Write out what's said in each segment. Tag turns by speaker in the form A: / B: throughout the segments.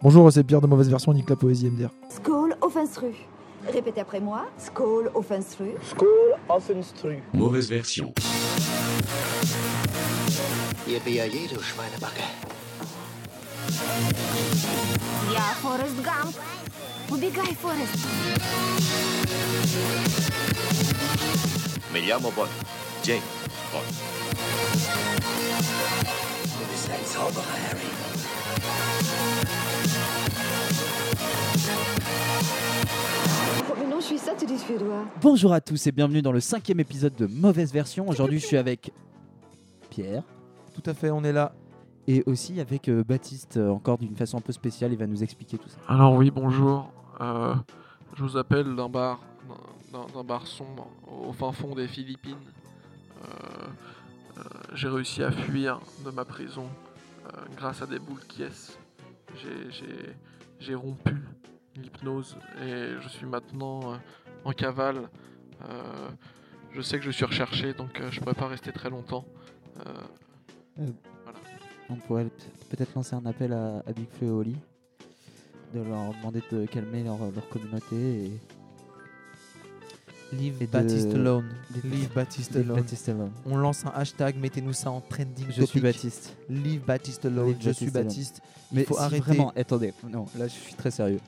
A: Bonjour, c'est Pierre de Mauvaise Version, Nick la Poésie MDR.
B: Skål Offensru. Répétez après moi. Skål Offensru.
C: Skål Offenstru.
D: Mauvaise version.
E: Ihr BAJ, du Schweinebacke.
F: Я Форест Гамп. Убегай, Форест.
G: Mi llamo Bond. James Bond.
E: Du bist ein Zauberer, Harry.
B: Oh, mais non, je suis ça, tu dis suédois.
H: Bonjour à tous et bienvenue dans le cinquième épisode de Mauvaise Version. Aujourd'hui, je suis avec Pierre
A: Tout à fait, on est là.
H: et aussi avec euh, Baptiste, euh, encore d'une façon un peu spéciale. Il va nous expliquer tout ça.
I: Alors oui, bonjour. Euh, je vous appelle d'un bar, d'un- d'un- d'un bar sombre au fin fond des Philippines. Euh, euh, j'ai réussi à fuir de ma prison euh, grâce à des boules qui J'ai, j'ai- j'ai rompu l'hypnose et je suis maintenant euh, en cavale. Euh, je sais que je suis recherché, donc euh, je pourrais pas rester très longtemps. Euh,
H: On pourrait peut-être lancer un appel à, à Big Flo et Oli, de leur demander de calmer leur, leur communauté et
A: Leave
H: Et de-
A: Baptiste alone.
H: Leave-
A: Leave Baptiste
H: Leave
A: alone.
H: Baptiste alone.
A: On lance un hashtag, mettez-nous ça en trending.
H: Je suis
A: topic.
H: Baptiste.
A: Leave Baptiste alone.
H: Leave
A: je suis
H: Baptiste alone.
A: Baptiste.
H: Mais
A: faut
H: si
A: arrêter.
H: Vraiment, attendez, non, là je suis très sérieux.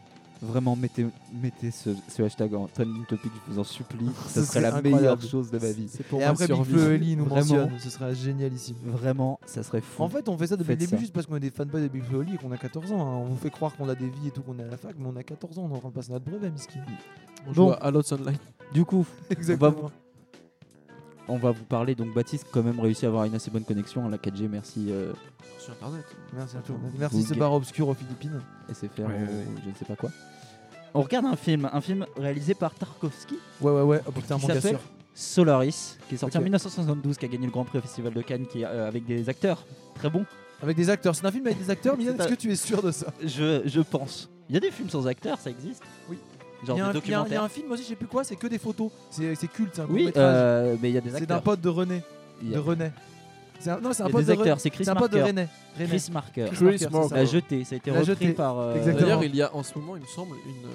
H: Vraiment, mettez, mettez ce, ce hashtag en trending topic, je vous en supplie.
A: Ce
H: Ce serait la
A: serait
H: meilleure
A: incroyable.
H: chose de ma vie.
A: Et
H: ma
A: après, Big
H: survie.
A: Flo et Ellie nous
H: Vraiment.
A: mentionne. Ce serait génialissime.
H: Vraiment, ça serait fou.
A: En fait, on fait ça depuis le
H: Faites
A: début
H: ça.
A: juste parce qu'on est des fanboys de Big Flo et Oli et qu'on a 14 ans. hein. On vous fait croire qu'on a des vies et tout, qu'on est à la fac, mais on a 14 ans, on est en train de passer notre brevet, miskin.
I: on
H: Bon.
I: joue à Halo Sunlight.
H: du coup,
A: Exactement.
H: on va vous parler. Donc, Baptiste, quand même, réussi à avoir une assez bonne connexion à la 4G. Merci euh,
I: Sur Internet.
A: Merci à
H: Attends,
A: toi. Merci ce
H: Google.
A: bar obscur aux Philippines.
H: SFR,
I: Ouais, ouais,
H: ou je ne sais pas quoi. On regarde un film, un film réalisé par Tarkovsky,
A: Ouais, ouais, ouais. Oh, putain,
H: Qui
A: mon gars
H: s'appelle
A: sûr.
H: Solaris, qui est sorti
A: Ok.
H: en 1972, qui a gagné le Grand Prix au Festival de Cannes, qui est, euh, avec des acteurs très bons.
A: Avec des acteurs. C'est un film avec des acteurs, Milan.
H: C'est un-
A: Est-ce que tu es sûr de ça
H: Je, je pense. Il y a des films sans acteurs, ça existe
A: Oui.
H: Genre
A: Il y a un- il y a
H: des
A: un- il y
H: documentaires.
A: a un film aussi, je sais plus quoi, c'est que des photos. C'est c'est culte, c'est un
H: Oui,
A: court-métrage.
H: euh, mais il y a des
A: C'est d'un
H: acteurs.
A: pote de René.
H: Il y
A: De
H: a,
A: René. C'est un- Non, c'est
H: il
A: un
H: y a
A: pote
H: des
A: de René.
H: acteurs, c'est Chris
A: C'est un pote de
H: Marker.
A: René. René.
H: Chris Marker.
A: Chris
I: Chris
A: Marker, c'est ça.
H: l'a jeté, ça a été
A: L'a
H: repris
A: jeté.
H: par euh,
A: Exactement.
I: D'ailleurs, il y a en ce moment, il me semble, une... euh,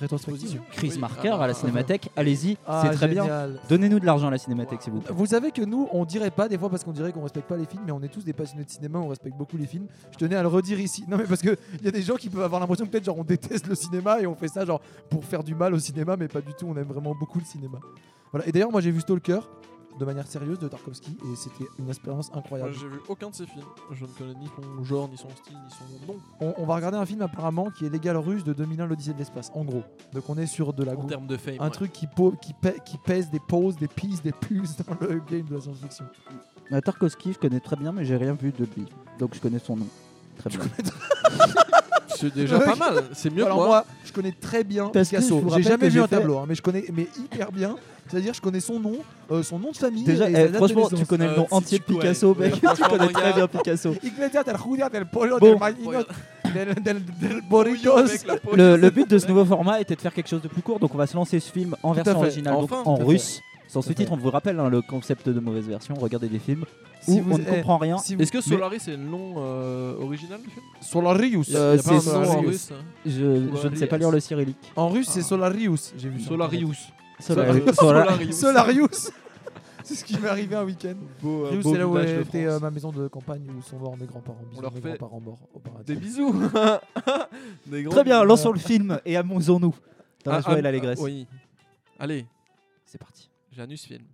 A: Rétrospective.
H: Chris
I: Oui,
H: Marker
I: ah,
H: à la Cinémathèque. Allez-y,
A: Ah,
H: c'est très bien.
A: génial.
H: Donnez-nous de l'argent à la Cinémathèque, s'il vous plaît.
A: Vous savez que nous, on dirait pas des fois parce qu'on dirait qu'on respecte pas les films, mais on est tous des passionnés de cinéma, on respecte beaucoup les films. Je tenais à le redire ici. Non, mais parce que il y a des gens qui peuvent avoir l'impression que peut-être genre on déteste le cinéma et on fait ça genre pour faire du mal au cinéma, mais pas du tout. On aime vraiment beaucoup le cinéma. Voilà. Et d'ailleurs, moi j'ai vu Stalker de manière sérieuse de Tarkovsky et c'était une expérience
I: Moi,
A: incroyable.
I: j'ai vu aucun de ses films. Je ne connais ni son genre, ni son style, ni son nom.
A: On, on va regarder un film apparemment qui est légal russe de 2001, l'Odyssée de l'espace. En gros. Donc on est sur de la
I: en
A: gou-
I: termes de fame.
A: un truc qui, po- qui, pè- qui pèse des pauses, des pistes, des puces dans le game de la science-fiction.
H: Euh, Tarkovsky, je connais très bien, mais j'ai rien vu de lui. Donc je connais son nom. Très bien.
I: C'est déjà pas mal. C'est mieux que
A: Alors
I: moi.
A: moi, je connais très bien
H: Parce que je
A: Picasso.
H: vous
A: J'ai
H: rappelle
A: jamais
H: que
A: vu
H: j'ai
A: un
H: fait-
A: tableau, hein, mais je connais mais hyper bien. C'est-à-dire, je connais son nom, euh, son nom de famille.
H: Déjà,
A: et
H: eh,
A: sa date
H: franchement,
A: de
H: tu
A: naissance.
H: connais le
I: Euh,
H: nom
I: si
H: entier de
I: tu- ouais.
H: Picasso, mec.
I: Ouais,
H: tu
I: franchement,
H: connais très
I: regarde.
H: bien Picasso.
A: Iglesias del Judia del Polo
H: Bon.
A: del Magnino del, del, del Boricos.
H: Le, le but de ce nouveau format était de faire quelque chose de plus court, donc on va se lancer ce film en
A: à
H: version
A: fait.
H: originale, donc
I: Enfin,
H: en
A: tout à fait.
H: russe. Sans
A: Tout à
H: sous-titre, on vous rappelle hein, le concept de mauvaise version, regardez des films
A: Si
H: où
A: vous-
H: on ne
A: eh,
H: comprend rien.
A: si vous-
I: Est-ce que Solaris est le nom euh, original du film
A: Solarius.
I: Y a- y a pas
H: Euh, c'est
I: un nom en
H: Solaris.
I: russe hein
H: Je, je ne sais pas lire le cyrillique.
A: En russe, c'est
I: Ah.
A: Solarius. J'ai vu ça.
I: Solarius.
H: Solaris.
I: Solaris.
A: Solarius. c'est ce qui m'est arrivé un week-end.
I: Beau, euh,
A: Rius,
I: beau
A: c'est là où
I: village de
A: était
I: France.
A: euh, ma maison de campagne où sont morts mes grands-parents. Bisous,
I: leur
A: mes
I: fait
A: grands-parents morts au paradis.
I: Euh, Des bisous. Des grands
H: Très bien,
I: bisous.
H: lançons le film et amusons-nous dans la
I: Ah,
H: joie et
I: ah,
H: l'allégresse.
I: ah, Oui. Allez,
H: C'est parti.
I: Janus Film.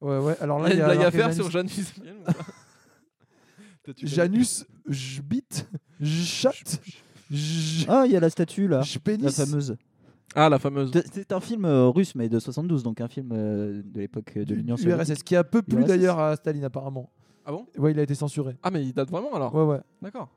A: Ouais, ouais. Alors là,
I: Il y a une blague
A: alors
I: à
A: que
I: faire
A: Janus-
I: sur Janus Film. ou pas Toi, tu connais-
A: Janus, Jbit, Jchat, J.
H: Ah, il y a la statue là, la
A: Jpénis.
H: fameuse.
I: Ah, la fameuse.
H: De- C'est un film euh, russe, mais de 72, donc un film euh, de l'époque de l'Union soviétique.
A: URSS qui a peu plu
H: URSS.
A: d'ailleurs à Staline apparemment.
I: Ah bon
A: Ouais, il a été censuré.
I: Ah, mais il date vraiment alors.
A: Ouais, ouais.
I: D'accord.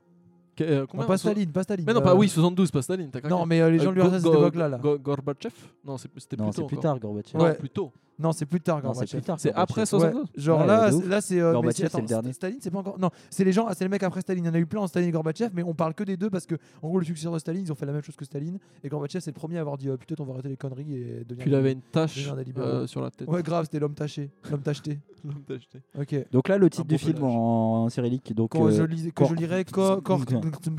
I: Que- euh,
A: Non,
I: combien-
A: pas
I: so-
A: Staline, pas Staline.
I: Mais non,
A: euh,
I: pas oui, 72, pas Staline. t'as craqué.
A: Non, mais euh, les gens de
I: Euh,
A: l'URSS à
I: Go-
A: cette
I: Go-
A: époque-là. Là.
I: Go- Gorbatchev Non, c'est- c'était plus
H: Non,
I: tôt.
H: c'est plus
I: encore.
H: tard, Gorbatchev.
A: Ouais.
I: Non, plus tôt.
A: Non, c'est plus tard,
H: Non, c'est
A: Gorbatchev.
H: plus tard.
J: C'est après
H: Gorbatchev.
A: Ouais,
J: 72
A: genre
H: Ouais,
A: là,
H: de
A: c'est-
H: ouf.
A: là c'est euh, mais
J: Gorbatchev,
A: c'est
J: c'est
A: attends,
J: le dernier.
A: Staline, c'est pas encore. Non, c'est les gens, ah, c'est les mecs après Staline. Il y en a eu plein, Staline, Gorbatchev, mais on parle que des deux parce que en gros le successeur de Staline, ils ont fait la même chose que Staline et Gorbatchev, c'est le premier à avoir dit oh, putain, on va arrêter les conneries et devenir.
J: Puis il avait une tache
A: Devenir des libéraux.
J: euh, sur la tête.
A: Ouais, grave, c'était l'homme taché, l'homme tacheté.
J: L'homme tacheté.
A: Ok.
H: Donc là, le titre
A: Un
H: du
A: beau
H: film
A: pelage.
H: en, en cyrillique. Donc,
A: Quand
H: euh,
A: je, lis, que je
H: Cor-
A: lirai Cor- Cor-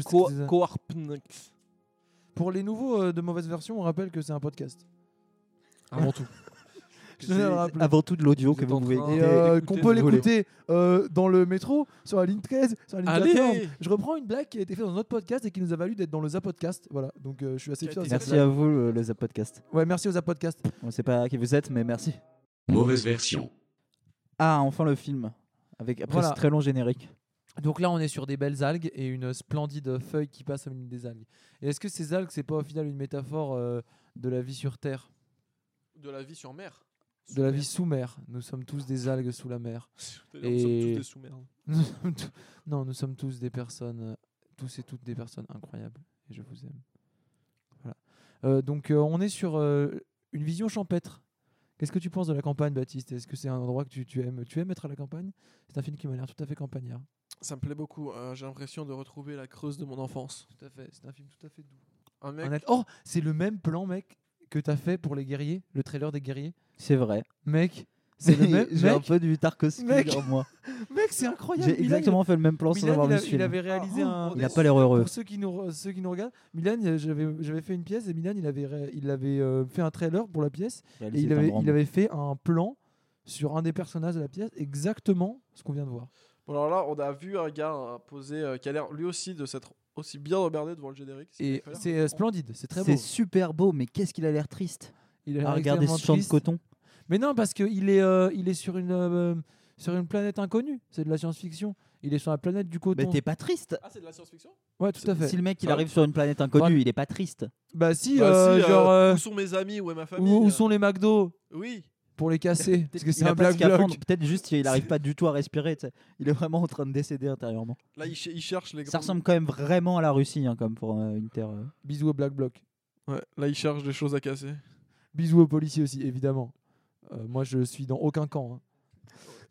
J: Co- Coarpnx.
A: Pour les nouveaux euh, de mauvaise version, on rappelle que c'est un podcast.
J: Avant tout.
A: Je tenais à le rappeler.
H: avant tout de l'audio que
J: êtes
H: vous
J: en
H: pouvez
J: train-
A: Et
H: écouter.
A: euh,
J: Écoutez,
A: qu'on peut
J: si vous voulez.
A: l'écouter euh, dans le métro, sur la ligne 13, sur la ligne
J: Allez
A: 14. Je reprends une blague qui a été faite dans notre podcast et qui nous a valu d'être dans le Zapodcast. Voilà, donc euh, je suis assez
I: Qui a
A: fier. de
I: été
A: cette
H: Merci
A: blague.
H: à vous, le, le Zap Podcast.
A: Ouais, merci aux Zapodcast.
H: On sait pas qui vous êtes, mais merci.
D: Mauvaise version.
H: Ah, enfin le film. Avec, après,
A: Voilà.
H: c'est très long générique.
A: Donc là, on est sur des belles algues et une splendide feuille qui passe au milieu des algues. Et est-ce que ces algues, c'est pas au final une métaphore euh, de la vie sur Terre,
I: De la vie sur mer.
A: de la vie sous mer Nous sommes tous des algues sous la mer.
I: Et... Nous sommes
A: Et-
I: tous des sous-merdes.
A: Nous sommes tous- non, nous sommes tous des personnes, euh, tous et toutes des personnes incroyables. Et je vous aime. Voilà. Euh, donc, euh, on est sur euh, une vision champêtre. Qu'est-ce que tu penses de la campagne, Baptiste Est-ce que c'est un endroit que tu, tu aimes Tu aimes être à la campagne C'est un film qui m'a l'air tout à fait campagnard.
I: Ça me plaît beaucoup. euh, J'ai l'impression de retrouver la creuse de mon enfance.
A: Tout à fait. C'est un film tout à fait doux.
I: Un mec.
A: Honnête- Oh, c'est le même plan, mec, que t'as fait pour les guerriers, le trailer des guerriers.
H: C'est vrai.
A: Mec, c'est le même.
H: J'ai un
A: Mec,
H: peu du Tarkovsky
A: Mec. Oh,
H: en moi.
A: mec, c'est incroyable.
H: J'ai
A: Milan,
H: exactement fait le même plan
A: il,
H: sans
A: Milan,
H: avoir
A: il,
H: vu
A: a-
H: ce
A: Oh, il
H: film. Oh,
A: avait réalisé un.
H: Il n'a pas l'air heureux.
A: Pour ceux qui nous, re- ceux qui nous regardent, Milan, euh, j'avais j'avais fait une pièce et Milan, il avait, ré- il avait euh, fait un trailer pour la pièce et il avait, il avait fait un plan sur un des personnages de la pièce, exactement ce qu'on vient de voir.
I: Bon, alors là, on a vu un gars euh, poser euh, qui a l'air lui aussi de s'être aussi bien emmerdé devant le générique. ça
A: Et
I: fait l'air.
A: c'est euh, splendide, c'est très beau.
H: C'est super beau, mais qu'est-ce qu'il a l'air triste Ah,
A: Il a l'air
H: à regarder ce
A: extrêmement
H: champ de
A: triste.
H: coton.
A: Mais non, parce qu'il est, euh, il est sur, une, euh, sur une planète inconnue, c'est de la science-fiction. Il est sur la planète du
H: Mais
A: coton.
H: t'es pas triste
I: Ah, c'est de la science-fiction
A: ouais, tout à fait. Ah.
H: Si le mec il
I: Ça-
H: arrive sur une planète inconnue,
A: Ouais.
H: il est pas triste.
A: Bah si,
I: Bah
A: euh,
I: si, euh,
A: genre, euh,
I: Où sont mes amis Où est ma famille
A: où, où sont les McDo
I: Oui.
A: pour les casser Parce que
H: Il
A: c'est
H: a
A: un
H: pas
A: black
H: de scaphandre,
A: bloc.
H: Peut-être juste il arrive pas du tout à respirer. tu sais. Il est vraiment en train de décéder intérieurement.
I: Là, il, ch- il cherche les.
H: Ça
I: grandes-
H: ressemble quand même vraiment à la Russie, hein, comme pour euh, une terre. euh.
A: Bisous au black bloc.
I: Ouais, là, il cherche des choses à casser.
A: Bisous aux policiers aussi, évidemment. Euh, moi, je suis dans aucun camp. hein.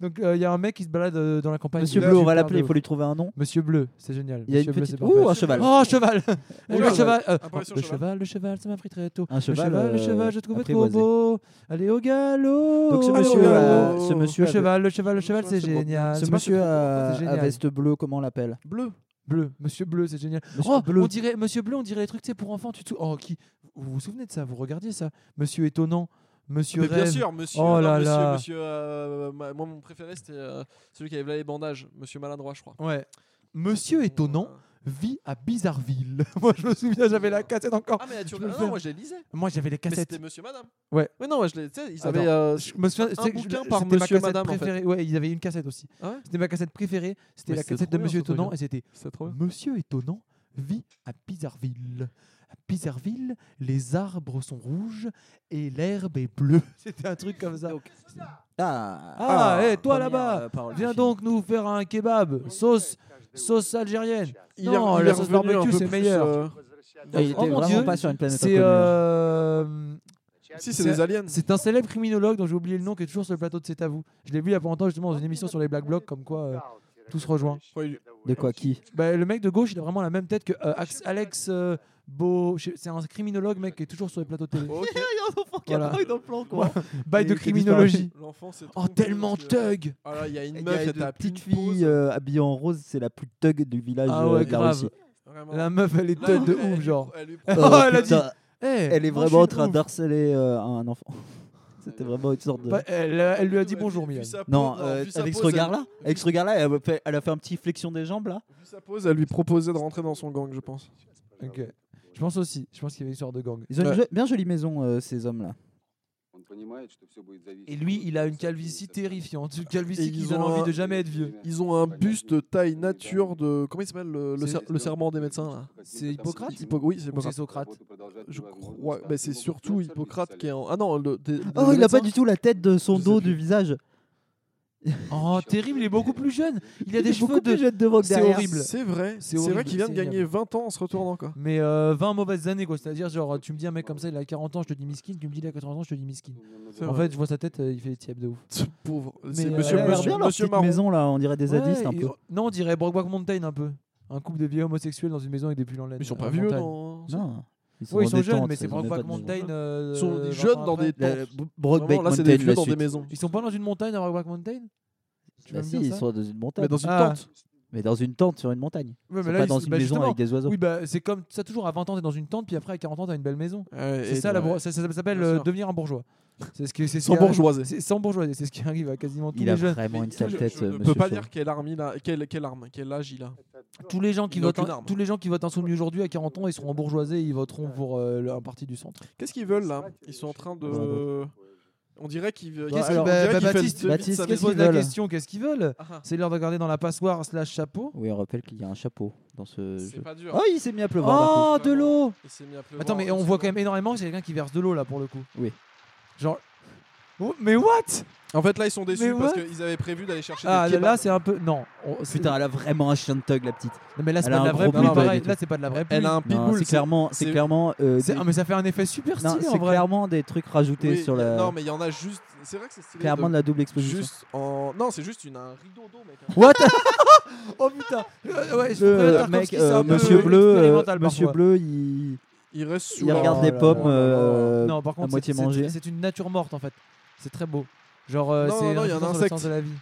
A: Donc, euh, il y a un mec qui se balade euh, dans la campagne.
H: Monsieur
A: Là,
H: Bleu,
A: je
H: on va
A: parle
H: l'appeler.
A: de-
H: Il faut lui trouver un nom.
A: Monsieur Bleu, c'est génial.
H: Il y a
A: Monsieur
H: une
A: Bleu,
H: petite.
A: c'est
H: Ouh,
A: parfait.
H: un cheval.
A: Oh, cheval
I: Oh,
A: Le
I: cheval.
A: cheval euh,
I: Apparition
A: Le
I: cheval.
A: cheval, le cheval, ça m'a pris très tôt.
H: Un cheval,
A: le cheval, le
H: euh,
A: cheval, je trouvais trop
H: apprivoisé.
A: beau. Allez au galop
H: Donc ce
A: allez au
H: monsieur,
A: galop.
H: euh, ce monsieur
A: Le
H: avait-
A: cheval, le cheval, le cheval, c'est
I: cheval, c'est bon.
A: génial.
H: Ce
A: oh, C'est
H: monsieur euh,
A: pas-
H: à,
A: c'est
H: à
A: génial.
H: veste bleue, comment on l'appelle
A: Bleu. Bleu, Monsieur Bleu, c'est génial.
H: Monsieur
A: oh,
H: Bleu.
A: on dirait Monsieur Bleu, on dirait les trucs, c'est pour enfants. Tu te sou- Oh, qui Vous vous souvenez de ça Vous regardiez ça Monsieur étonnant, Monsieur
I: Mais bien
A: rêve.
I: sûr, monsieur.
A: Oh
I: non,
A: là
I: monsieur,
A: là.
I: monsieur, euh, ma- moi, mon préféré, c'était euh, celui qui avait là les bandages. Monsieur Maladroit, je crois.
A: Ouais. Monsieur étonnant
I: Euh,
A: vit à Bizarreville. moi, je me souviens, j'avais la cassette encore.
I: Ah, mais tu
A: Je me
I: ah,
A: le
I: non,
A: fais.
I: moi, je les lisais.
A: Moi, j'avais les
I: Mais c'était
A: cassettes.
I: monsieur, madame.
A: Ouais.
I: Mais non, moi, je les. Tu sais, ils
A: Attends.
I: avaient. euh,
A: Je me souviens, c'est- je-
I: bouquin par
A: c'était ma
I: monsieur et
A: cassette
I: madame, en fait.
A: préférée. Ouais, ils avaient une cassette aussi.
I: Ah ouais
A: C'était ma cassette préférée. C'était
I: Mais
A: la
I: c'est
A: cassette
I: trop
A: de
I: bien,
A: Monsieur
I: ce truc,
A: étonnant
I: hein.
A: et c'était
I: C'est trop bien.
A: Monsieur Étonnant vit à Bizarreville. À Bizarreville, les arbres sont rouges et l'herbe est bleue. C'était un truc comme ça.
H: Ah,
A: Ah, eh, toi,
H: première,
A: là-bas,
H: euh, parole du
A: Viens
H: film.
A: donc nous faire un kebab, sauce, sauce algérienne.
I: Il est-
A: Non,
I: il
A: la
I: est
A: sauce
I: revenu un
A: barbecue,
I: peu
A: c'est
I: plus,
A: meilleur.
I: euh,
H: Ah, il était
A: Oh mon
H: vraiment
A: Dieu.
H: pas sur une planète
A: C'est
I: hein.
H: inconnue. hein.
A: euh,
I: Si, c'est des aliens.
A: c'est un célèbre criminologue dont j'ai oublié le nom qui est toujours sur le plateau de C'est à vous. Je l'ai vu il y a pas longtemps justement dans une émission sur les Black Blocs comme quoi euh, tout se rejoint.
I: Ouais, il-
H: De quoi qui
A: Bah, le mec de gauche, il a vraiment la même tête que euh, Ax- Alex euh, Beau. je sais- C'est un criminologue, mec, qui est toujours sur les plateaux de télé.
I: Ok.
A: Voilà.
H: dans le plan quoi.
A: Bail de
H: Il était
A: criminologie.
I: L'enfant, c'est trop
A: Oh,
I: cool,
A: tellement
I: parce que-
A: thug
I: Ah là, il y a une
H: Il y
I: meuf,
H: a
I: elle
H: une
I: tape une
H: petite fille euh, habillée en rose, c'est la plus thug du village
A: Ah
H: euh,
A: ouais,
H: de la
A: grave.
H: Russie.
I: Vraiment.
A: La meuf, elle est thug de
I: elle-
A: ouf, genre.
I: elle lui prend-
A: Oh,
H: Euh,
A: elle a dit
H: putain,
A: Hey,
H: elle est
A: moi, je suis
H: vraiment en
A: de
H: train
A: ouf.
H: d'harceler euh, un enfant. C'était vraiment une sorte de.
A: Bah, elle, euh, elle lui a dit
I: Vu
A: bonjour,
I: sa
A: Milan.
I: pose,
H: non,
I: vu
H: euh,
I: sa
H: avec ce
I: pose, elle-
H: regard-là, avec ce regard-là, elle, a fait- elle a fait un petit flexion des jambes là.
I: Vu sa pose, elle lui proposait de rentrer dans son gang, je pense.
A: Ok. Je pense aussi. Je pense qu'il y avait une histoire de gang.
H: Ils ont
I: Ouais.
H: une jo- bien jolie maison euh, ces hommes là.
A: Et lui, il a une calvitie terrifiante. Une calvitie
I: Et
A: qui
I: ils
A: donne
I: ont
A: envie
I: un-
A: de jamais être vieux.
I: Ils ont un buste de taille nature de. Comment il s'appelle le, le,
A: C'est-
I: ser- le serment des médecins là
A: C'est Hippocrate
I: Hippo- Oui, c'est
A: Ou c'est
I: Hippocrate.
A: Socrate
I: Je crois. Mais c'est surtout Hippocrate qui est en. Ah non, le. des-
H: Oh,
I: des
H: il a pas
I: médecins.
H: du tout la tête de son
I: Je sais
H: dos
I: plus.
H: du visage.
A: Oh, terrible, il est beaucoup plus jeune. Il a des cheveux de.
H: jeunes de
A: C'est horrible.
I: C'est vrai.
A: C'est
I: C'est vrai
A: horrible,
I: qu'il vient de
A: c'est
I: gagner 20 ans en se retournant, quoi.
A: Mais euh, 20 mauvaises années, quoi. C'est-à-dire, genre, tu me dis un mec comme ça, il a 40 ans, je te dis miskin. Tu me dis il a 80 ans, je te dis miskin.
I: C'est
A: En
I: vrai.
A: fait, je vois sa tête, euh, il fait tiep de ouf.
I: Ce pauvre. C'est
A: euh,
I: monsieur,
A: elle a l'air
I: monsieur,
A: bien,
I: monsieur
H: petite
I: Marron.
H: maison là, on dirait des
A: Ouais,
H: zadistes un
A: et-
H: peu.
A: Non, on dirait Brockback Mountain un peu. Un couple de vieux homosexuels dans une maison avec des pulls en laine.
I: Mais ils sont
A: euh,
I: pas vieux,
A: montagne.
I: non
H: Non.
A: Ouais, ils
H: en
A: sont jeunes,
H: détente,
A: mais c'est
H: ils ont des
A: Brockback
H: tas de maisons.
A: Mountain. euh,
I: Ils sont
A: 20
I: jeunes
A: ans
I: dans
A: après.
I: des
H: La-
I: tentes.
H: Bro- Brokeback
I: Vraiment, là, c'est des
H: Mountain,
I: vieux
H: la
I: dans des
H: suite.
I: maisons.
A: Ils sont pas dans une montagne à Brockback Mountain Tu vas
H: Bah
A: me
H: si,
A: dire
H: ils
A: ça
H: sont dans une montagne.
I: Mais dans une
A: Ah.
I: tente.
H: Mais dans une tente sur une montagne.
A: Ouais,
H: C'est
A: mais là,
H: pas
A: ils-
H: dans une
A: bah,
H: maison
A: justement.
H: avec des oiseaux.
A: Oui, bah, c'est comme ça, toujours à 20 ans, t'es dans une tente, puis après à 40 ans, t'as une belle maison.
I: Ouais,
A: C'est
I: et
A: ça, la
I: ouais.
A: bourg- ça, ça s'appelle
I: Bien
A: euh,
I: sûr.
A: devenir un bourgeois. C'est ce qui, c'est ce
I: Sans
A: qui arrive-
I: bourgeoiser.
A: c'est- Sans bourgeoiser, c'est ce qui arrive à quasiment tous
H: Il
A: les
H: a
A: jeunes.
H: vraiment une sale
I: Je-
H: tête,
I: Je
H: euh,
I: ne
H: monsieur.
I: peux pas
H: Shaw.
I: dire quelle arme il a, quelle, quelle arme, quel âge il a.
A: Tous les gens qui
I: Il n'a
A: votent,
I: aucune
A: un-
I: arme.
A: tous les gens qui votent insoumis aujourd'hui à 40 ans, ils seront bourgeoisés, ils voteront pour euh, le- un parti du centre.
I: Qu'est-ce qu'ils veulent là Ils sont en train de. On dirait qu'ils. veulent-
A: Qu'est-ce
I: on
A: que-
H: alors,
I: dirait
A: bah, bah,
I: qu'ils veulent
A: Baptiste,
I: de-
H: Baptiste,
I: ça
A: Baptiste
H: qu'est-ce
A: qui
I: m'étonne.
A: pose
H: qu'ils
A: la
H: veulent
A: question, qu'est-ce qu'ils veulent
I: Ah,
A: C'est l'heure de regarder dans la passoire slash chapeau.
H: Oui, on rappelle qu'il y a un chapeau dans ce
I: C'est Hein
H: jeu.
I: pas dur.
H: Oh, il s'est mis à pleuvoir.
A: Oh,
I: Marco.
A: de l'eau
I: Il s'est mis à pleuvoir. hein,
A: Attends, mais on voit quand même énormément, c'est quelqu'un qui verse de l'eau là pour le coup.
H: Oui.
A: Genre. Oh, mais what
I: En fait, là, ils sont déçus
A: Mais
I: parce
A: ouais.
I: qu'ils avaient prévu d'aller chercher
A: Ah,
I: des kebabs.
A: là, c'est un peu. Non. on- Oh, c'est-
H: Putain, elle a vraiment un chien de thug, la petite.
A: Non, mais là, c'est
H: elle
A: pas
H: a
A: de la
H: un
A: vraie
H: gros
A: pluie,
H: boule,
A: pareil.
H: et tout.
A: Là, c'est pas de la vraie pluie.
I: Elle a un
H: Non,
I: pitbull.
H: c'est clairement, c'est
I: c'est-
H: clairement, euh,
A: C'est-
H: des-
A: ah, mais ça fait un effet super
H: non,
A: stylé en
H: c'est
A: vrai.
H: clairement des trucs rajoutés
I: Oui,
H: sur
I: il y a-
H: la,
I: Non, mais il y en a juste. C'est vrai que c'est stylé.
H: clairement de
I: de-
H: la double exposition.
I: Juste en. Non, c'est juste une, un rideau d'eau, mec.
A: What Oh putain Euh, ouais, je
H: Le
A: préfère
H: euh,
A: Tarkovsky,
H: mec,
A: c'est un
H: euh,
A: peu
H: Monsieur Bleu, euh,
A: expérimental,
H: Monsieur
A: parfois.
H: Bleu, il,
I: Il reste sous
H: il
I: la-
H: regarde des
A: là
H: pommes
A: là là
H: euh,
A: Non, par contre,
H: moitié
A: c'est- c'est-
H: mangées.
A: c'est une nature morte en fait. C'est très beau. Genre, euh,
I: Non,
A: c'est
I: non, non, il y a un
A: sur le
I: insecte.
A: sens de la vie.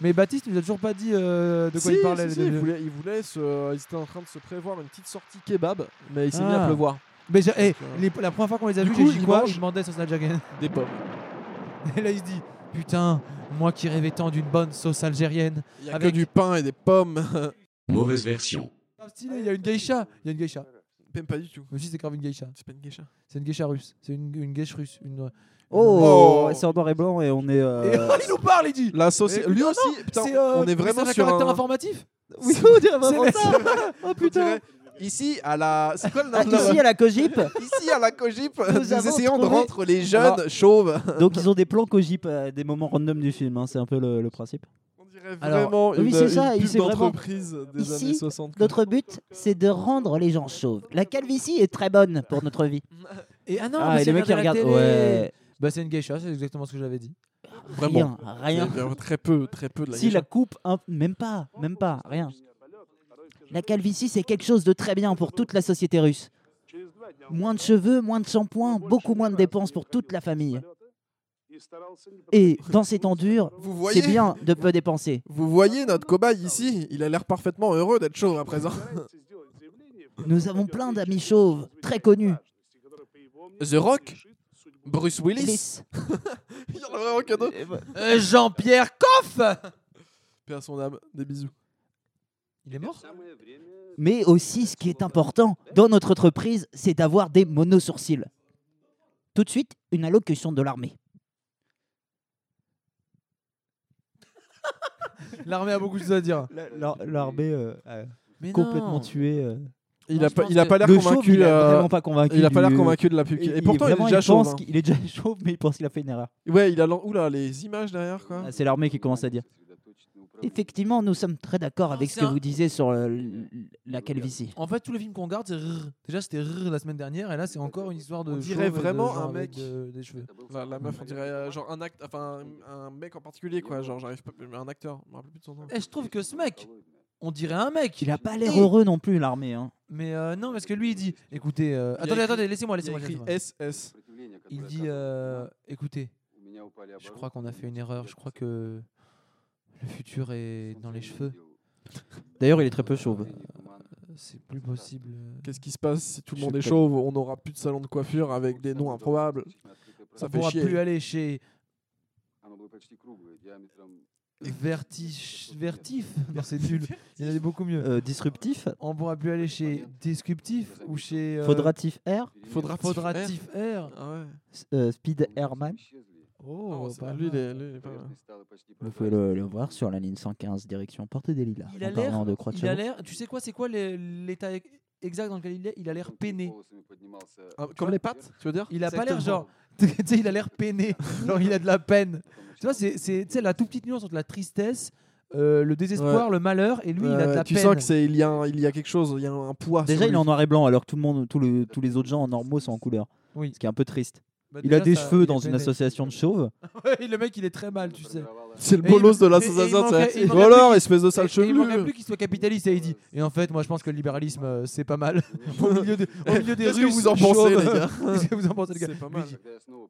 A: Mais Baptiste, nous a toujours pas dit euh, de quoi
I: Si,
A: il parlait.
I: si,
A: les
I: si, il
A: deux.
I: voulait, il voulait se- ils étaient en train de se prévoir une petite sortie kebab, mais il s'est mis
A: Ah.
I: à pleuvoir.
A: Mais j'ai- eh,
I: que-
A: les- la première fois qu'on les a
I: euh, Du
A: vus,
I: coup,
A: j'ai dit
I: il
A: quoi
I: mange.
A: Je demandais sur Snapchat Again.
I: Des pommes.
A: Et là, il se dit Putain, moi qui rêvais tant d'une bonne sauce algérienne.
I: Il y a
A: Avec-
I: que du pain et des pommes.
G: Mauvaise version.
A: Ah, stylé, il y a une geisha. Il y a une geisha.
I: Même pas du tout.
A: Même si c'est grave une geisha.
I: C'est pas une geisha.
A: C'est une geisha russe. C'est une, une geisha russe. Une...
H: Oh,
I: Oh.
H: c'est en noir et blanc et on est. euh,
A: Et oh, il nous parle, il dit
I: La sauce.
A: Mais-
I: Lui
A: non,
I: aussi, putain,
A: C'est, euh,
I: on est vraiment
A: c'est
I: sur
A: caractère
I: un.
A: informatif
H: Oui, on dirait vraiment
A: C'est-
H: ça. Oh
I: on
H: putain.
I: dirait, Ici, à la. C'est quoi le nom
H: Ah,
I: de la-
H: Ici à la Cogip.
I: Ici, à la Cogip, nous,
H: Nous avons
I: essayons de
H: trouvé-
I: rendre les jeunes chauves.
H: Donc ils ont des plans Cogip à des moments random du film. hein, C'est un peu le, le principe.
I: On dirait
H: Alors,
I: vraiment
H: oui,
I: une,
H: c'est ça,
I: une
H: il
I: pub
H: s'est vraiment-
I: d'entreprise des
H: Ici,
I: années 60.
H: Notre but, c'est de rendre les gens chauves. La calvitie est très bonne pour notre vie.
A: Et ah non,
H: Ah,
A: mais
H: et
A: c'est
H: les mecs qui
A: regarder
H: regardent.
A: la télé.
H: Ouais.
A: Bah, c'est une geisha, c'est exactement ce que j'avais dit.
H: Rien, rien.
I: Il y a Très peu, très peu de la
H: Si
I: geisha.
H: la coupe, un- même pas, même pas, rien. La calvitie, c'est quelque chose de très bien pour toute la société russe. Moins de cheveux, moins de shampoing, beaucoup moins de dépenses pour toute la famille. Et dans ces temps durs,
I: Vous voyez
H: c'est bien de peu dépenser.
I: Vous voyez notre cobaye ici Il a l'air parfaitement heureux d'être chauve à présent.
H: Nous avons plein d'amis chauves, très connus.
I: The Rock Bruce Willis
H: Lisse.
I: Il y en a vraiment qu'un autre.
A: Euh, Jean-Pierre Coff
I: Père son âme, des bisous.
A: Il est mort
H: Mais aussi, ce qui est important dans notre entreprise, c'est d'avoir des monosourcils. Tout de suite, une allocution de l'armée.
A: L'armée a beaucoup de choses à dire.
H: L'armée
A: Mais non.
H: tuée.
I: Il
A: Non,
I: a
A: je
I: pas,
A: pense
I: il a
A: que-
I: pas l'air
H: Le chauve,
I: convaincu.
H: il a
I: euh,
H: vraiment pas convaincu.
I: il a pas l'air
H: du-
I: convaincu de la pub.
H: Il-
I: Et pourtant, il est
H: vraiment,
I: déjà chauve.
H: pense
I: hein.
H: qu'il- Il est déjà chauve, mais il pense qu'il a fait une erreur.
I: Ouais, il a. lan- Oula, les images derrière quoi.
H: Ah, C'est l'armée qui commence à dire. Effectivement, nous sommes très d'accord
A: avec
H: avec
A: ce c'est
H: ce que
A: que un- vous
H: vous disiez sur euh, la calvitie.
A: En fait, tous les films qu'on regarde, c'est rrr. Déjà, c'était rrr la semaine dernière, et là, c'est encore une histoire de.
I: On dirait
A: chauve et de
I: vraiment
A: gens
I: un
A: avec
I: mec.
A: de- des cheveux.
I: La, la meuf, on dirait euh, genre un acte, enfin un- un mec en particulier quoi. Genre, j'arrive pas, mais un acteur. Je me rappelle plus de son nom.
A: Et je trouve que ce mec, on dirait un mec.
H: Il a pas l'air
A: Et-
H: heureux non plus, l'armée. hein.
A: Mais euh, non, parce que lui, il dit écoutez, euh,
I: Il a
A: attendez,
I: écrit-
A: attendez, laissez-moi,
I: Il y a
A: laissez-moi.
I: écrit
A: laissez-moi.
I: SS.
A: Il dit euh, écoutez,
I: Ah,
A: je
I: bah
A: crois qu'on a fait une erreur, je crois que le futur est dans les cheveux.
H: D'ailleurs, il est très peu chauve.
A: C'est plus possible.
I: Qu'est-ce qui se passe si tout le
H: Je
I: monde
H: sais
I: est
H: pas.
I: chauve On n'aura plus de salon de coiffure avec des noms improbables. Ça
A: on
I: fait
A: pourra
I: chier.
A: plus aller chez Vertige, Vertif. Non, c'est nul. Il y en a beaucoup mieux.
H: Euh, disruptif,
A: On pourra plus aller chez Descriptif ou chez euh,
H: faudratif air,
I: Faudra
A: Faudratif R.
I: Ah ouais.
H: s- euh, speed airman.
A: Oh,
I: Non, c'est
A: pas
I: pas- lui, il
A: mal.
I: est, lui, il est pas là.
H: Vous pouvez le, le voir sur la ligne 115 direction Porte des Lilas.
A: Il a
H: en parlant
A: l'air.
H: de croix de
A: Il a
H: Chabot.
A: l'air. Tu sais quoi C'est quoi les- l'état exact dans lequel il est Il a l'air peiné.
I: Ah, Comme les pattes, tu veux dire
A: Il a pas l'air genre. tu sais, il a l'air peiné. Genre, il a de la peine. Tu vois, c'est- c'est tu sais, la toute petite nuance entre la tristesse, euh, le désespoir, le malheur, et lui, il a de
I: Euh,
A: la
I: tu
A: peine.
I: sens que c'est il y a un- il y a quelque chose, il y a un poids. sur
H: Déjà, il est
I: lui.
H: en noir et blanc, alors que tout le monde, tous les, tous les autres gens en normaux sont en couleur.
A: Oui.
H: Ce qui est un peu triste.
A: Bah,
H: il a
A: déjà,
H: des
A: ça, il
H: cheveux
A: est
H: dans une
A: peiné.
H: association de chauves.
A: Ouais, le mec, il est très mal, tu sais.
I: C'est le
A: Et il-
I: bolos de
A: et- et
I: la
A: il
I: sensation.
A: manquait-
I: c'est-
A: il manquait
I: Oh
A: plus
I: alors,
A: qu'il-
I: espèce de sale
A: Et- et Il manquerait
I: chevelu.
A: plus qu'il soit capitaliste, et il dit. Et en fait, moi, je pense que le libéralisme, euh, c'est pas mal. au milieu des, au milieu des
I: Qu'est-ce que
A: Russes
I: vous en pensez, les
A: chauves.
I: gars
A: Qu'est-ce que vous en pensez, les gars
I: C'est pas
A: Lui
I: mal.
A: dit,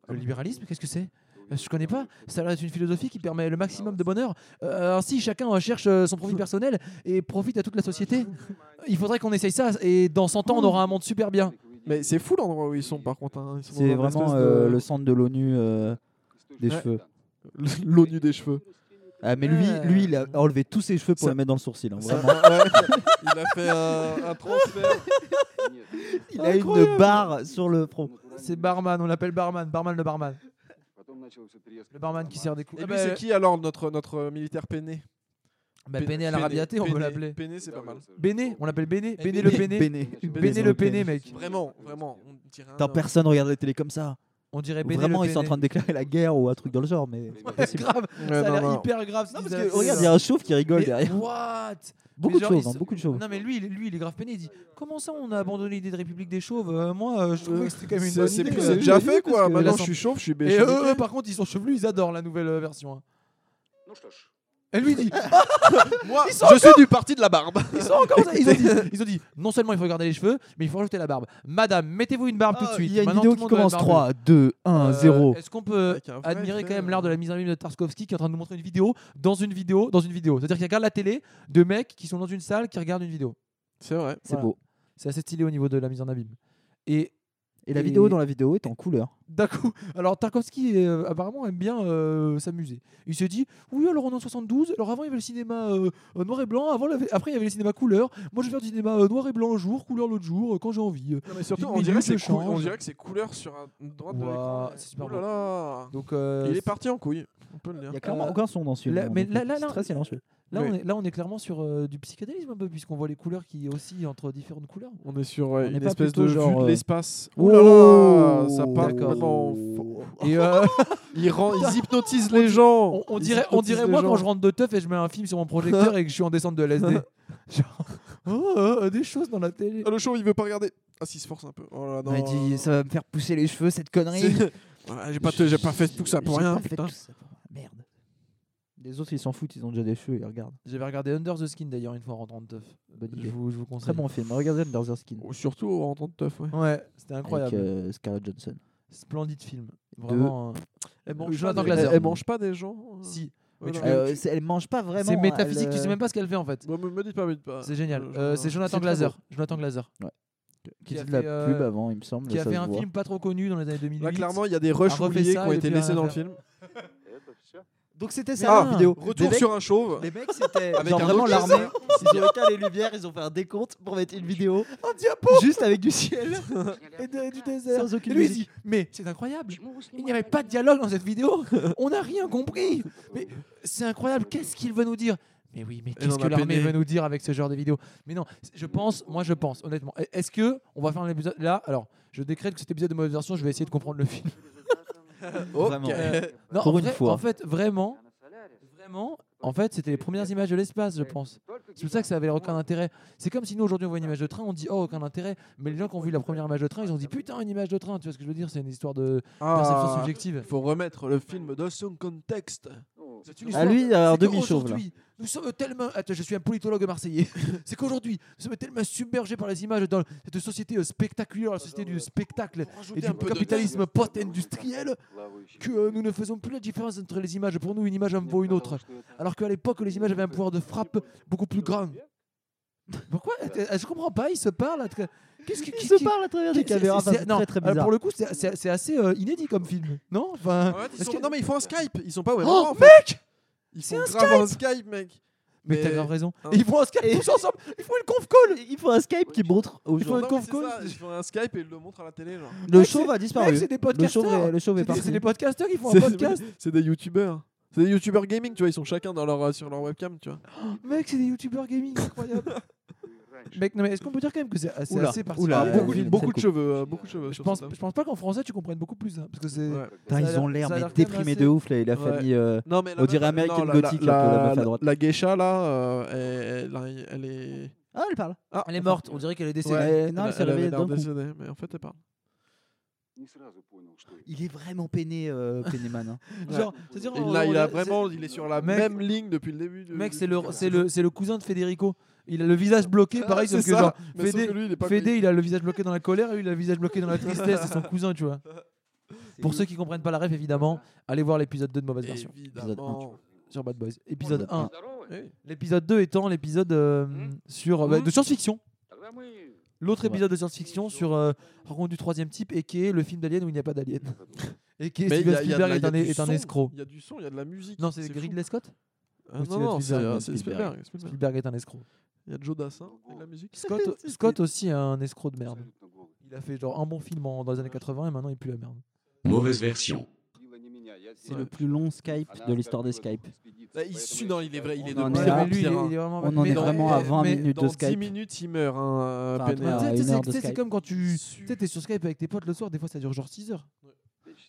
A: Le libéralisme, qu'est-ce que c'est Euh, Je connais pas. Ça a l'air d'être une philosophie qui permet le maximum de bonheur. Euh, ainsi, chacun recherche euh, son profit personnel et profite à toute la société. Il faudrait qu'on essaye ça et dans 100 ans, on aura un monde super bien.
I: Mais c'est fou l'endroit où ils sont par contre. hein. Ils sont dans
H: C'est
I: un
H: vraiment
I: espèce de-
H: euh, le centre de l'ONU euh, des
I: Ouais.
H: cheveux.
I: l'ONU des cheveux.
H: Ah, mais lui,
I: Ouais.
H: lui, il a enlevé tous ses cheveux pour
I: Ça-
H: les mettre dans le sourcil. hein,
I: Ça-
H: vraiment.
I: ouais. Il a fait un,
A: Ah
I: un transfert.
H: Il a une barre sur le front.
A: C'est barman, on l'appelle barman. Barman, le barman. Le barman qui sert des coups.
I: Et
A: Ah
I: lui,
A: bah,
I: c'est qui alors notre, notre militaire peiné
A: bah, Béné à la rabiaté, on peut l'appeler. Ah,
I: Peiné, c'est pas mal.
A: Béné, on l'appelle Béné.
I: Eh,
A: Béné le
I: Béné.
A: Béné. Béné le Béné, mec.
I: Vraiment, vraiment. On dirait un-
H: Putain, Eh, personne regarde la télé comme ça.
A: On dirait Béné
H: Vraiment,
A: le
H: ils sont en train de déclarer la guerre ou un truc dans le genre, mais c'est pas
A: C'est
H: possible.
A: grave,
I: Ouais,
A: ça a
I: non,
A: l'air
I: non.
A: hyper grave.
H: Non,
A: ce
H: parce
A: qu'ils
H: que
A: avaient
H: Oh, regarde,
A: fait,
H: il y
A: là.
H: a un chauve qui rigole
A: Mais
H: derrière.
A: What Mais
H: Beaucoup de
A: genre,
H: chauves,
A: ils
H: hein,
A: se-
H: beaucoup de chauves.
A: Non mais lui, il- lui, il est grave peiné. Il dit comment ça, on a abandonné l'idée de République des chauves Euh, Moi, euh, je trouvais que c'était quand même une
I: C'est
A: bonne
I: c'est-
A: idée.
I: c'est
A: euh.
I: déjà fait quoi.
A: parce que
I: Maintenant,
A: la
I: je suis chauve, je suis
A: Et
I: béché.
A: eux,
H: eh.
A: eux, par contre, ils sont chevelus, ils adorent la nouvelle euh, version. hein. Et lui il dit,
I: Moi,
A: ils sont
I: je suis du parti de la barbe.
A: ils sont encore comme ça. Ils ont, dit, ils ont dit, non seulement il faut garder les cheveux, mais il faut rajouter la barbe. Madame, mettez-vous une barbe tout de
H: Ah,
A: suite.
H: Il y a une
A: Maintenant,
H: vidéo
A: tout
H: qui
A: le monde
H: commence
A: a une barbe.
H: 3, 2, 1,
A: Euh,
H: 0.
A: Est-ce qu'on peut
I: Avec un vrai
A: admirer
I: effet,
A: quand même l'art de
I: euh.
A: la mise en abîme de Tarkovsky qui est en train de nous montrer une vidéo dans une vidéo dans une vidéo C'est-à-dire qu'il regarde la télé de mecs qui sont dans une salle qui regardent une vidéo.
I: C'est vrai.
H: C'est
A: voilà.
H: beau.
A: C'est assez stylé au niveau de la mise en abîme. Et
H: Et la
A: Et-
H: vidéo dans la vidéo est en couleur.
A: d'un coup, alors Tarkovsky euh, apparemment aime bien euh, s'amuser. Il se dit oui alors on est en 72, alors avant il y avait le cinéma euh, euh, noir et blanc, avant, il y avait- après il y avait le cinéma couleur. Moi je vais faire du cinéma euh, noir et blanc un jour, couleur l'autre jour, euh, quand j'ai envie.
I: Non, mais surtout,
A: Une
I: on dirait,
A: minute,
I: que c'est
A: je
I: cou- on
A: change.
I: dirait que c'est couleur sur un droite de
A: Ouah,
I: l'écran.
A: c'est super
I: Oh là là.
A: Donc euh,
I: Il est parti en couille. On peut le
H: Il
I: dire.
H: n'y a clairement
A: Euh,
H: aucun son dans ce film.
A: là-
H: hein,
A: mais
H: donc
A: là- là-
H: c'est
A: là-
H: très silencieux.
A: là, on
I: Oui.
A: est, là on est clairement sur euh, du psychédélisme un peu puisqu'on voit les couleurs qui oscillent entre différentes couleurs.
I: On est sur
H: On
I: euh,
H: est
I: une
H: pas
I: espèce
H: plutôt
I: de
H: genre,
I: vue
H: euh,
I: de l'espace.
H: Oh
I: Oh là là, ça part
A: d'accord.
I: complètement.
A: Et euh,
I: Ils, rend- ils hypnotisent les gens.
A: on, on
I: Ils
A: dirait, on
I: hypnotisent
A: dirait
I: les
A: moi quand
I: gens.
A: je rentre de teuf et je mets un film sur mon projecteur et que je suis en descente de LSD. Genre, oh, oh, oh, des choses dans la télé.
I: Ah, le show, il veut pas regarder. Ah, s'il se force un peu. Oh là, non.
A: Bah,
H: Il dit
I: euh,
H: ça va me faire pousser les cheveux cette connerie.
I: c'est- Ouais, j'ai pas, te- j'ai pas fait tout ça pour
H: J'ai
I: rien.
H: pas fait
I: putain.
H: tout ça pour rien. Merde. Les autres ils s'en foutent, ils ont déjà des cheveux, ils regardent.
A: J'avais regardé Under the Skin d'ailleurs une fois en rentrant de teuf.
H: Bonne
A: Je
H: idée.
A: vous, je vous
H: Très
A: conseille.
H: bon film. Regardez Underskin Skin.
I: Oh, surtout en rentrant de teuf, ouais.
A: Ouais, c'était
H: Avec
A: incroyable.
H: euh, Scarlett Johansson.
A: Splendide film. Vraiment. euh,
I: Elle
A: mange Jonathan
I: pas des-
A: Glazer.
I: Elle mange pas des gens. euh,
A: Si.
I: voilà.
A: tu-
I: Euh,
H: Euh, c'est- elle mange pas vraiment.
A: C'est métaphysique,
H: elle,
A: tu sais
H: euh,
A: même pas ce qu'elle fait en fait.
I: bon, me, me dites pas, me dites pas.
A: C'est génial.
I: Euh, je-
A: Euh, c'est
I: c'est
A: Jonathan
I: très
A: Glazer. Jonathan Glazer. qui
H: Qui
A: a
H: faisait de la
A: fait, euh,
H: pub avant, il me semble.
A: Qui a
H: ça
A: fait
H: se
A: un
H: voit.
A: film pas trop connu dans les années 2008.
I: Là, clairement, il y a des rushs
A: refait
I: oubliés qui
A: ça,
I: ont
A: et
I: été
A: puis
I: laissés
A: rien
I: dans
A: à
I: le
A: faire.
I: film.
H: Donc c'était hein.
A: Ah,
H: ça.
A: vidéo.
I: Retour sur un chauve.
H: Les mecs, c'était
I: Avec
H: genre
I: un
H: vraiment
I: autre
H: l'armée.
I: laser.
H: Ils ont éteint les lumières, ils ont fait un décompte pour mettre une vidéo
A: un diapo
H: juste avec du ciel,
A: et de- du désert.
H: sans aucune
A: Et lui il
H: musique.
A: dit Mais c'est incroyable Il n'y avait pas de dialogue dans cette vidéo On n'a rien compris Mais c'est incroyable Qu'est-ce qu'il veut nous dire mais oui, mais qu'est-ce
I: en
A: que
I: a
A: l'armée
I: peiné.
A: veut nous dire avec ce genre de vidéo Mais non, c- je pense, moi je pense, honnêtement. Est-ce que on va faire un épisode là Alors, je décrète que cet épisode de mauvaise version, je vais essayer de comprendre le film.
H: Vraiment.
A: Euh, non,
H: Pour
A: en
H: une
A: vrai-
H: fois.
A: En fait, vraiment, vraiment, en fait, c'était les premières images de l'espace, je pense. C'est pour ça que ça avait aucun intérêt. C'est comme si nous aujourd'hui on voit une image de train, on dit oh aucun intérêt, mais les gens qui ont vu la première image de train, ils ont dit putain une image de train. Tu vois ce que je veux dire C'est une histoire de perception
I: Ah,
A: subjective.
I: faut remettre le film dans son contexte.
A: C'est une
H: Ah
A: histoire-
H: lui, il a un
A: c'est que
H: demi-chauve là.
A: aujourd'hui, Nous sommes tellement. Attends, je suis un politologue marseillais. c'est qu'aujourd'hui, nous sommes tellement submergés par les images dans cette société euh, spectaculaire, la société du spectacle et du capitalisme post-industriel, que euh, nous ne faisons plus la différence entre les images. Pour nous, une image en vaut une autre. Alors qu'à l'époque, les images avaient un pouvoir de frappe beaucoup plus grand. Pourquoi Euh, Je comprends pas, ils se parlent. en tout cas. Qu'est-ce qui, qui-
H: Ils se
A: qui-
H: parlent à travers des
A: qui- c'est-
H: caméras,
A: c'est-
H: enfin, c'est
A: non,
H: très très
A: euh,
H: bizarre.
A: Pour le coup, c'est- c'est c'est assez euh, inédit comme film, non
I: En
A: enfin,
I: fait, ils
A: est-ce
I: sont-
A: que-
I: Non, mais ils font un Skype. Ils sont pas au même
A: Oh,
I: endroit, en fait.
A: mec
I: Ils
A: C'est
I: font
A: un
I: grave un Skype, mec.
A: Mais t'as
I: Mais-
A: grave raison.
I: Hein.
A: Et ils vont en Skype tous ensemble. Ils font une conf call.
H: Il faut un Skype qui montre aux
A: Il faut
H: gens.
A: un
I: Non, mais
A: conf
I: c'est
A: call.
I: ça, Ils font un Skype et ils le montrent à la télé. genre.
H: Le
A: Mec,
H: chauve a
A: Mec,
H: disparu.
A: c'est des
H: Le chauve est-
A: podcasteurs.
H: le chauve est
A: C'est des-
H: parti.
A: C'est des podcasteurs qui font un
I: C'est-
A: podcast.
I: C'est des youtubeurs. C'est des youtubeurs gaming, tu vois. Ils sont chacun dans leur, euh, sur leur webcam, tu vois.
A: Mec, c'est des youtubeurs gaming, incroyable. Mec, non, mais est-ce qu'on peut dire quand même que c'est assez,
H: Oula,
A: assez particulier
H: oula,
A: comme
H: euh,
I: beaucoup,
A: film
I: beaucoup
H: ça
I: de
H: coupe.
I: cheveux, euh, beaucoup de cheveux.
A: je
I: sur
A: pense,
I: cet homme.
A: je pense pas qu'en français tu comprennes beaucoup plus. hein, parce que c'est.
I: Ouais.
H: Putain,
A: Ça a
H: ils ont
A: l'air-
H: l'air
A: ça a l'air
H: mais
A: quand même
H: déprimés
A: assez-
H: de ouf, les- la
I: Ouais.
H: famille. euh,
I: Non, mais la
H: on
I: meuf-
H: dirait American
I: non, la-
H: Gothic,
I: la,
H: un peu, la meuf à
I: la-
H: droite.
I: la geisha là, euh, elle, elle- elle est.
H: Ah, elle parle.
I: Ah,
A: Elle est morte, on dirait qu'elle est décédée.
H: Ouais. non, elle s'est
I: elle avait
H: réveillée
I: l'air
H: d'un coup.
I: décédée, mais en fait elle parle.
H: Il est vraiment peiné, euh, Peineman. hein.
A: Genre, c'est-à-dire, on-
I: là,
A: on-
I: il a
A: Oh, c'est-
I: vraiment, il est sur la
A: Mec-
I: même ligne depuis le début. du-
A: Mec,
I: du-
A: c'est le,
I: du-
A: c'est le, c'est le cousin de Federico. Il a le visage bloqué,
I: Ah,
A: pareil,
I: c'est
A: sauf que
I: ça,
A: genre,
I: mais sauf
A: Fédé-
I: que lui, il est pas
A: Fédé, il a le visage bloqué dans la colère et lui, il a le visage bloqué dans la tristesse. C'est son cousin, tu vois. Pour
H: ouf.
A: ceux qui comprennent pas la ref, évidemment, allez voir l'épisode 2 de Mauvaise Version
I: Évidemment. Eh
A: sur Bad Boys. Épisode
I: Oh,
A: 1.
I: Oui.
A: L'épisode 2 étant l'épisode euh, sur,
I: Hmm
A: bah, de science-fiction. L'autre
H: Ouais.
A: épisode de science-fiction sur euh, Rencontre du troisième type et qui est le film d'Alien où il n'y a pas d'Alien. et qui est Steven
I: Mais il y a- il y a de
A: Spielberg
I: la- il y
A: est
I: a
A: un,
I: du
A: est un
I: son,
A: escroc.
I: Il y a du son, il y a de la musique.
A: Non, c'est
I: fou.
A: Ridley Scott
I: Ah,
A: Ou
I: Non,
A: Steven
I: non, c'est
A: Spielberg,
I: euh,
A: mais
I: c'est Spielberg. Spielberg.
A: Spielberg est un escroc.
I: Il y a Joe Dassin et de la musique.
A: Scott, Scott aussi est un escroc de merde. Il a fait genre un bon film en- dans les années 80 et maintenant il pue la merde.
E: Mauvaise version.
H: C'est le plus long Skype de l'histoire des Skype.
I: Là, il sue, non, il est vrai, il est de
H: Non, mais
I: pire
H: là,
I: en
A: ah, lui, il est-
I: pire, hein.
A: il est vraiment-
H: On en
A: mais-
H: est vraiment à 20
A: mais-
H: minutes
I: Dans
H: de
I: 10
H: Skype.
I: minutes, il meurt. Hein,
H: Enfin,
I: euh, Penner.
H: à
A: Tu sais,
H: une
A: tu sais,
H: heure de
A: tu sais, c'est
H: Skype.
A: comme quand tu tu sais, t'es sur Skype avec tes potes le soir, des fois ça dure genre 6 heures.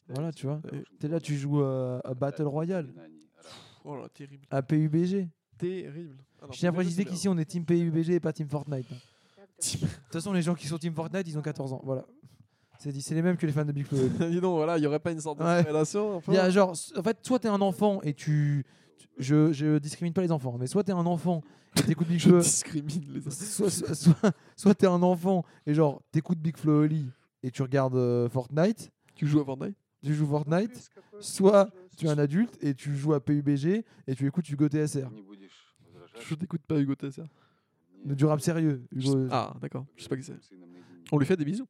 A: Voilà, tu vois.
I: Ouais.
A: T'es là, tu joues euh, à Battle Royale,
I: Oh là, terrible.
A: à PUBG.
I: Terrible. Ah non,
A: Je tiens à
I: PUBG,
A: préciser
I: c'est
A: qu'ici on est Team PUBG et pas Team Fortnite. De toute façon, les gens qui sont Team Fortnite, ils ont 14 ans. Voilà. C'est dit, c'est les mêmes que les fans de Big Flo.
I: bien. Dis donc, voilà, il n'y aurait pas une sorte de
A: Ouais.
I: relation. un peu
A: Il y a genre, s- en fait, soit t'es un enfant et tu. tu- Je, je discrimine pas les enfants, mais soit t'es un enfant et t'écoutes Big
I: Je
A: Flo.
I: discrimine les uns.
A: soit soit, soit- soit t'es un enfant et genre t'écoutes Big Flo Oli et tu regardes euh, Fortnite,
I: Tu joues à Fortnite
A: tu joues Fortnite, soit tu es un adulte et tu joues à PUBG et tu écoutes Hugo TSR.
I: Je t'écoute pas, Hugo Tesser.
A: Du rap sérieux. Hugo.
I: Ah, d'accord. Je sais pas qui c'est. On lui fait des bisous.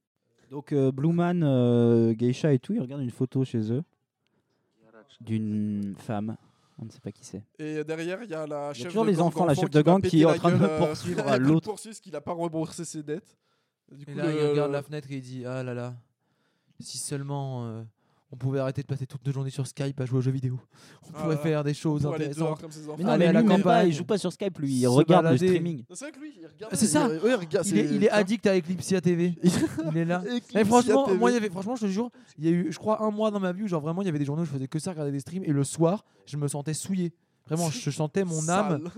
H: Donc euh, Blue Man, euh, Geisha et tout, ils regardent une photo chez eux d'une femme. On ne sait pas qui c'est.
I: Et derrière, il y a la
H: Il y
I: chef
H: a
I: de
H: toujours les
I: gang
H: enfants, la
I: enfant
H: chef de gang
I: va
H: qui
I: péter
H: est en
I: la
H: train de
I: gueule, euh,
H: poursuivre
I: qui
H: l'autre.
I: poursuit parce qu'il a pas remboursé ses dettes. Du coup,
A: Et là, il
I: le-
A: regarde la fenêtre et il dit Ah là là, si seulement euh, on pouvait arrêter de passer toute nos journées sur Skype à jouer aux jeux vidéo, on
I: Ah
A: pourrait
I: là.
A: faire des choses
I: pour aller dehors
A: intéressantes.
I: comme ses enfants.
H: Mais non,
A: Allez
H: mais
A: à la
H: lui, même pas,
A: campagne.
H: il joue pas sur Skype, lui, il
A: Se
H: regarde
A: balader.
H: le streaming.
I: C'est vrai que lui, il regarde.
A: C'est ça.
I: il- ouais, il regarde,
A: Il est, il est
I: tiens.
A: addict à Eclipsia TV. il est là.
I: Eclipse
A: Mais franchement,
I: TV.
A: moi, il y avait, franchement, je te jure, il y a eu, je crois, un mois dans ma vie où, genre, vraiment, il y avait des journées où je faisais que ça, regarder des streams, et le soir, je me sentais souillé. Vraiment, je sentais mon âme.
I: Sale.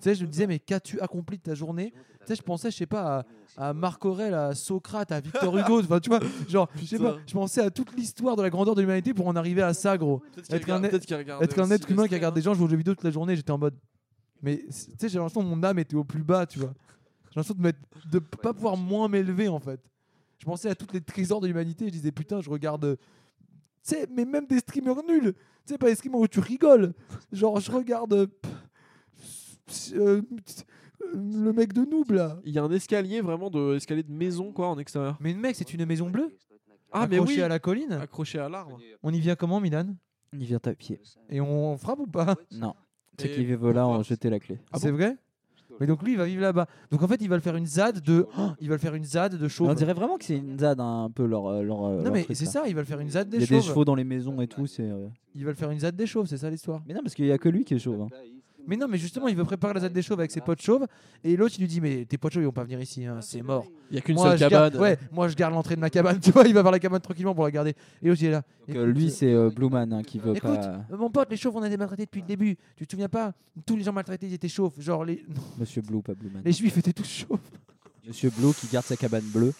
A: Tu sais, je me disais, mais qu'as-tu accompli de ta journée Tu sais, je pensais, je sais pas, à, à Marc Aurèle, à Socrate, à Victor Hugo, enfin, tu vois, genre, je sais pas,
I: Putain.
A: je pensais à toute l'histoire de la grandeur de l'humanité pour en arriver à ça, gros.
I: Peut-être qu'il
A: Être un
I: regarde-
A: être-
I: peut-être qu'il regarde hein.
A: Être un
I: aussi
A: être
I: les
A: humain qui
I: streams,
A: regarde des gens jouer aux jeux vidéo toute la journée, j'étais en mode. Mais tu sais, j'ai l'impression que mon âme était au plus bas, tu vois. J'ai l'impression de, m'être- de p- pas pouvoir moins m'élever, en fait. Je pensais à tous les trésors de l'humanité, je disais putain, je regarde. euh, Tu sais, mais même des streamers nuls. Tu sais, pas des streamers où tu rigoles. Genre, je regarde. euh, pff, euh, euh, le mec de Noob, là.
I: Il y a un escalier vraiment de escalier de maison quoi en extérieur.
A: Mais mec, c'est une maison bleue
I: Ah mais
A: accrochée
I: oui.
A: à la colline.
I: Accroché à l'arbre.
A: On y vient comment, Milan
H: Il vient à pied.
A: Et on frappe ou pas
H: Non. Ceux
I: Et
H: qui vivent là
I: pourquoi
H: ont jeté la clé.
A: Ah, c'est vrai Mais donc lui, il va vivre là-bas. Donc en fait, il va le faire une ZAD de. Oh, il va le faire une ZAD de
H: Mais
A: chauve.
H: on dirait vraiment que c'est une ZAD un peu leur. euh, leur euh,
A: Non
H: leur
A: mais
H: truc,
A: c'est
H: là.
A: ça, il va le faire une ZAD
H: Il y
A: des
H: a des
A: chauves.
H: chevaux dans les maisons et tout. c'est euh,
A: Ils veulent faire une ZAD des chauves, c'est ça l'histoire.
H: Mais non, parce qu'il y a que lui qui est chauve. hein.
A: Mais non, mais justement, il veut préparer la ZAD des chauves avec ses potes chauves. Et l'autre, il lui dit Mais tes potes chauves, ils vont pas venir ici, hein, c'est mort.
I: Il y a qu'une
A: Moi
I: seule
A: je,
I: cabane.
A: garde, ouais, moi, je garde l'entrée de ma cabane. Tu vois, il va vers la cabane tranquillement pour la garder. Et l'autre, il est là.
H: Donc, euh, lui, c'est euh, Blue Man hein, qui veut
A: Écoute,
H: pas.
A: Euh, Mon pote, les chauves, on a été maltraités depuis le début. Tu te souviens pas Tous les gens maltraités, ils étaient chauves. Genre, les, non,
H: Monsieur Blue, pas Blue Man.
A: les juifs étaient tous chauves.
H: Monsieur Blue qui garde sa cabane bleue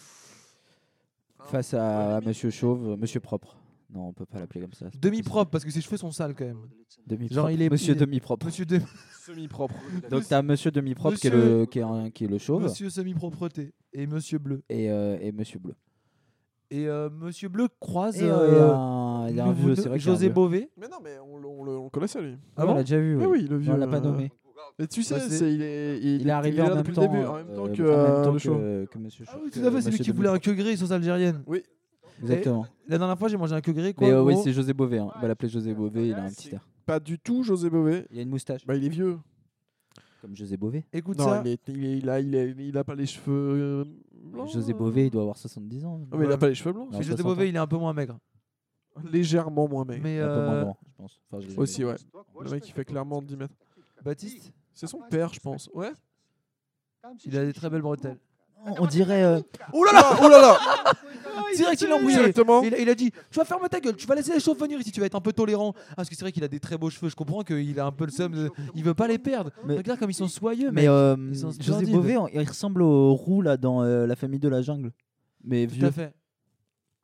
H: face à Monsieur Chauve, euh, Monsieur Propre. Non, on peut pas l'appeler comme ça. c'est pas
A: Demi-propre, parce que ses cheveux sont sales quand même.
H: possible. Demi-propre.
A: Genre, il est-
H: Monsieur
A: il est-
H: Demi-Propre.
A: Monsieur, de-
I: Semi-propre.
H: Donc t'as Monsieur Demi-Propre qui, est
A: Monsieur-
H: le- qui, est un- qui est le chauve
A: monsieur semi-propreté et monsieur bleu.
H: et, euh, et Monsieur Bleu.
A: Et euh, monsieur bleu croise.
H: Et, euh,
A: euh,
H: il y a un- il y a un
A: nouveau
H: vieux,
A: de-
H: c'est vrai qu'il y a un
A: José
H: vieux.
A: Bové.
I: Mais non mais on, le- on le- on le connaissait lui.
A: Ah
H: Ouais, on
A: bon
H: l'a déjà vu.
I: Mais oui, le vieux.
H: Non, on l'a pas
I: euh,
H: nommé.
I: Mais tu sais,
A: Ouais, c'est-
I: Bah, c'est- il est il,
H: Il est arrivé
I: là
H: en même
I: depuis
H: temps.
I: le début, en même temps
H: euh,
I: que
H: en même
I: euh,
H: temps
I: le
H: que-
I: show.
H: que Monsieur
A: Ah
H: Chauve,
A: oui, tout
H: que
A: à fait, c'est lui
H: Euh, Monsieur
A: qui voulait Eh, un
H: Demi-Propre.
A: queue gris sauce algérienne.
H: Exactement.
A: La dernière fois, j'ai mangé un queue gris. Quoi,
H: Mais euh,
A: en
H: oui,
A: gros.
H: c'est José Bové. hein. On va l'appeler José Bové, il a un petit air.
I: Pas du tout José Bové.
H: Il a une moustache.
I: Bah il est vieux.
H: Comme José Bové.
A: Écoute
I: Non,
A: ça.
I: il, est, il, est- il a, il, a, il a pas les cheveux euh,
A: Oh.
I: blancs.
H: José
I: euh.
H: Bové, il doit avoir 70 ans.
I: Ah, mais il a pas les cheveux blancs.
H: Non,
A: Mais José
H: 60
A: Bové,
H: ans.
A: il est un peu moins maigre.
I: Légèrement moins maigre.
A: Mais
H: Un peu moins
A: euh,
H: grand, je pense. Enfin, José
I: Aussi
H: Bové.
I: ouais. Le mec il fait clairement 10 mètres.
A: Baptiste
I: C'est son père je pense. Ouais.
A: Il a des très belles bretelles.
H: On, on dirait. euh,
A: Oh là là Oh là là Direct,
I: l'a
A: il a
I: dit
A: embrouillé.
I: directement.
A: Il, a- il a dit Tu vas fermer ta gueule, tu vas laisser les choses venir ici, tu vas être un peu tolérant. Ah, parce que c'est vrai qu'il a des très beaux cheveux, je comprends qu'il a un peu le seum, de- il veut pas les perdre.
H: Mais-
A: Regarde comme ils sont soyeux,
H: mais euh,
A: ils ont ce
H: José
A: bandit,
H: Bové, on- il ressemble au roux là dans euh, La famille de la jungle. Mais
A: Tout
H: euh, vieux.
A: à fait.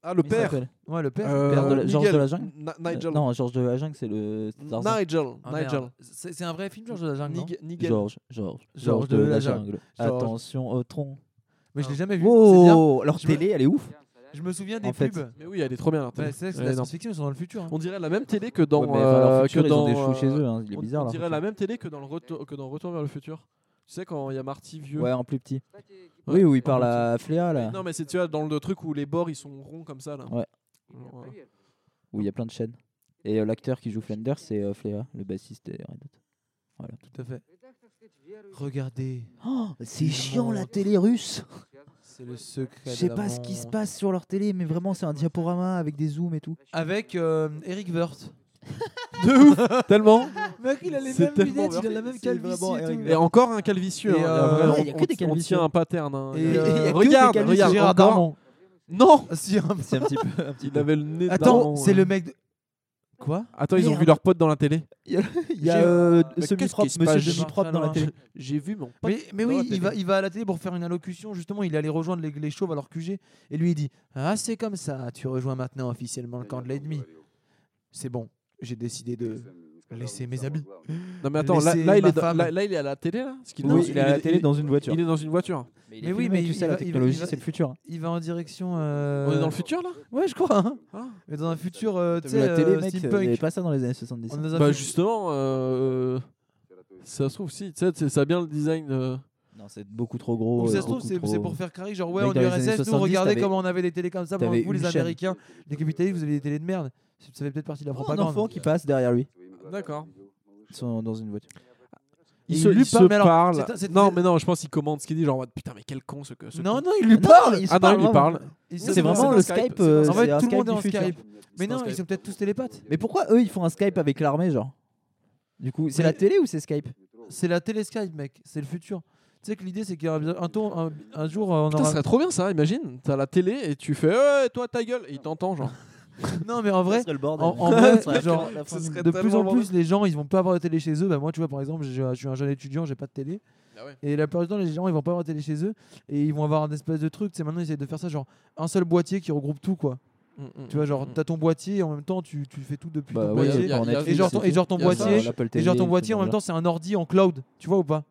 I: Ah, le
H: Comment il
I: père.
H: s'appelle
A: Ouais, le père.
I: Euh,
H: père de la- Georges
I: Miguel.
H: de la jungle
I: Na-
H: Euh,
I: Nigel.
H: Non, Georges de la jungle, c'est le. c'est Tarzan.
I: Nigel.
A: Ah, merde.
I: Nigel.
A: C'est c'est un vrai film, Georges de la jungle. non
I: Nig- Nigel.
H: Georges, Georges,
A: Georges
H: Georges de la jungle.
A: Georges.
H: Attention au tronc.
A: Mais je l'ai jamais vu. c'est bien.
H: Wow, leur
A: Je me-
H: télé, elle est ouf.
A: Je me souviens des
H: En fait.
A: pubs.
I: Mais oui, elle est trop bien. leur télé.
A: Ouais, c'est c'est
I: Ouais,
A: la
I: non.
A: science-fiction, ils sont dans le futur. hein.
I: On dirait la même télé que dans.
H: Ouais, mais enfin, leur
I: euh,
H: futur,
I: que
H: ils ont
I: dans,
H: des choux chez
I: euh,
H: eux. hein, Il est
I: on-
H: bizarre.
I: On
H: leur
I: dirait la
H: futur.
I: même télé que dans, le retour, que dans Retour vers le futur. Tu sais, quand il y a Marty vieux.
H: Ouais, en plus petit.
I: Ouais,
H: Oui, où
I: en
H: il parle
I: plus
H: à Fléa là.
I: Non, mais c'est tu vois, dans le truc où les bords ils sont ronds comme ça là.
H: Ouais.
I: Genre, euh,
H: Où il y a plein de chaînes. Et euh, l'acteur qui joue Flender, c'est euh, Fléa, le bassiste et Red Hot.
A: Tout à fait. Regardez,
H: Oh, c'est
A: Ils
H: chiant la
A: montent.
H: télé russe.
A: c'est le secret.
H: Je
A: de
H: sais
A: la
H: pas ce qui se
A: montre.
H: passe sur leur télé, mais vraiment, c'est un diaporama avec des zooms et tout.
A: Avec euh, Eric Wirth.
I: euh, Tellement.
A: Mec, il a les
I: C'est
A: mêmes
I: tellement
A: lunettes, il a
I: Wirth.
A: la même
H: C'est
A: calvitie.
H: vraiment
A: et
H: Eric
A: tout.
I: Et encore un calvicieux.
A: Et
I: hein.
A: euh,
I: Vraiment,
H: ouais, il y a
I: on-
H: que des
I: on tient
H: calvicieux.
I: un pattern. hein.
A: Et
I: Il y a-
A: euh, il y a que des
I: regarde,
H: calvicieux.
I: regarde.
A: Gérard
I: encore-
A: Darmon.
I: Non.
A: Si, un-
H: C'est un petit peu. un petit
I: Il avait le nez.
A: Attends,
I: d'Armand,
A: c'est
H: euh,
I: ouais.
A: le mec de. Quoi
I: Attends, ils ont
H: Merde.
I: vu leur pote dans la télé.
H: Il y a
A: J'ai-
H: euh,
I: Mais
H: ce
I: qu'est-ce
H: Bifrop,
I: qui se
H: monsieur
I: passe
H: de
I: Je
H: Bifrop dans la télé.
I: J'ai vu mon pote.
A: Mais, mais
I: dans la
A: oui, il
I: télé.
A: va, il va à la télé pour faire une allocution, justement. Il est allé rejoindre les, les chauves à leur QG. Et lui, il dit Ah, c'est comme ça, tu rejoins maintenant officiellement le camp de l'ennemi. C'est bon, j'ai décidé de laisser mes amis.
I: Non mais attends, là,
A: Laissez
I: là, il
A: ma
I: est dans-
A: femme.
I: là, là, il est à la télé là. Parce qu'il est
H: Oui,
I: dans-
H: il est à la télé
I: il-
H: dans une voiture.
I: Il est dans une voiture.
H: Mais,
A: il est filmé,
H: tu
A: il va-
H: sais, la
A: il va-
H: technologie,
A: il va-
H: c'est le futur.
A: Il va en direction.
I: On est
A: euh,
I: dans le futur là.
A: Ouais, je crois. hein.
I: Ah.
A: Mais dans un futur. euh, tu
H: T'as
A: sais,
H: vu la télé,
A: euh,
H: mec, il
A: steampunk.
H: avait pas ça dans les années 70.
A: On est dans un
I: Bah
A: fut-
I: justement, euh, ça se trouve si, tu sais, c'est- ça a bien le design. euh,
H: Non, c'est beaucoup trop gros.
A: Donc, ça
H: euh,
A: se trouve,
H: beaucoup
A: c'est
H: trop-
A: c'est pour faire carré, genre ouais,
H: Mec,
A: en
H: dans les années
A: URSS, nous,
H: 70,
A: regardez
H: t'avais-
A: comment on avait des télés comme ça, pendant
H: t'avais
A: que vous, les
H: une chaîne.
A: Américains, les capitalistes, vous avez des télés de merde. Ça fait peut-être partie de la
H: Oh, un
A: propagande.
H: enfant qui passe derrière lui.
I: D'accord.
H: Ils sont dans une voiture.
A: Et
I: Il se,
A: lui
I: il
A: parle-
I: se
A: mais alors,
I: parle.
A: c'est un- c'est-
I: non, mais non, je pense qu'il commande ce qu'il dit, genre en mode, putain, mais quel con ce que. Ce
A: Non,
I: con.
A: non, il lui
H: Non,
A: parle
H: ils se
I: Ah non, il lui
H: parlent vraiment.
I: parle.
A: Ils
I: C'est
A: sont-
I: vraiment
A: c'est
I: le
A: un
I: Skype, c'est
H: euh,
I: dans-
A: En fait,
H: c'est un
A: tout le monde est
H: du
A: en
H: futur.
A: Skype. Mais
I: dans
A: non, ils
I: Skype.
A: sont peut-être tous télépathes.
H: Mais pourquoi eux ils font un Skype avec l'armée genre Du coup, c'est
A: Mais-
H: la télé ou c'est Skype
A: C'est la télé Skype, mec. C'est le futur. Tu sais que l'idée, c'est qu'il y a un, un tour- un- un jour, euh, on
I: Putain, ça
A: aura.
I: serait trop bien ça, imagine. T'as la télé et tu fais, ouais, toi ta gueule, et il t'entend, genre.
A: Non, mais en vrai,
H: le bordel.
A: en, en vrai,
H: Ça serait
A: genre,
H: la fin
I: ce
H: du
I: serait
H: monde.
A: de plus en
I: tellement
A: plus, les gens, ils vont pas avoir de télé chez eux. Bah, moi, tu vois, par exemple, je, je suis un jeune étudiant, j'ai pas de télé.
I: Ah ouais.
A: Et la plupart du temps, les gens, ils vont pas avoir de télé chez eux. Et ils vont avoir un espèce de truc. Tu sais, maintenant, ils essayent de faire ça, genre, un seul boîtier qui regroupe tout, quoi.
I: Mm,
A: Tu vois, genre, t'as ton boîtier et en même temps, tu, tu fais tout depuis
H: Bah
A: ton
H: ouais,
A: boîtier.
I: Hmm. y a-
H: pour
I: y a-
H: Netflix
A: et genre ton- et genre ton
H: tout.
A: boîtier,
H: Sur l'Apple
A: Et
H: TV,
A: genre, ton
H: des
A: boîtier, en
H: trucs
A: même temps, c'est un ordi en cloud. Tu vois ou pas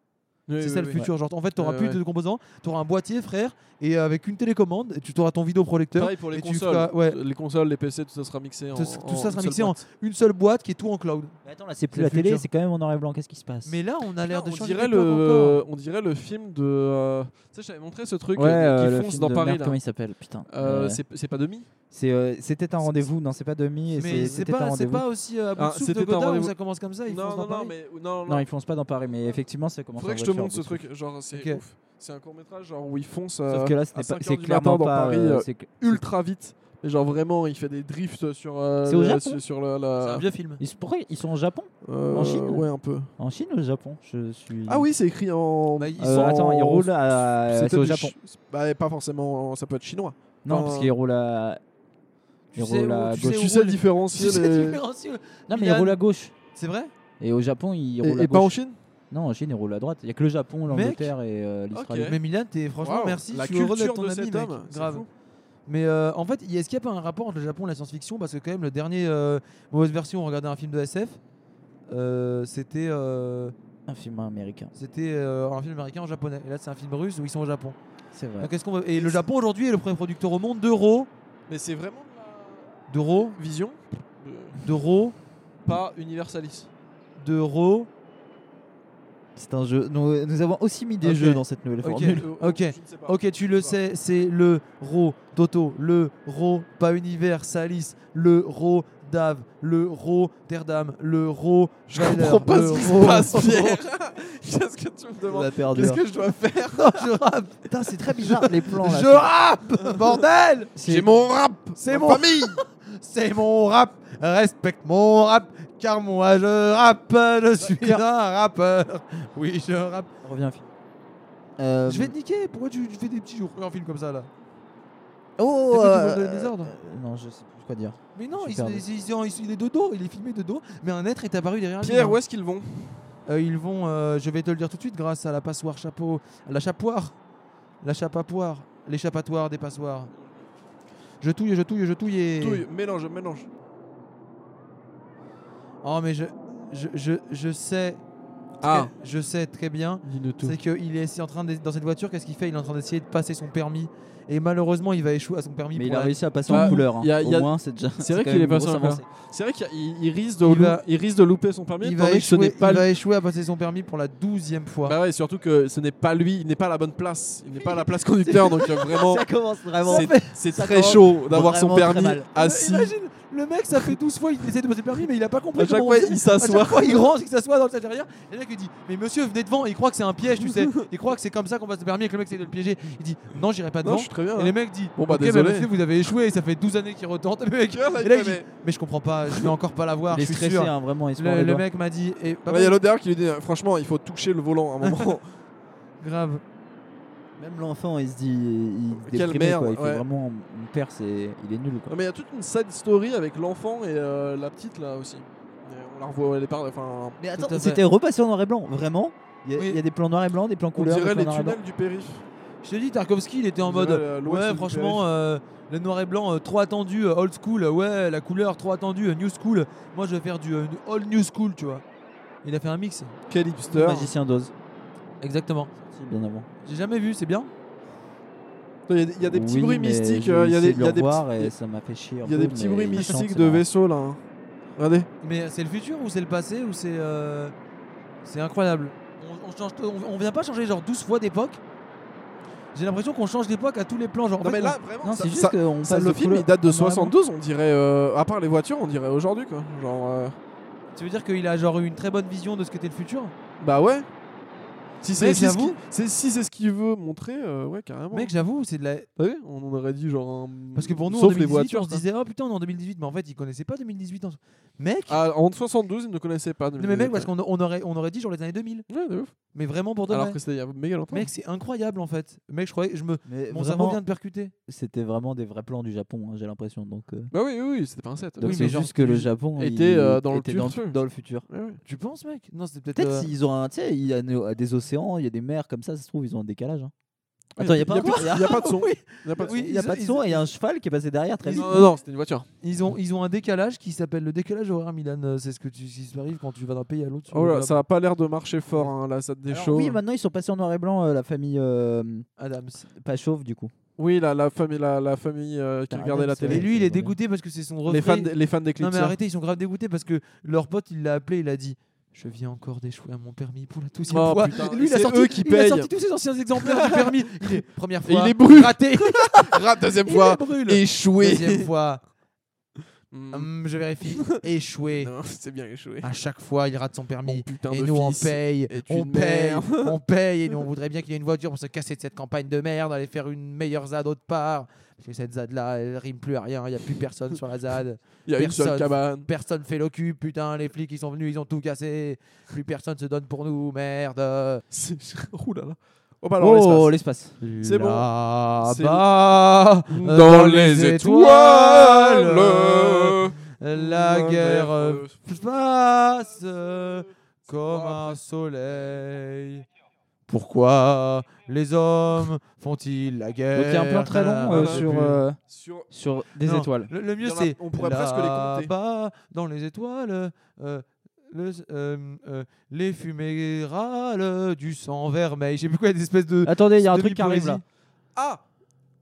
A: C'est ça le futur. Genre, en fait, t'auras
I: Ouais,
A: plus
I: ouais.
A: de composants. T'auras un boîtier, frère, et avec une télécommande, et tu t'auras ton vidéoprojecteur.
I: Pareil pour les
A: Et tu
I: consoles.
A: feras- ouais.
I: Les consoles, les PC, tout ça sera mixé. en-
A: Tout ça- tout
I: en
A: ça sera
I: une
A: mixé
I: seule
A: en-
I: boîte.
A: Une seule boîte qui est tout en cloud.
H: genre. Mais attends, là c'est
A: C'est
H: plus la
A: le
H: télé,
A: futur.
H: c'est quand même en noir et blanc. Qu'est-ce qui se passe
A: Mais là, on a l'air de
I: on
A: changer
I: dirait
A: d'époque encore.
I: le, Euh, on dirait le film de. euh, Tu sais, je t'avais montré ce truc
H: Ouais,
I: euh,
H: euh,
I: qui
H: le
I: fonce
H: film
I: dans
H: de
I: Paris
H: merde,
I: là.
H: comment il s'appelle Putain.
I: Euh,
H: Euh,
I: c'est- C'est pas demi.
H: c'est, euh, C'était un rendez-vous, non, c'est pas demi. et
A: Mais
H: c'est-
A: c'est
H: c'était un
A: pas, c'est
H: rendez-vous.
A: pas aussi euh, à bout
I: Ah,
A: de souffle
I: c'était
A: de
I: un
A: Godard où
I: rendez-vous.
A: ça commence comme ça. Ils
I: Non,
A: foncent
I: non,
A: dans
I: non,
A: Paris.
I: mais
H: Non,
I: non, non.
H: ils foncent pas dans Paris, mais effectivement, ça commence.
I: Faudrait
H: en
I: que je te
H: voiture,
I: montre ce
H: beaucoup.
I: truc. Genre, c'est
A: Ok.
I: ouf. C'est un court métrage genre où ils foncent euh,
H: Sauf que là, ce
I: à
H: n'est pas-
I: 5
H: c'est
I: heures du matin
H: clairement
I: dans
H: pas.
I: Paris
H: euh,
I: euh,
H: c'est que-
I: ultra vite. Mais genre vraiment, il fait des drifts sur. euh,
H: C'est au
I: le-
H: Japon
I: sur, sur le.
A: C'est un
I: la-
A: vieux film.
H: Ils, se- pourquoi ils sont au Japon
I: euh,
H: En Chine
I: Ouais, un peu.
H: En Chine ou au Japon Je suis.
I: Ah oui, c'est écrit en.
A: Bah, ils
H: Euh,
A: sont-
H: Attends, ils roulent à.
I: C'est
H: C'est au Japon.
I: Bah, pas forcément. Ça peut être chinois.
H: Non, parce
I: Euh,
H: qu'ils roulent à.
A: Tu
H: Ils
A: sais
H: roulent à
A: où-
H: gauche.
A: où
I: Tu sais
A: roule-
I: différencier
A: Tu sais
I: les.
A: différencier.
H: Non, mais ils
A: Milan.
H: roulent à gauche.
A: C'est vrai
H: Et au Japon, ils roulent
I: Et,
H: à
I: et pas en
H: gauche.
I: Chine
H: Non, en Chine, ils roulent à droite. Il n'y a que le Japon, l'Angleterre et euh, l'Australie.
I: Ok.
A: Mais Milan, t'es franchement
I: Wow,
A: merci.
I: La
A: je suis heureux d'être
I: culture
A: ton
I: de
A: ami,
I: cet
A: mec.
I: homme. c'est
A: Grave.
I: fou.
A: Mais euh, en fait, y- est-ce qu'il n'y a pas un rapport entre le Japon et la science-fiction Parce que quand même, le dernier euh, mauvaise version, on regardait un film de SF. euh, c'était euh,
H: Un film américain,
A: c'était euh, un film américain en japonais et là c'est un film russe où ils sont au Japon
H: c'est vrai.
A: Donc, est-ce qu'on va- et le Japon aujourd'hui est le premier producteur au monde d'euros
I: Mais c'est vraiment de la
A: d'euros
I: vision, de-
A: d'euros
I: pas universaliste.
A: d'euros
H: C'est un jeu. Nous, nous avons aussi mis des
A: Ok.
H: jeux dans cette nouvelle
A: Ok.
H: formule.
I: Euh,
A: Ok.
I: je ne sais pas.
A: Ok, tu
I: Je
A: le
I: sais
A: sais,
I: pas.
A: c'est le ro Toto, le ro pas univers Salis, le ro Dave, le ro Terdam, le ro
I: Je comprends pas ce qui se passe, Pierre. Qu'est-ce que tu me
H: On
I: demandes
H: va perdre.
I: Qu'est-ce que je dois faire
A: je rappe,
H: Putain, c'est très bizarre les plans là.
A: je rappe, bordel,
H: C'est-
I: J'ai mon rap
A: c'est
I: ma
A: mon,
I: famille
A: c'est mon rap, respecte mon rap, car moi je rappe, je suis un rappeur, oui je rappe.
H: Reviens. Euh,
A: Je vais te niquer, pourquoi tu, tu fais des petits jours en film comme ça là
H: Oh
A: T'as cru
H: euh,
A: qu'ils vont donner des ordres
H: euh, Non, je sais plus quoi dire.
A: Mais non, il, se-
H: Superbe.
A: il, se- il se- il est de dos, il est filmé de dos, mais un être est apparu derrière lui.
I: Pierre, où est-ce qu'ils vont
A: Euh, ils vont, euh, je vais te le dire tout de suite, grâce à la passoire chapeau, à la chapoire, la chapapoire, l'échappatoire des passoires. Je touille, je touille, je touille. et-
I: Touille, mélange, mélange.
A: Oh mais je, je, je, je sais,
I: Ah,
A: je sais très bien.
K: Dis-nous tout.
A: C'est qu'il est ici en train de- dans cette voiture, qu'est-ce qu'il fait Il est en train d'essayer de passer son permis. Et malheureusement, il va échouer à son permis.
H: Mais
A: pour
H: il a
A: la-
H: réussi à passer
I: Bah,
H: en couleur. hein.
I: y a- y a-
H: Au moins, c'est déjà.
I: vrai
H: quand
I: qu'il
H: même
I: est
H: une
I: passé
H: grosse
I: en couleur.
H: avancée.
I: c'est vrai qu'il il risque, de
A: Il
I: lou-
A: va-
I: il risque de louper son permis.
A: il,
I: étant
A: va
I: donné que ce
A: échouer,
I: n'est pas
A: il
I: lui.
A: va échouer à passer son permis pour la douzième fois.
I: Bah ouais, surtout que ce n'est pas lui, il n'est pas à la bonne place, il n'est pas à la place conducteur, donc euh, vraiment,
H: Ça commence vraiment.
I: c'est- c'est
H: ça
I: très
H: commence
I: chaud d'avoir son
H: vraiment très
I: permis
H: mal.
I: assis.
A: Imagine, le mec, ça fait 12 fois, il essaie de passer le permis, mais il a pas compris.
I: À chaque
A: comment on
I: fois,
A: faisait.
I: il s'assoit.
A: À chaque fois, il range, il s'assoit dans le sac derrière. Et le mec, il dit Mais monsieur, venez devant. Et il croit que c'est un piège, tu sais. Il croit que c'est comme ça qu'on passe le permis et que le mec essaie de le piéger. Il dit Non, j'irai pas devant.
I: Non, je suis très bien.
A: Et le mec dit
I: Bon, bah,
A: Ok,
I: désolé.
A: monsieur, vous avez échoué. Et ça fait 12 années qu'il retente. Le mec,
I: hein.
A: et là, il dit Mais je comprends pas, je vais encore pas l'avoir,
H: Il
A: je
H: est
A: suis
H: stressé,
A: sûr.
H: hein, vraiment. Il se mord
A: Le,
H: les
A: le
H: doigts.
A: mec m'a dit Et bah,
I: Là, Ah, il y a l'autre derrière qui lui dit euh, Franchement, il faut toucher le volant à un moment.
A: grave.
H: Même l'enfant, il se dit. Il est
I: Quelle
H: déprimé,
I: merde,
H: quoi. Il fait
I: ouais.
H: vraiment. Mon père, c'est. Il est nul, quoi.
I: non, mais il y a toute une sad story avec l'enfant et euh, la petite là aussi. Et on la revoit, elle est par. Enfin,
H: Mais
A: Tout
H: attends,
A: à fait.
H: c'était repassé en noir et blanc, vraiment Il y, a-
A: Oui.
H: il y a des plans noir et blanc, des plans
I: on
H: couleurs.
I: dirait
H: des plans
I: les
H: noir et blanc.
I: tunnels du périph.
A: Je te dis, Tarkovsky, il était en
I: On
A: mode
I: dirait, euh, l'ouest
A: Ouais,
I: du
A: franchement, euh, le noir et blanc, euh, trop attendu, euh, old school. euh, ouais, la couleur, trop attendu, euh, new school. Moi, je vais faire du euh, du old new school, tu vois. Il a fait un mix.
I: périph. Quel hipster.
H: Magicien d'Oz.
A: Exactement.
H: Si, Bien avant.
A: J'ai jamais vu, c'est bien.
I: Il y a des- il y, a des petits
H: Oui,
I: bruits
H: mais
I: mystiques.
H: j'ai
I: euh, Il y a
H: essayé
I: des,
H: de
I: il y a
H: le
I: des
H: revoir
I: petits-
H: et ça m'a fait chier. un
I: il y a
H: peu,
I: des petits
H: mais
I: bruits
H: il chante,
I: mystiques
H: c'est
I: de
H: marrant.
I: vaisseau là. hein. Regardez.
A: Mais c'est le futur ou c'est le passé ou c'est. euh, C'est incroyable. On, on change, on, on vient pas changer genre 12 fois d'époque. J'ai l'impression qu'on change d'époque à tous les plans. Genre, en
I: Non,
A: fait,
I: mais là, vraiment,
H: Non,
I: ça-
H: c'est juste
I: ça-
H: qu'on
I: ça,
H: passe
I: le
H: de
I: film
H: couleur-
I: il date de
H: en noir et blanc.
I: 72, on dirait. euh, à part les voitures, on dirait aujourd'hui quoi. Genre. euh,
A: on- tu veux dire qu'il a genre eu une très bonne vision de ce qu'était le futur
I: Bah ouais. Si c'est si c'est ce
A: j'avoue.
I: qu'il- c'est- si c'est ce qu'il veut montrer, euh, ouais, carrément.
A: Mec, j'avoue, c'est de la.
I: Ouais, on en aurait dit genre un-
A: Parce que pour nous, en
I: sauf
A: 2018,
I: les voitures.
A: on se
I: quoi.
A: disait, oh putain, on est en 2018, mais en fait, ils connaissaient pas 2018. en- Mec,
I: Ah, en 72, ils ne connaissaient pas.
A: non, mais mec, parce qu'on on aurait, on aurait dit genre les années 2000.
I: Ouais, de ouf.
A: Mais vraiment pour de
I: Alors
A: vrai.
I: que c'était il y a méga longtemps.
A: Mec, c'est incroyable en fait. Mec, je croyais, je me,
H: Mais
A: mon cerveau
H: vraiment,
A: vient de percuter.
H: c'était vraiment des vrais plans du Japon, hein, j'ai l'impression. Donc, euh,
I: Bah oui, oui, oui, c'était pas un set.
H: donc
A: mais
H: c'est
A: genre,
H: juste que le
A: tu-
H: Japon
I: était,
H: il
I: euh, dans le
H: était
I: futur.
H: dans le futur.
I: Ouais, ouais.
A: Tu penses, mec Non, c'était peut-être.
H: Peut-être
A: euh,
H: s'ils ont un, tu sais, il y a nos- des océans, il y a des mers comme ça, ça se trouve ils ont un décalage. hein.
I: Ouais,
H: Attends, il y a
I: y
H: pas,
I: plus-
H: y a-
I: y a pas de son.
A: Oui.
I: Il y a pas de
A: Oui,
I: son.
H: il y a
A: ils-
H: pas de
A: ils-
H: son et il y a un cheval qui est passé derrière très vite.
I: Non, non, non, c'était une voiture.
A: Ils ont, ils ont un décalage qui s'appelle le décalage horaire Milan. Euh, C'est ce que tu, ce qui se arrive quand tu vas d'un pays à l'autre.
I: Oh là,
A: Voilà.
I: ça a pas l'air de marcher fort hein, là, ça te
H: Alors,
I: déchauffe.
H: Ah oui, maintenant ils sont passés en noir et blanc, euh, la famille euh,
A: Adams.
H: pas chauve du coup.
I: Oui, la, la famille, la, la famille euh, qui
H: T'as
I: regardait
H: raison,
I: la
H: c'est
A: Et
I: télé.
H: vrai.
A: lui, il est
H: c'est vrai.
A: dégoûté parce que c'est son refrain.
I: Les fans, des- les fans des
A: Non
I: clips.
A: mais arrêtez, ils sont grave dégoûtés parce que leur pote il l'a appelé, il a dit je viens encore d'échouer à mon permis pour la douzième
I: Oh,
A: fois.
I: putain,
A: Et lui il a
I: c'est
A: sorti,
I: eux qui
A: il a
I: payent.
A: sorti tous ses anciens exemplaires du permis. Il est première
I: Et
A: fois.
I: il est brûlé.
A: raté.
I: Rate, deuxième
A: il
I: fois.
A: est brûle. Deuxième
I: Échoué.
A: fois.
I: Hmm.
A: Hum, je vérifie. Échoué.
I: Non, C'est bien échoué.
A: À chaque fois, il rate son permis.
I: Mon putain
A: et
I: de
A: nous on
I: fils
A: paye,
I: est
A: on
I: une
A: paye,
I: merde.
A: on paye, et nous on voudrait bien qu'il y ait une voiture pour se casser de cette campagne de merde, aller faire une meilleure ZAD autre part. Parce que cette ZAD là, elle rime plus à rien, il n'y a plus personne sur la ZAD,
I: Il y a une seule
A: Personne.
I: cabane.
A: personne fait l'occupe, putain, les flics ils sont venus, ils ont tout cassé, plus personne se donne pour nous, merde.
I: C'est- Ouh là là. Oh bah alors
H: Oh
I: l'espace.
H: l'espace.
I: C'est bon. C'est-
A: Là-bas,
I: Dans, les étoiles,
A: la guerre euh,
I: euh,
A: passe euh, comme un soleil. Pourquoi les hommes font-ils la guerre
H: Donc il y a un plan très long euh,
I: Voilà.
H: sur euh,
I: sur
H: sur des
A: Non.
H: étoiles.
A: Le, le mieux
I: Il y en a-
A: c'est
I: on pourrait presque les compter.
A: là-bas dans les étoiles, euh, le- euh, euh, les fumées râlent du sang vermeil. Je sais plus quoi, des espèces de
H: Attendez, Ah, il y a un truc qui arrive
A: demi-poésie.
H: là.
I: ah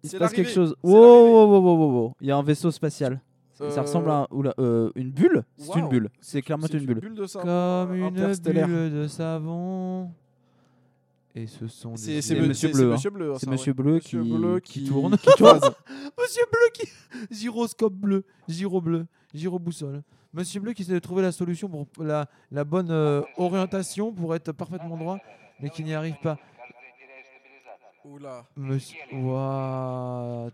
H: Il se
I: C'est
H: passe quelque
I: l'arrivée.
H: chose.
I: C'est
H: Wow,
I: l'arrivée.
H: wow, wow, wow, wow, wow. Il y a un vaisseau spatial. Ça
I: Euh,
H: ressemble à un- oula, euh, une bulle. C'est une
I: Wow.
H: bulle. C'est clairement
I: c'est
H: une bulle.
I: de ça.
A: Comme
I: euh,
A: une
I: interstellaire.
A: bulle de savon. Et ce sont des
H: C'est
I: C'est c'est me-
H: Monsieur
I: c'est-
H: Bleu, hein.
I: c'est Monsieur Bleu.
H: C'est
I: ça,
H: Monsieur
I: ouais.
H: Bleu qui-
I: Monsieur Bleu
H: qui
I: qui,
H: tourne.
I: qui tourne.
A: Monsieur Bleu qui. Gyroscope bleu, gyro bleu, gyro boussole. Monsieur Bleu qui essaie de trouver la solution pour la, la bonne euh, orientation pour être parfaitement droit, mais qui n'y arrive pas.
I: Oula.
A: Monsieur. What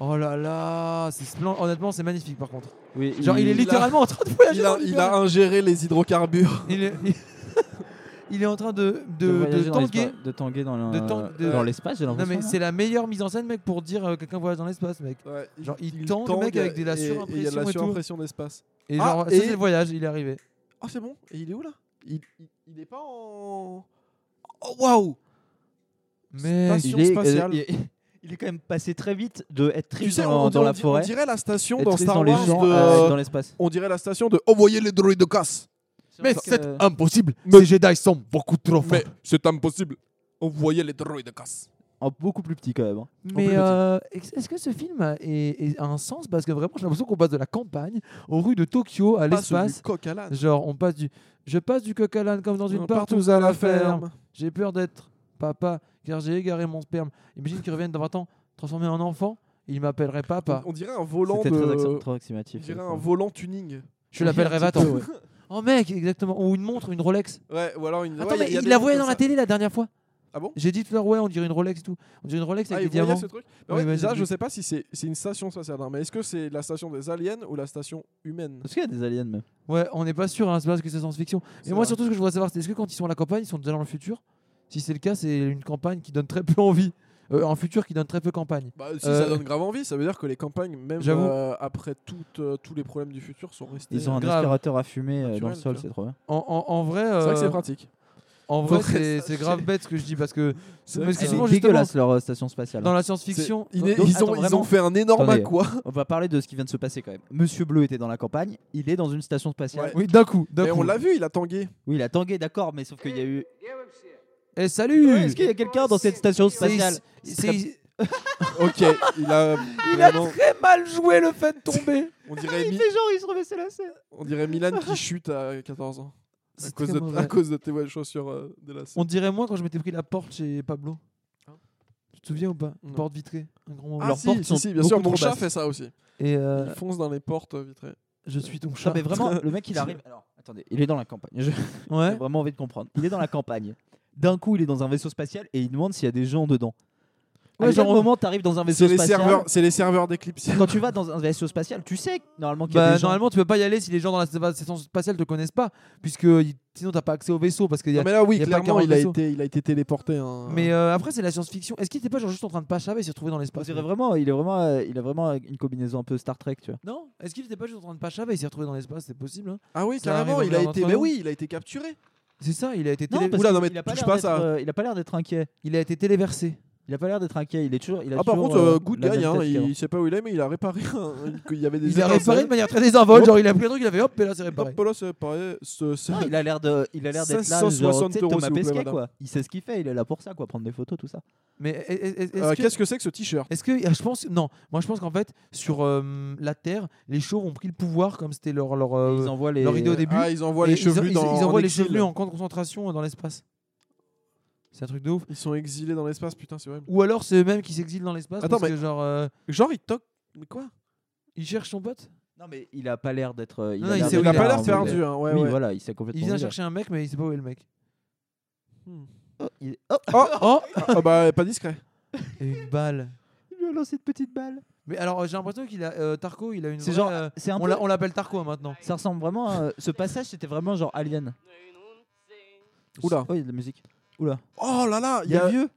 A: Oh là là c'est splen- Honnêtement, c'est magnifique par contre.
H: Oui,
A: Genre, il, est
I: Il a-
A: littéralement en train de voyager.
I: Il
A: dans
I: a,
A: le
I: il
A: temps.
I: a ingéré les hydrocarbures.
A: Il est- il- il est en train de, de, de
H: de, voyager dans
A: tanguer.
H: l'espace- de tanguer dans le-
A: De tang- de-
H: dans l'espace, j'ai
A: Non,
H: l'impression.
A: mais
H: là.
A: c'est la meilleure mise en scène, mec, pour dire euh, quelqu'un voyage dans l'espace, mec.
I: Ouais,
A: Genre, il tend, le mec, avec des- la
I: et- et Il y
A: surimpression et
I: a de la
A: tout.
I: surimpression d'espace.
A: Et
I: Ah,
A: genre, ça,
I: et-
A: c'est le voyage, il est arrivé.
I: Ah, c'est bon Et il est où là il, il, il est pas en. Oh, waouh
A: Mais
I: pas-
H: il
I: station
H: est,
I: spatiale.
H: il est- il est quand même passé très vite de être triste
I: Tu sais,
H: dans,
I: on,
H: dans
I: on
H: la
I: di-
H: forêt,
I: on dirait la station
H: être
I: dans
H: triste
I: Star
H: dans les
I: Wars
H: gens,
I: de.
H: euh, dans l'espace.
I: On dirait la station de Envoyez les droïdes de casse
A: mais
H: que-
A: c'est impossible.
I: Mais-
A: Ces Jedi sont beaucoup trop forts.
I: Mais c'est impossible Envoyez les droïdes de casse
H: en beaucoup plus petit quand même. hein. En plus
A: Mais
H: petit.
A: euh, ex- est-ce que ce film a, est- est- a un sens Parce que vraiment, j'ai l'impression qu'on passe de la campagne aux rues de Tokyo à l'espace.
I: Coq à l'âne. Hein,
A: Genre, on passe du. Je passe du coq à l'âne comme dans une partouze à la ferme. J'ai peur d'être papa, car j'ai égaré mon sperme. Imagine qu'il revienne dans 20 ans, transformé en enfant, et il m'appellerait papa.
I: On dirait un volant
H: C'était très acc-
I: de.
H: trop
I: On
H: approximatif.
I: dirait
H: ça,
I: un
H: ça.
I: volant tuning.
A: Je l'appellerais
H: Un petit
A: Vatan.
H: peu, ouais.
A: Oh mec, exactement. Ou une montre, une Rolex.
I: Ouais, ou alors une.
A: Attends,
I: ouais, y a-
A: mais
I: y a
A: il
I: des
A: la
I: trucs
A: voyait
I: comme
A: dans la
I: ça.
A: télé la dernière fois.
I: Ah bon
A: J'ai dit tout à l'heure, ouais, on dirait une Rolex et tout. On dirait une Rolex
I: Ah,
A: avec
I: il
A: des
I: voyait
A: diamants.
I: ce truc
A: Oui,
I: Bah ouais,
A: bah,
I: Déjà,
A: je-
I: je sais pas si c'est c'est une station spatiale, hein, mais est-ce que c'est la station des aliens ou la station humaine
H: Parce qu'il y a des aliens même.
A: Ouais, on n'est pas sûr, hein, c'est parce que c'est science-fiction.
I: C'est
A: Et moi,
I: vrai.
A: surtout, ce que je voudrais savoir, c'est est-ce que quand ils sont à la campagne, ils sont déjà dans le futur Si c'est le cas, c'est une campagne qui donne très peu envie. Euh, un futur qui donne très peu campagne.
I: Bah, si
A: Euh,
I: ça donne grave envie, ça veut dire que les campagnes, même
A: J'avoue.
I: euh, après toutes, euh, tous les problèmes du futur, sont restées.
H: Ils ont un
A: grave.
H: aspirateur à fumer euh, dans le
I: Naturel,
H: sol,
I: tu
H: c'est trop bien.
A: En, en- en vrai,
I: C'est vrai que
A: euh,
I: c'est pratique.
A: en vrai,
I: Faudrait
A: c'est-
I: ça,
A: c'est grave bête ce que je dis parce que
I: C'est
A: parce
I: vrai
A: que
I: que
H: C'est
A: souvent, justement,
H: dégueulasse leur euh, station spatiale.
A: dans la science-fiction,
I: Il
A: Donc,
I: est- ils,
H: attends,
I: ont, ils ont
H: vraiment.
I: fait un énorme hein.
H: Attendez.
I: aqua.
H: On va parler de ce qui vient de se passer quand même. Monsieur Bleu était dans la campagne, il est dans une station spatiale.
I: Ouais.
A: oui, d'un coup, d'un
I: Mais
A: coup.
I: on l'a vu, il a tangué.
H: Oui, il a tangué, d'accord, mais sauf qu'il y a eu.
A: Eh salut
H: Est-ce qu'il y a quelqu'un dans cette station
A: C'est-
H: spatiale
A: c'est-
I: ok, il a.
A: Il a
I: vraiment-
A: très mal joué le fait de tomber.
I: on, dirait Mi-
H: genre, il se remet la scène.
I: on dirait Milan qui chute à 14 ans. À
A: C'est
I: cause,
A: très
I: de,
A: mauvais.
I: à cause de tes ouais, chaussures euh, de la
A: On dirait moi quand je m'étais pris la porte chez Pablo.
H: Hein
A: Tu te souviens ou pas
I: Non.
A: Porte vitrée, un grand moment.
I: Ah,
H: leurs
I: si,
H: portes
I: si,
H: sont
I: si, bien sûr,
H: beaucoup
I: mon
H: trop
I: chat
H: basses.
I: fait ça aussi.
A: Et euh,
I: Il fonce dans les portes vitrées.
A: je suis ton
H: Non,
A: chat.
H: mais vraiment, le mec, il arrive. Alors, attendez, il est dans la campagne. Je- J'ai
A: Ouais.
H: vraiment envie de comprendre. Il est dans la campagne. D'un coup, il est dans un vaisseau spatial et il demande s'il y a des gens dedans.
A: Ouais,
H: à quel
A: genre, euh, on-
H: moment t'arrives dans un vaisseau
I: C'est les
H: spatial
I: serveurs, c'est les serveurs d'Eclipse.
H: Quand tu vas dans un vaisseau spatial, tu sais que, normalement qu'il y a
A: Bah,
H: des gens.
A: normalement, tu peux pas y aller si les gens dans la station spatiale te connaissent pas, puisque ils- sinon t'as pas accès au vaisseau parce qu'il y a.
I: Non, mais là, oui,
A: y a pas
I: clairement,
A: 40
I: il a,
A: vaisseaux.
I: été, il a été téléporté. hein.
A: Mais euh, après, c'est la science-fiction. Est-ce qu'il était pas genre juste en train de pas chaver et s'est retrouvé dans
H: On
A: l'espace
H: dirait
A: mec
H: vraiment, il est vraiment, euh, il a vraiment une combinaison un peu Star Trek, tu vois.
A: Non. Est-ce qu'il était pas juste en train de pas chaver et s'est retrouvé dans l'espace C'est possible. hein
I: Ah oui,
A: Ça arrive
I: carrément,
A: au
I: il a
A: meilleur
I: été.
A: d'entre
I: Mais
A: nous.
I: oui, il a été capturé.
A: C'est ça. Il a été télé-
I: parce Oula, non, mais
H: il a pas
I: touche
H: l'air
I: pas
H: d'être,
I: ça.
H: euh, il a pas l'air d'être inquiet.
A: il a été téléversé.
H: Il a pas l'air d'être inquiet. Il est toujours. Il a
I: Ah, par
H: toujours,
I: contre,
H: euh,
I: euh, good
H: la
I: guy,
H: même
I: hein,
H: tête
I: il,
H: qu'avant.
I: il sait pas où il est, mais il a réparé. un- qu'il y avait des
A: Il a
I: étincelles.
A: réparé de manière très désinvolte.
I: Hop.
A: Genre, il a pris un truc, il avait hop, et là, c'est réparé.
I: Hop, là, c'est pareil, euh, ce- ce-
H: Non, il a l'air de, il a l'air d'être là, genre, tu
I: 560
H: sais,
I: euros,
H: Thomas
I: s'il vous plaît,
H: Pesquet,
I: madame.
H: quoi. Il sait ce qu'il fait. Il est là pour ça, quoi, prendre des photos, tout ça.
A: Mais est- est- est- est-ce
I: Euh,
A: que-
I: Qu'est-ce que c'est que ce t-shirt
A: Est-ce que ah, je pense non Moi je pense qu'en fait sur euh, la Terre, les chauves ont pris le pouvoir comme c'était leur leur,
I: Bah,
A: euh,
H: ils envoient les.
A: leur idée au début.
I: Ah, ils envoient
A: et
I: les
A: ils-
I: chevelus
A: ils,
I: dans.
A: ils envoient les
I: exil.
A: chevelus en camp de concentration euh, dans l'espace. C'est un truc de ouf.
I: Ils sont exilés dans l'espace, putain, c'est horrible.
A: Ou alors c'est eux-mêmes qui s'exilent dans l'espace
I: Attends,
A: parce que genre euh,
I: Genre, ils toquent. Mais quoi
A: ils cherchent son pote.
H: Non, mais il a pas l'air d'être. euh, Il
A: Non,
H: a
A: non, il
H: l'air
A: sait où
I: Il
A: il
I: a
A: est,
I: pas
A: en
I: l'air
A: fait.
I: perdu, hein, ouais,
H: Oui,
I: ouais.
H: voilà, il s'est
A: Il
H: complètement.
A: vient
H: ouvert.
A: chercher un mec mais il sait pas où est le mec.
H: Oh, il... oh,
I: Oh,
A: Oh
I: ah, bah, pas discret.
A: et une balle.
H: il lui a lancé une petite balle.
A: Mais alors euh, j'ai l'impression qu'il a euh, Tarko, il a une
H: C'est
A: vraie,
H: genre,
A: euh,
H: c'est un
A: on
H: peu-
A: l'a- on l'appelle Tarko hein, maintenant.
H: Ça ressemble vraiment. à- euh, Ce passage, c'était vraiment genre Alien.
I: Oula.
H: Oh, il y a de la musique. Oula.
I: Oh là là, il y a vieux.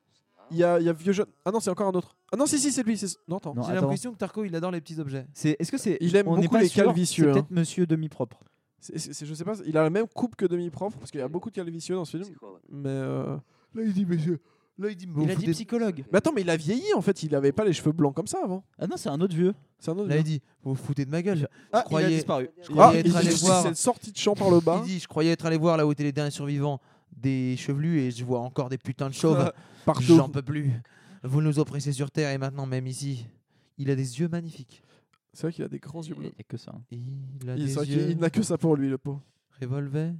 I: Il y a, il y a vieux jeune. Ah non, c'est encore un autre. Ah non, si, si, c'est lui. c'est- Non, attends.
H: Non,
A: J'ai
H: attends.
A: l'impression que Tarko il adore les petits objets.
H: C'est. Est-ce que c'est.
I: Il aime
H: on n'est
I: beaucoup
H: pas
I: les
H: sûr,
I: calvicieux,
H: C'est
I: hein.
H: peut-être Monsieur demi propre.
I: C'est- c'est- c'est- je sais pas, il a la même coupe que demi-propre parce qu'il y a beaucoup de calvicieux dans ce film. Mais, euh,
A: Là il dit monsieur, là il dit
H: Il a dit psychologue.
I: mais attends, mais il a vieilli en fait, il avait pas les cheveux blancs comme ça avant.
H: Ah non, c'est un autre vieux.
I: C'est un autre.
A: Là
I: gars.
A: il dit vous vous foutez de ma gueule.
H: Ah,
A: croyais-
H: il a disparu.
A: Je
I: Ah,
A: croyais
I: il
A: être
I: dit,
A: allé
I: c'est
A: voir
I: cette sortie de champ par le bas.
A: Il dit, je croyais être allé voir là où étaient les derniers survivants des chevelus et je vois encore des putains de chauves.
I: Partout.
A: J'en peux plus. Vous nous oppressez sur Terre et maintenant même ici. Il a des yeux magnifiques.
I: C'est vrai qu'il a des grands yeux
H: Il n'y
I: bleus.
H: a que ça. hein.
A: Il a
I: Il, c'est vrai
A: des
I: qu'il-
A: yeux
I: il n'a que ça pour lui, le pot.
A: revolver.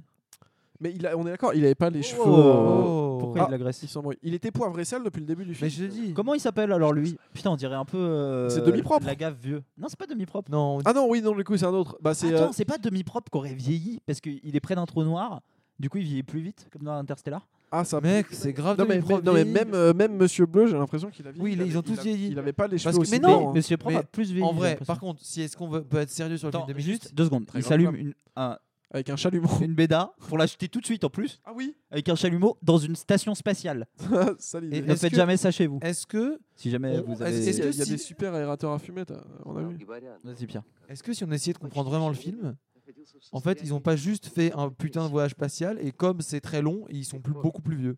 I: Mais il a- on est d'accord, il avait pas les cheveux. euh,
A: Oh.
H: Pourquoi
I: Ah.
H: il de la Grèce
I: il s'embrouille. Il était poivre et sel depuis le début du film.
A: Mais je te dis.
H: Comment il s'appelle alors lui Putain, on dirait un peu. euh,
I: C'est demi-propre.
H: La gaffe vieux. Non, c'est pas demi-propre.
A: Non, on-
I: Ah non, oui, non, du coup, c'est un autre. Bah, c'est.
H: Attends,
I: euh,
H: c'est pas demi-propre qu'aurait vieilli parce qu'il est près d'un trou noir. Du coup, il vieillit plus vite, comme dans Interstellar.
I: Ah, ça.
A: mec, c'est grave
I: Non
A: de
I: mais,
A: lui prendre
I: non, mais
A: vieilli.
I: même, euh, même Monsieur Bleu, j'ai l'impression qu'il a vieilli.
A: Oui,
I: Il
A: ils
I: avait-
A: ont tous
I: il a-
A: vieilli.
I: Il avait pas les cheveux
A: Parce que-
I: aussi
A: mais
I: blancs,
A: non,
I: hein.
H: Monsieur Propre
A: mais
H: a plus vieilli.
A: En
H: j'ai
A: vrai,
H: l'impression.
A: par contre, si est-ce qu'on veut- peut être sérieux sur le
H: Attends,
A: film de
H: juste
A: minutes
H: deux secondes.
I: Très
H: Il
I: grande
H: s'allume
I: femme.
H: une- un,
I: avec un chalumeau.
H: Une béda pour l'acheter tout de suite en plus,
I: Ah oui ah,
H: avec un chalumeau dans une station spatiale.
I: Ça,
H: Et
I: l'idée.
H: ne
A: est-ce
H: faites
A: que-
H: jamais ça chez vous.
A: Est-ce que,
H: Si jamais
A: on-
H: vous
A: est-ce-
H: avez.
I: Il y a, il y a
A: si-
I: des super aérateurs à fumée, t'as- on a vu.
H: Vas-y, Pierre.
A: est-ce que si on essayait de comprendre vraiment le film, en fait, ils n'ont pas juste fait un putain de voyage spatial et comme c'est très long, ils sont plus, beaucoup plus vieux.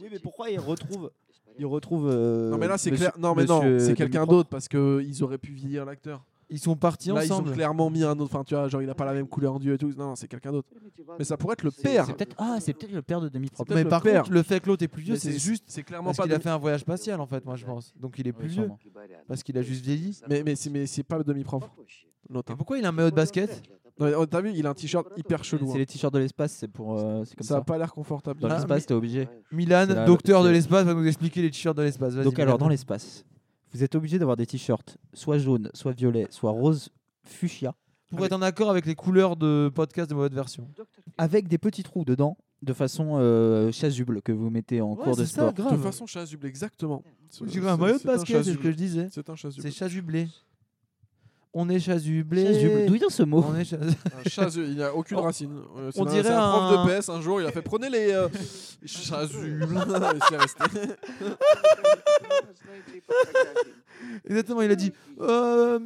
H: Oui, mais pourquoi ils retrouvent. Ils retrouvent. euh,
I: Non mais là c'est
H: monsieur-
I: clair. Non mais
H: monsieur
I: non, c'est
H: de
I: quelqu'un
H: Micro.
I: d'autre parce que euh, ils auraient pu vieillir l'acteur.
A: Ils sont partis
I: Là ils ont
A: ensemble.
I: clairement mis un autre. Enfin tu vois, genre il a pas la même couleur en dieu et tout. Non non, c'est quelqu'un d'autre. Mais ça pourrait être le père.
H: C'est peut-être ah, c'est peut-être le père de demi
I: peut-être
A: mais
I: le
A: par
I: père.
A: contre, le fait que l'autre est plus vieux,
I: Mais
A: c'est juste
I: C'est clairement
A: parce
I: pas.
A: qu'il a
I: demi-
A: fait un voyage spatial, en fait, moi je pense. Donc il est plus vieux. Parce qu'il a juste vieilli.
I: Mais mais c'est mais c'est pas le demi-prof. L'autre.
A: Et
I: hein.
A: pourquoi il a un maillot de basket
I: Non, mais, oh, T'as vu, il a un t-shirt hyper chelou.
H: C'est
I: hein.
H: les t-shirts de l'espace, c'est pour euh, c'est comme
I: Ça a
H: ça.
I: pas l'air confortable.
H: Dans
A: Ah,
H: l'espace, t'es obligé.
A: Milan,
H: C'est la-
A: docteur de
H: c'est-
A: l'espace, va nous expliquer les t-shirts de l'espace. Vas-y,
H: Donc alors
A: Milan.
H: dans l'espace, vous êtes obligé d'avoir des t-shirts soit jaunes, soit violets, soit rose fuchsia
A: Pour être en accord avec les couleurs de podcast de mauvaise version.
I: Ah.
H: avec des petits trous dedans de façon euh, chasuble que vous mettez en
A: Ouais,
H: cours de
A: c'est ça,
H: sport.
I: De
A: grave.
I: toute façon chasuble exactement. C'est
A: J'ai un maillot de
I: c'est un
A: basket, c'est ce
I: chasuble.
A: que je disais.
I: C'est un chasuble.
A: C'est chasublé. On est chasublé.
H: Chasuble. D'où vient ce mot
A: On est chasublé.
I: Un chasuble, il a aucune
A: On-
I: racine. Euh, c'est
A: on
I: un-
A: dirait
I: c'est un prof
A: un-
I: de PS un jour, il a fait prenez les euh, chasubles. Et c'est resté.
A: Exactement, il a dit. Euh,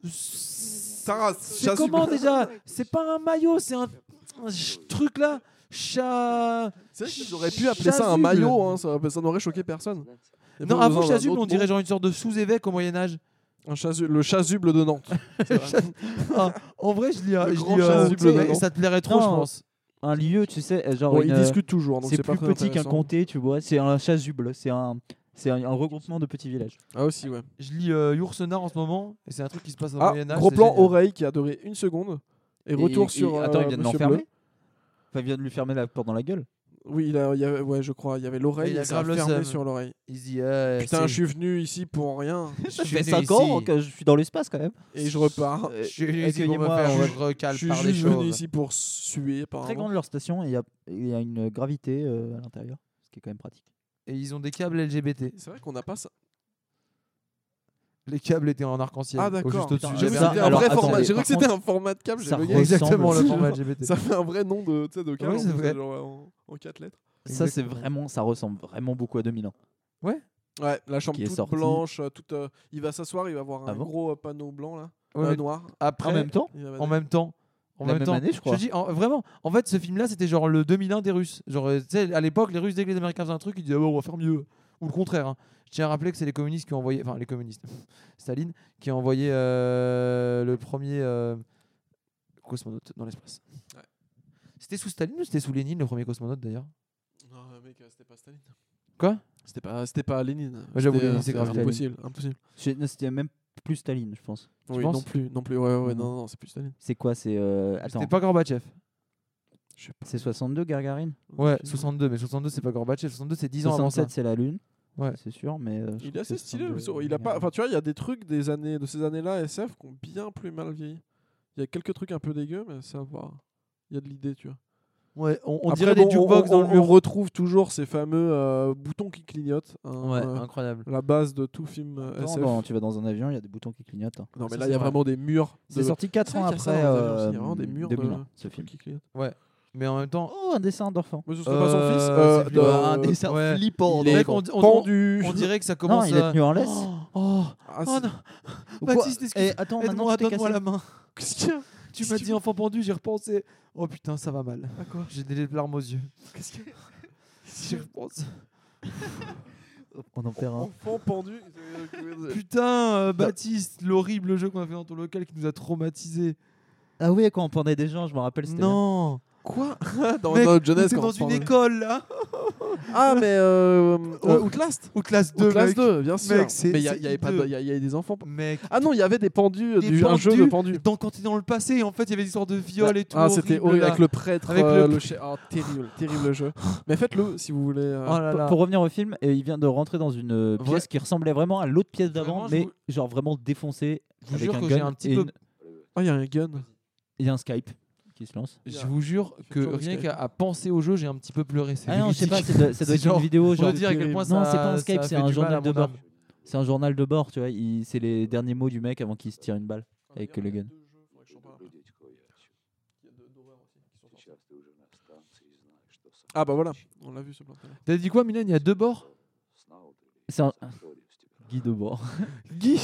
I: Mmh. Sarah,
A: c'est
I: chasuble.
A: comment déjà C'est pas un maillot, c'est un, un ch- truc là. Chat.
I: C'est vrai qu'ils auraient pu appeler ça un
A: Chasuble.
I: maillot, hein, ça, ça n'aurait choqué personne. Il y a
A: Non,
I: pas
A: avant
I: besoin d'un
A: chasuble,
I: autre
A: on dirait
I: mot.
A: genre une sorte de sous-évêque au Moyen-Âge.
I: Un chasuble, le chasuble de Nantes.
A: En vrai, je lis.
I: Ah, Le
A: je
I: grand
A: lis, euh,
I: chasuble,
A: mais
I: non
A: ça te plairait trop,
H: Non.
A: je pense.
H: Un lieu, tu sais, euh, genre
I: Bon,
H: une,
I: ils
H: euh,
I: discutent toujours, donc
H: c'est
I: c'est pas
H: plus
I: très
H: petit qu'un
I: intéressant.
H: comté, tu vois. C'est un chasuble, c'est un c'est un, un regroupement de petits villages.
I: Ah aussi, ouais.
A: Je lis euh, Yourcenar en ce moment, et c'est un truc qui se passe dans le
I: Ah,
A: Moyen-Âge.
I: gros
A: c'est euh,
I: plan
A: génial.
I: oreille qui a duré une seconde. Et retour
H: Et-
I: sur.
H: et- attends,
I: euh,
H: ils viennent de
I: Monsieur
H: l'enfermer.
I: Bleu.
H: Enfin, ils viennent de lui fermer la porte dans la gueule.
I: Oui, il a, il y avait, ouais, je crois. Il y avait l'oreille
A: Il a
I: et ça a
A: grave le
I: fermé
A: seum.
I: sur l'oreille.
A: Il se dit. euh,
I: Putain,
A: c'est-
I: je suis venu ici pour rien.
A: je
H: Ça fait
A: venu
H: 5
A: ici.
H: ans que je suis dans l'espace quand même.
I: Et Euh, je repars.
A: Je suis venu ici pour me
H: Accueillez-moi,
A: faire
H: on va-
A: juge recale
I: Je suis
A: euh, par les
I: juste venu
A: choses.
I: ici pour suer.
H: Très
I: apparemment.
H: grande leur station et il y a, il y a une gravité euh, à l'intérieur, ce qui est quand même pratique.
A: Et ils ont des câbles LGBT.
I: C'est vrai qu'on n'a pas ça.
A: Ah, Les câbles étaient en arc-en-ciel.
I: Ah,
A: au-
I: d'accord.
A: Juste au-dessus.
H: Putain,
I: J'ai cru que
A: J'avais
H: ça-
A: un-
I: c'était un
H: alors,
I: vrai
H: attendez,
I: format. J'ai cru
H: par
I: que c'était un format de câble. j'ai
H: ça
I: bugué.
H: ressemble-
A: Exactement le
H: ressemble-
A: format LGBT.
I: Ça fait un vrai nom de, tu sais, de câble.
A: Ouais, c'est
I: on
A: vrai.
I: faisait genre en, en 4 lettres.
H: Ça, c'est
A: Exactement.
H: vraiment, ça ressemble vraiment beaucoup à 2001.
I: Ouais, la chambre
H: Qui est
I: toute
H: sorti.
I: blanche. euh, Toute, euh, il va s'asseoir, il va avoir un
H: Ah bon
I: gros euh, panneau blanc là.
A: Ouais,
I: euh,
A: mais
I: noir.
A: Après,
H: en même temps,
I: Il va-
A: en même temps. En
H: La
A: même
H: même
A: temps.
H: année, je crois.
A: te dis, en- vraiment, en fait, ce film-là, c'était genre le 2001 des Russes. Genre, euh, tu sais, à l'époque, les Russes, dès que les Américains faisaient un truc, ils disaient, Ah ouais, on va faire mieux. Ou le contraire. hein. Je tiens à rappeler que c'est les communistes qui ont envoyé, enfin, les communistes, Staline, qui a envoyé euh, le premier euh, cosmonaute dans l'espace.
I: Ouais.
A: C'était sous Staline ou c'était sous Lénine, le premier cosmonaute d'ailleurs
I: Non, mec, euh, c'était pas Staline.
A: Quoi
I: C'était pas, c'était pas Lénine.
A: j'avoue,
I: C'était,
A: Lénine,
I: euh,
A: c'est grave
I: c'était Impossible, impossible.
H: je- non, c'était même plus Staline, je pense.
I: Oui,
A: penses
I: non plus, non plus. Ouais, ouais,
H: Mhm.
I: non, non, c'est plus Staline.
H: C'est quoi C'est euh, attends,
A: C'était pas Gorbatchev.
I: Je sais pas.
H: c'est 62 Gargarine.
A: Ouais, 62, mais 62 c'est pas Gorbatchev, 62 c'est 10 ans avant ça.
H: 67, c'est la Lune.
A: Ouais.
H: c'est sûr, mais euh, je
I: Il est
H: crois
I: assez
H: que c'est
I: stylé. le
H: 62
I: vaisseau. Il a pas.
H: Gagarin.
I: Enfin, tu vois, il y a des trucs des années, de ces années-là SF qui ont bien plus mal vieilli. Il y a quelques trucs un peu dégueux, mais ça va. Il y a de l'idée, tu vois.
A: Ouais, on,
I: Après,
A: dirait
I: bon,
A: des jukebox
I: on,
A: dans le
I: on-
A: mur.
I: on retrouve toujours ces fameux euh, boutons qui clignotent. hein,
A: Ouais,
I: euh,
A: incroyable.
I: la base de tout film euh,
H: Attends,
I: SF.
H: dans- tu vas dans un avion, il y a des boutons qui clignotent. hein.
I: Non, mais
A: Ça,
I: là,
A: c'est
I: il y a
A: vrai.
I: vraiment des murs.
H: C'est
I: de-
H: sorti 4
I: C'est
H: ans
I: vrai qu'il y a ça
H: après
I: dans les avions aussi, il y a
H: euh,
I: vraiment des murs de-
H: 2001, ce film.
I: qui clignotent.
A: Mais en même temps,
H: Oh, un dessin d'enfant.
I: Mais ce serait pas son
A: Euh,
I: fils.
A: c'est
I: euh,
A: plus-
I: de-
A: Ah,
H: un dessin
A: ouais.
H: flippant.
I: Il est
A: on, on- on-
I: pendu.
A: on dirait que ça
H: Non,
A: commence
H: il est
A: à-
H: tenu en laisse.
A: Oh, oh, oh
I: Ah, c'est-
A: non,
H: Ou quoi
A: Baptiste,
H: Eh,
A: excuse-moi.
H: attends, maintenant
A: Aide-moi,
H: tu t'es
A: donne-moi
H: cassé.
A: la main.
I: Qu'est-ce qu'il y a
A: Tu
I: Qu'est-ce
A: m'as
I: que
A: dit enfant pendu, j'y repensais. Oh putain, ça va mal.
I: À quoi
A: J'ai des larmes aux yeux.
I: Qu'est-ce qu'il y a
A: J'y repense.
H: On en perd un.
I: Enfant pendu.
A: Putain, euh, Baptiste, l'horrible jeu qu'on a fait dans ton local qui nous a traumatisé.
H: Ah oui, quand on pendait des gens, je me rappelle. c'était
A: Non,
I: Quoi Dans
A: Mec,
I: notre jeunesse,
A: t'es
I: quand
A: dans
I: on
A: une
I: parle-
A: école là,
I: Ah, mais euh,
A: Euh,
I: euh, Outlast
A: ou classe 2.
I: Outlast
A: mec.
I: 2, bien sûr.
A: Mec, c'est-
I: mais il y a-
A: c'est
I: il y avait pas
A: hideux.
I: de- il y a- il y avait des enfants.
A: Mec,
I: Ah non, il y avait des pendus,
A: Des
I: du, un jeu de pendus.
A: dans, quand t'es dans le passé, en fait, il y avait des histoires de viol et tout.
I: Ah, c'était horrible
A: là.
I: avec le prêtre,
A: Avec
I: euh,
A: le-
I: le chien. Oh, terrible, terrible jeu. Mais faites-le si vous voulez. euh,
A: Oh là
H: Pour-
A: là.
H: Pour revenir au film, et il vient de rentrer dans une euh, pièce
A: Vrai-
H: qui ressemblait vraiment à l'autre pièce d'avant,
A: Vraiment, je
H: mais
A: vous-
H: genre vraiment défoncée.
A: Je vous
H: avec
A: jure
H: un
A: que
H: gun
A: j'ai un petit
H: et
A: peu.
H: une-
I: Ah, il y a un gun.
H: Il y a un Skype qui se lance.
A: Je vous jure
I: J'ai
A: que
I: toujours
A: rien
I: des
A: qu'à à penser au jeu, j'ai un petit peu pleuré. C'est
H: Ah non, je sais pas,
A: lunatique.
H: c'est de- ça doit
A: C'est
H: être
A: genre-
H: une vidéo.
A: Pour
H: Genre,
A: te dire à quel point ça-
H: non, c'est pas un
A: ça
H: Skype,
A: a
H: c'est
A: fait
H: un
A: du mal à
H: journal de
A: mon
H: bord.
A: âme.
H: C'est un journal de bord, tu vois. il- C'est les derniers mots du mec avant qu'il se tire une balle avec le gun.
I: Ah bah voilà, on l'a vu ce plan. tout à l'heure.
A: T'as dit quoi, Mylène Il y a deux bords
H: C'est un- Guy Debord.
A: Guy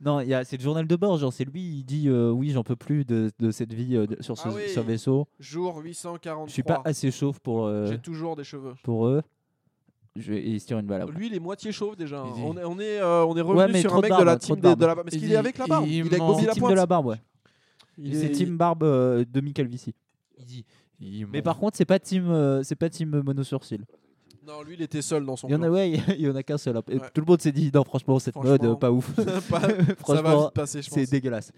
H: Non, il y a- c'est le journal de bord, genre c'est lui, il dit euh, oui, j'en peux plus de, de cette vie euh, de- sur ce
I: Ah oui.
H: sur vaisseau.
I: Jour
H: Je suis pas
I: 843.
H: assez chauve pour, euh,
I: J'ai toujours des cheveux.
H: pour eux. Je vais, il se tire une balle. après.
I: Lui, il est moitié chauve déjà. hein.
H: Easy.
I: On est, on est, euh, on est revenu
H: mais
I: sur
H: trop
I: un
H: de
I: mec de
H: barbe, hein,
I: la
H: trop
I: team
H: de
I: des- de,
H: barbe.
I: la barbe. Est-ce qu'il
A: Easy.
I: est avec la barbe
A: Il
I: Il est avec
A: ment.
I: Bobby
H: C'est Team de
I: Lapointe.
H: la barbe, ouais.
I: Il
H: Et C'est
I: est-
H: Team Barbe euh, demi calvitie.
A: Il dit. il
H: Mais
A: ment.
H: par contre, c'est pas Team, euh, c'est pas Team mono sourcil.
I: Non, lui, il était seul dans son
H: Il y en a,
I: plan.
H: ouais, il y en a qu'un seul. Et
I: Ouais.
H: Tout le monde s'est dit non, franchement, cette mode,
I: Franchement.
H: euh, pas ouf.
I: Pas- Ça va
H: Franchement,
I: vite passer, je pense.
H: C'est dégueulasse.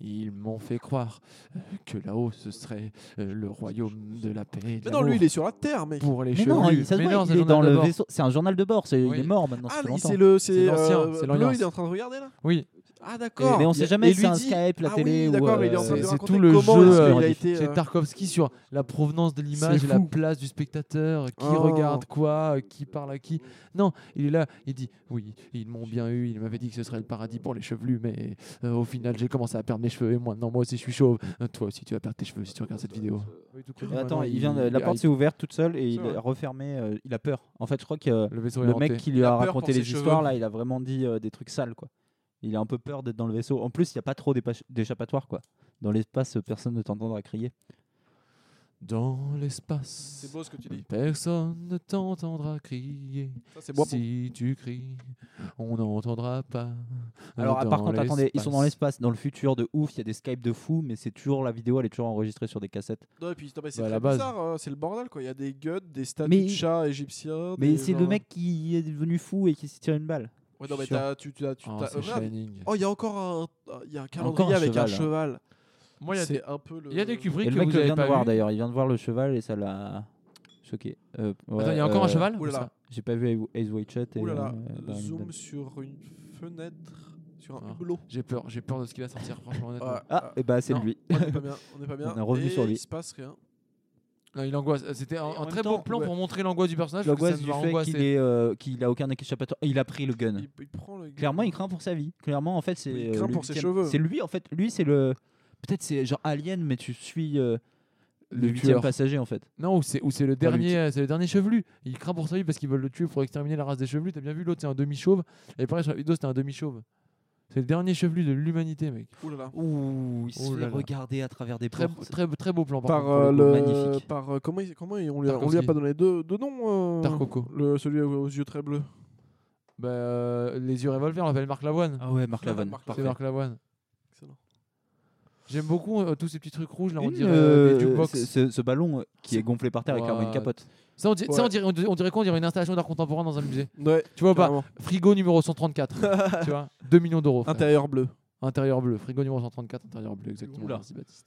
A: Ils m'ont fait croire euh, que là-haut ce serait euh, le royaume de la paix. et de
I: Mais non, lui, il
A: l'amour
I: est sur la terre, mec.
A: pour les
H: Mais non,
A: chevelus.
H: il, ça se
A: Mais
H: voit,
A: non,
H: il
A: c'est
H: est dans
A: journal
H: le
A: de bord.
H: vaisseau. C'est un journal de bord. c'est-
A: Oui.
H: Il est mort maintenant. ça
I: Ah,
H: fait
I: il-
H: longtemps.
I: c'est le,
A: C'est
I: c'est
A: l'ancien,
I: euh,
A: c'est
I: Bleu,
A: l'Orient.
I: il est en train de regarder là.
A: Oui.
I: Ah d'accord.
H: Mais on sait
I: Il-
H: jamais
I: et
H: si
I: lui
H: c'est un
I: dit-
H: Skype, la
I: Ah
H: télé
I: oui,
H: ou,
I: d'accord, il est en
H: euh,
I: train de
A: C'est c'est
I: raconter
A: tout le
I: comment
A: jeu.
I: est-ce qu'il a
A: euh,
I: été,
A: C'est
I: euh,
A: Tarkovsky sur la provenance de l'image
I: C'est
A: et la
I: fou.
A: place du spectateur. euh, Qui
I: Oh.
A: regarde quoi euh, Qui parle à qui Non, il est là. Il dit Oui, ils m'ont bien eu. Ils m'avaient dit que ce serait le paradis pour les chevelus. Mais euh, au final, j'ai commencé à perdre mes cheveux. Et moi, non, moi aussi, je suis chauve. Euh, toi aussi, tu vas perdre tes cheveux si tu regardes cette vidéo.
I: Ah
H: Attends, il vient de- la porte s'est ouverte toute seule et il est refermé. euh, il a peur. En fait, je crois que euh,
A: Le vaisseau est
H: le mec
A: hanté.
H: qui lui
I: a
H: a,
I: peur
H: raconté
I: pour ses
H: les
I: cheveux.
H: histoires là, il a vraiment dit euh, des trucs sales quoi. Il a un peu peur d'être dans le vaisseau. En plus, il n'y a pas trop d'épa- d'échappatoire quoi. Dans l'espace, euh, personne ne t'entendra crier.
A: Dans l'espace.
I: C'est beau ce que tu dis.
A: Personne ne t'entendra crier.
I: Ça, c'est moi. pour-
A: Si tu cries, on n'entendra pas.
H: Alors,
A: Ah Dans
H: par contre, attendez, ils sont dans
A: l'espace.
H: l'espace, dans le futur de ouf. Il y a des Skype de fous, mais c'est toujours la vidéo, elle est toujours enregistrée sur des cassettes.
I: Non, et puis non, mais c'est
A: Bah, à la
I: très
A: base.
I: bizarre, euh, c'est le bordel quoi. Il y a des guts, des statues
H: Mais-
I: de chats
A: Oh,
I: égyptiens.
H: Mais
I: des
H: c'est le
I: gens-
H: mec qui est devenu fou et qui s'est tiré une balle.
I: Ouais, non, mais
H: Sûr.
I: t'as- tu, tu, t'as- tu,
A: Oh,
I: t'as-
A: c'est
I: euh, regarde.
A: Shining.
I: Oh, il y a encore un, ah, il y a un calendrier
H: un
I: avec
H: cheval,
I: un
H: hein.
I: cheval.
A: Moi, il y a
I: c'est
A: des-
I: un peu le.
A: il y a des
H: Et
A: Kubrick
H: le
A: que
H: mec
A: vous
H: le
A: avez
H: vient de
A: pas
H: voir
A: vu.
H: d'ailleurs. Il vient de voir le cheval et ça l'a choqué. Euh, ouais,
A: Attends, il y a encore un
H: euh,
A: cheval
I: Ouh là là.
H: J'ai pas vu Ace White Shot. et,
I: Oh là là,
H: euh, Barney
I: zoom
H: Dunn.
I: sur une fenêtre, sur un
A: Ah.
I: hublot.
A: J'ai peur, j'ai peur de ce qu'il va sortir, franchement, honnêtement.
I: Ouais,
H: Ah, et bah c'est
A: Non.
H: lui.
I: On n'est pas bien, on est pas bien.
H: On est revenu
I: et
H: sur lui.
I: Il se passe rien.
A: Non, il angoisse. Euh, C'était un,
H: Et en
A: un
H: même
A: très beau
H: temps,
A: plan
I: ouais.
A: pour montrer l'angoisse du personnage. parce que
H: L'angoisse
A: ça
H: du
A: nous a
H: fait qu'il
A: angoissés.
H: est, euh, qu'il a aucun échappatoire. Il a pris le gun.
I: Il, il prend le.
H: Clairement, il craint pour sa vie. Clairement, en fait, c'est.
I: Il
H: euh,
I: craint
H: le
I: pour ses
H: huitième-
I: cheveux.
H: C'est lui, en fait. Lui, c'est le. Peut-être c'est genre Alien, mais tu suis euh,
A: Le
H: le huitième
A: tueur.
H: passager, en fait.
A: Non, ou c'est ou c'est le
H: Pas lui,
A: dernier, euh, c'est le dernier chevelu. Il craint pour sa vie parce qu'ils veulent le tuer pour exterminer la race des chevelus. T'as bien vu l'autre, c'est un demi chauve. Et pareil sur la vidéo, c'était un demi chauve. C'est le dernier chevelu de l'humanité, mec.
I: Ouh là là.
H: Ouh, il
A: se Oh fait là là.
H: regarder à travers des
A: Très, très, très beau plan. Par,
I: Par
A: contre,
I: euh,
A: pour
I: le.
A: coup.
H: magnifique.
I: Par euh, comment il- comment il- on lui a, on lui a
A: Tarkovsky.
I: pas donné deux deux noms. euh,
A: Tarkoko.
I: Le celui aux yeux très bleus.
A: Bah, euh, les yeux revolver, on l'appelle Marc Lavoine.
H: Ah ouais, Marc Lavoine.
I: Marc
A: c'est
I: Lavoine.
A: Marc Lavoine.
I: Excellent.
A: J'aime beaucoup euh, tous ces petits trucs rouges là, on
H: Une,
A: dirait
H: euh,
A: euh, des jukebox.
H: ce, ce- ce ballon euh, qui est gonflé par terre avec clairement une
A: What
H: capote.
A: Ça, on dirait, ça,
I: Ouais.
A: on dirait, on dirait- on dirait quoi On dirait une installation d'art contemporain dans un musée.
I: Ouais.
A: Tu vois ou pas
I: carrément.
A: Frigo numéro 134. tu vois 2 millions d'euros. frère.
I: Intérieur bleu.
A: Intérieur bleu. Frigo numéro 134, intérieur bleu, exactement.
H: Oula.
A: Merci, Baptiste.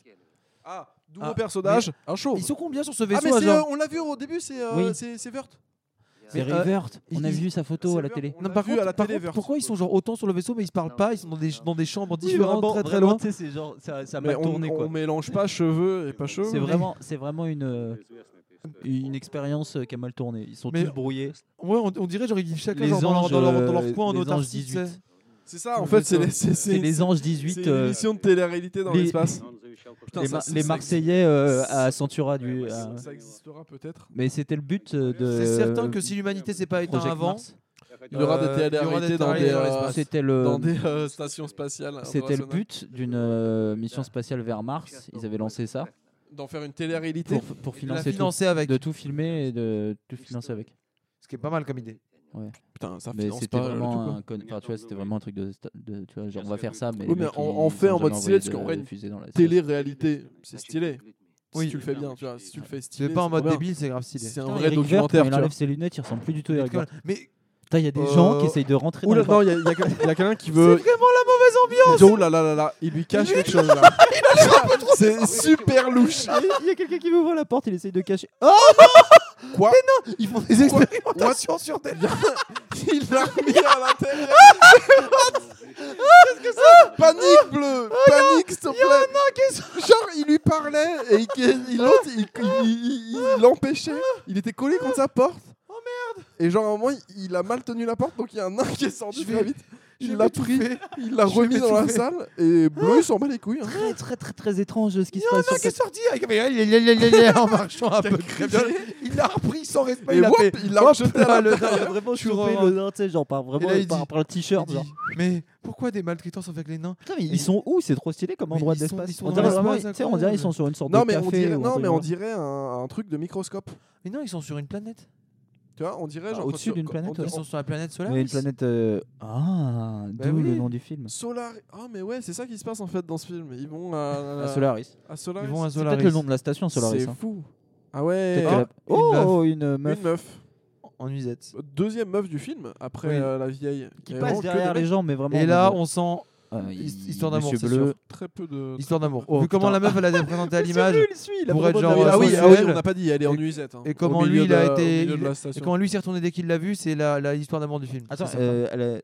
I: Ah, nouveau
A: Ah,
I: personnage, un chauve.
A: Ils sont combien sur ce
I: Ah
A: vaisseau
I: mais c'est,
A: agent
I: euh, on l'a vu au début, c'est euh,
H: Oui.
I: c'est c'est Vert.
H: C'est
A: euh,
H: Revert. On a
A: ils-
H: vu sa photo
I: c'est
H: à la
I: Vert,
H: télé.
I: on
A: Non,
I: l'a
A: par
I: vu
A: contre,
I: à la
A: par
I: télé
A: contre,
I: Vert.
A: pourquoi ils sont genre autant sur le vaisseau mais ils se parlent pas Ils sont dans des, dans des chambres
H: Oui,
A: différentes,
H: vraiment,
A: très très
H: vraiment,
A: loin.
H: tu sais, c'est genre, ça, ça
I: Mais
H: m'a
I: on,
H: tourné
I: on
H: quoi.
I: mélange pas cheveux et pas cheveux.
H: C'est vraiment, c'est vraiment une, euh, une expérience euh, qui a mal tourné. Ils sont
A: Mais-
H: tous brouillés.
A: Ouais, on, on dirait genre ils vivent chacun
H: Les
A: genre, dans, leur, dans leur- dans leur
H: anges, euh,
A: coin en
H: les anges
A: autarcie. tu sais.
H: 18.
I: C'est ça, en
A: Le
I: fait, c'est
A: vaisseau.
I: les- c'est
H: C'est
I: c'est-
H: les Anges
I: c'est
H: 18,
I: une
H: euh,
I: émission de télé-réalité dans
H: les-
I: l'espace. Putain,
H: les,
I: ça-
H: Mar-
I: ça-
H: les
I: ça-
H: Marseillais euh,
I: ça-
H: à Centura. Du,
I: ça-
H: à-
I: Ça existera peut-être.
H: Mais c'était le but euh, de.
A: C'est certain que si l'humanité s'est pas éteinte
H: Project
A: avant,
H: Mars.
I: Il y aura
A: Euh,
I: des
A: il y
I: télé-réalités
A: aura
I: dans
A: des
I: des
A: télé-réalités dans
I: euh,
H: C'était le.
I: dans des euh, stations spatiales.
H: C'était le
I: internationales.
H: but d'une euh, mission spatiale vers Mars. Ils avaient lancé ça
I: D'en faire une télé-réalité.
H: pour, pour
A: il l'a
H: financer tout,
A: financé avec.
H: de tout filmer et de tout financer avec.
A: Ce qui est pas mal comme idée.
I: Putain, ça
H: Mais
I: finance
H: c'était
I: pas. euh, le tout,
H: vraiment
I: quoi.
H: un con- enfin, tu vois, c'était vraiment un truc de, sta- de- tu vois, genre on va faire ça mais,
I: Oui,
H: les
I: mais
H: mecs,
I: on-
H: ils-
I: on
H: ils
I: fait
H: ont
I: en
H: jamais
I: mode
H: envoyé
I: stylé, parce
H: de-
I: qu'en vrai,
H: de
I: une
H: fusée dans l'espace.
I: Télé-réalité, c'est stylé.
A: Oui.
I: Si tu le fais bien, tu vois, si tu le fais stylé.
A: C'est pas en mode
I: trop bien.
A: débile, c'est grave stylé.
I: C'est un
H: Putain,
I: vrai
H: Eric Vert, quand
I: documentaire, tu
H: il
I: vois.
H: enlève ses lunettes, il ressemble plus du tout à Eric Vert.
A: Mais
H: Putain, il y a des
I: Euh,
H: gens qui essayent de rentrer dans
I: Oula,
H: le
I: non, il y a, il y a- il y a quelqu'un qui veut. C'est vraiment la mauvaise ambiance. Oh là là là là, il lui cache quelque chose là. C'est super louche.
H: Il y a quelqu'un qui veut ouvrir la porte, il essaye de cacher. Oh
I: Quoi
A: ils font des expérimentations sur des.
I: Il l'a remis à l'intérieur. Panique bleu,
A: Ah
I: panique s'il te plaît. Genre il lui parlait et il- il- il l'autre, il- il- il il- il l'empêchait. Il était collé contre sa porte.
A: Oh,
I: merde. Et genre à un moment il- il a mal tenu la porte donc il y a un nain qui est
A: Je
I: sorti
A: vais-
I: très vite.
A: je
I: Il
A: vais
I: l'a
A: tout
I: pris,
A: faire.
I: il l'a
A: Je vais
I: remis dans la
A: m'étouffer.
I: salle et bleu il s'en bat les couilles. hein.
H: Très très très très étrange ce qui se passe.
A: qui
H: sur
A: est
H: cette-
A: sorti avec- mais, euh, en marchant un peu.
I: crié.
A: Il a repris sans respect.
I: Et
A: il a
I: whoop,
A: fait,
I: il l'a
A: hop
I: rejeté à
A: là,
I: la
A: le-
K: Il a vraiment
A: Tu
K: chopé
A: rends-
K: le nain, tu sais, genre par, vraiment,
A: Et là, il
K: par,
A: dit-
K: par le t-shirt.
A: Il
K: genre.
A: dit, Mais pourquoi des maltraitants sont avec les nains
K: Putain, mais ils sont où C'est trop stylé comme
A: Mais
K: endroit
A: ils sont-
K: d'espace.
A: ils sont
K: On
A: dans
K: dirait
A: l'espace,
K: vraiment, tu sais, on dirait ils sont sur une sorte
I: Non,
K: de
I: mais
K: café.
I: on dirait,
K: ou un
I: non,
K: truc
I: mais on
K: du genre.
I: dirait un, un truc de microscope.
A: Mais non, ils sont sur une planète.
I: Tu vois, on dirait
K: Ah,
I: genre.
K: au-dessus
I: quand-
K: d'une
I: quand-
K: planète,
I: on dirait-
A: Ils sont sur la planète solaire.
H: Il y a une planète. euh, Ah,
A: Bah
H: d'où le
A: oui.
H: nom du film.
I: Solar. Ah, mais ouais, c'est ça qui se passe en fait dans ce film. Ils vont à.
H: Ah, Solaris.
I: à Solaris.
A: Ils vont à
H: C'est
A: Solaris.
H: peut-être le nom de la station Solaris.
I: C'est
H: hein.
I: fou. Ah ouais.
H: Peut-être qu'elle a-
A: meuf.
H: Oh, une euh,
I: Ah,
H: meuf
I: Une meuf.
A: En nuisette.
I: Deuxième meuf du film après
A: Oui.
I: euh, la vieille.
H: qui
I: Il y a
H: passe
I: vraiment que
H: derrière les
I: des mecs,
H: gens, mais vraiment.
A: Et
H: en
A: là,
H: mode-
A: on sent
H: Ah,
A: his-
H: il-
A: histoire d'amour,
H: Monsieur
A: c'est
H: bleu.
I: Très peu de.
A: histoire d'amour.
H: Oh,
A: Vu comment
H: putain.
A: la meuf elle a été présentée à l'image
K: a
A: pour être
K: vraiment de
A: genre
K: la-
I: Ah oui,
A: sensuelle.
I: ah oui, on n'a pas dit, elle est en
A: Et-
I: nuisette. hein.
A: et
I: Au
A: comment lui,
I: milieu
A: il a
I: de
A: été-
I: la- Au milieu de la
A: et
I: station.
A: quand lui s'est retourné dès qu'il l'a vu, c'est la, la histoire d'amour du film.
H: Attends,
A: C'est sympa.
H: euh, elle a-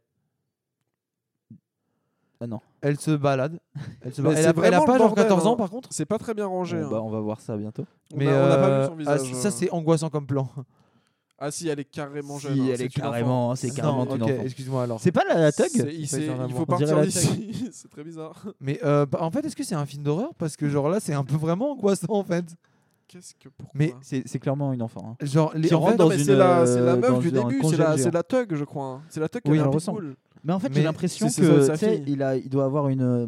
H: Ah non.
A: elle se balade. Elle, se
I: Mais
A: balade.
I: c'est
A: elle, a, elle a
I: vraiment
A: pas
I: le
A: genre
I: bordel,
A: 14 ans
I: hein.
A: par contre.
I: C'est pas très bien rangé.
H: Bon,
I: hein.
H: bah, on va voir ça bientôt.
I: On a- on n'a pas
A: euh,
I: vu son
A: ah,
I: visage.
A: ça c'est angoissant comme plan.
I: Ah si, elle est carrément jeune.
H: Si,
I: hein,
H: elle
I: c'est
H: est
I: une enfant.
H: carrément, c'est carrément
A: Non,
H: une
A: ok,
H: enfant.
A: excuse-moi alors.
H: C'est pas la, la thug
I: C'est- il,
A: Ça,
I: s'est-
A: c'est un
I: il
A: amour.
I: faut
H: On dirait
I: partir
H: la
I: d'ici. c'est très bizarre.
A: Mais euh, bah, en fait, est-ce que c'est un film d'horreur Parce que genre là, c'est un peu vraiment angoissant en fait.
I: Qu'est-ce que pourquoi
A: Mais-
H: C'est c'est clairement une enfant. hein.
A: Genre les
H: Qui
A: en
H: rentre
A: fait,
I: Non,
H: dans
I: mais
H: une,
I: c'est la, c'est la
H: euh, dans
I: meuf du
H: un
I: début,
H: congé
I: c'est la,
H: géant.
I: c'est la thug, je crois. hein. C'est la thug qui
H: Oui,
I: a
H: elle
I: un
H: ressemble.
I: pitbull.
H: Mais en fait,
A: Mais
H: j'ai l'impression
I: c'est sa-
H: que
I: sa
H: tu sais,
I: fille.
H: il, a, il doit avoir une. euh,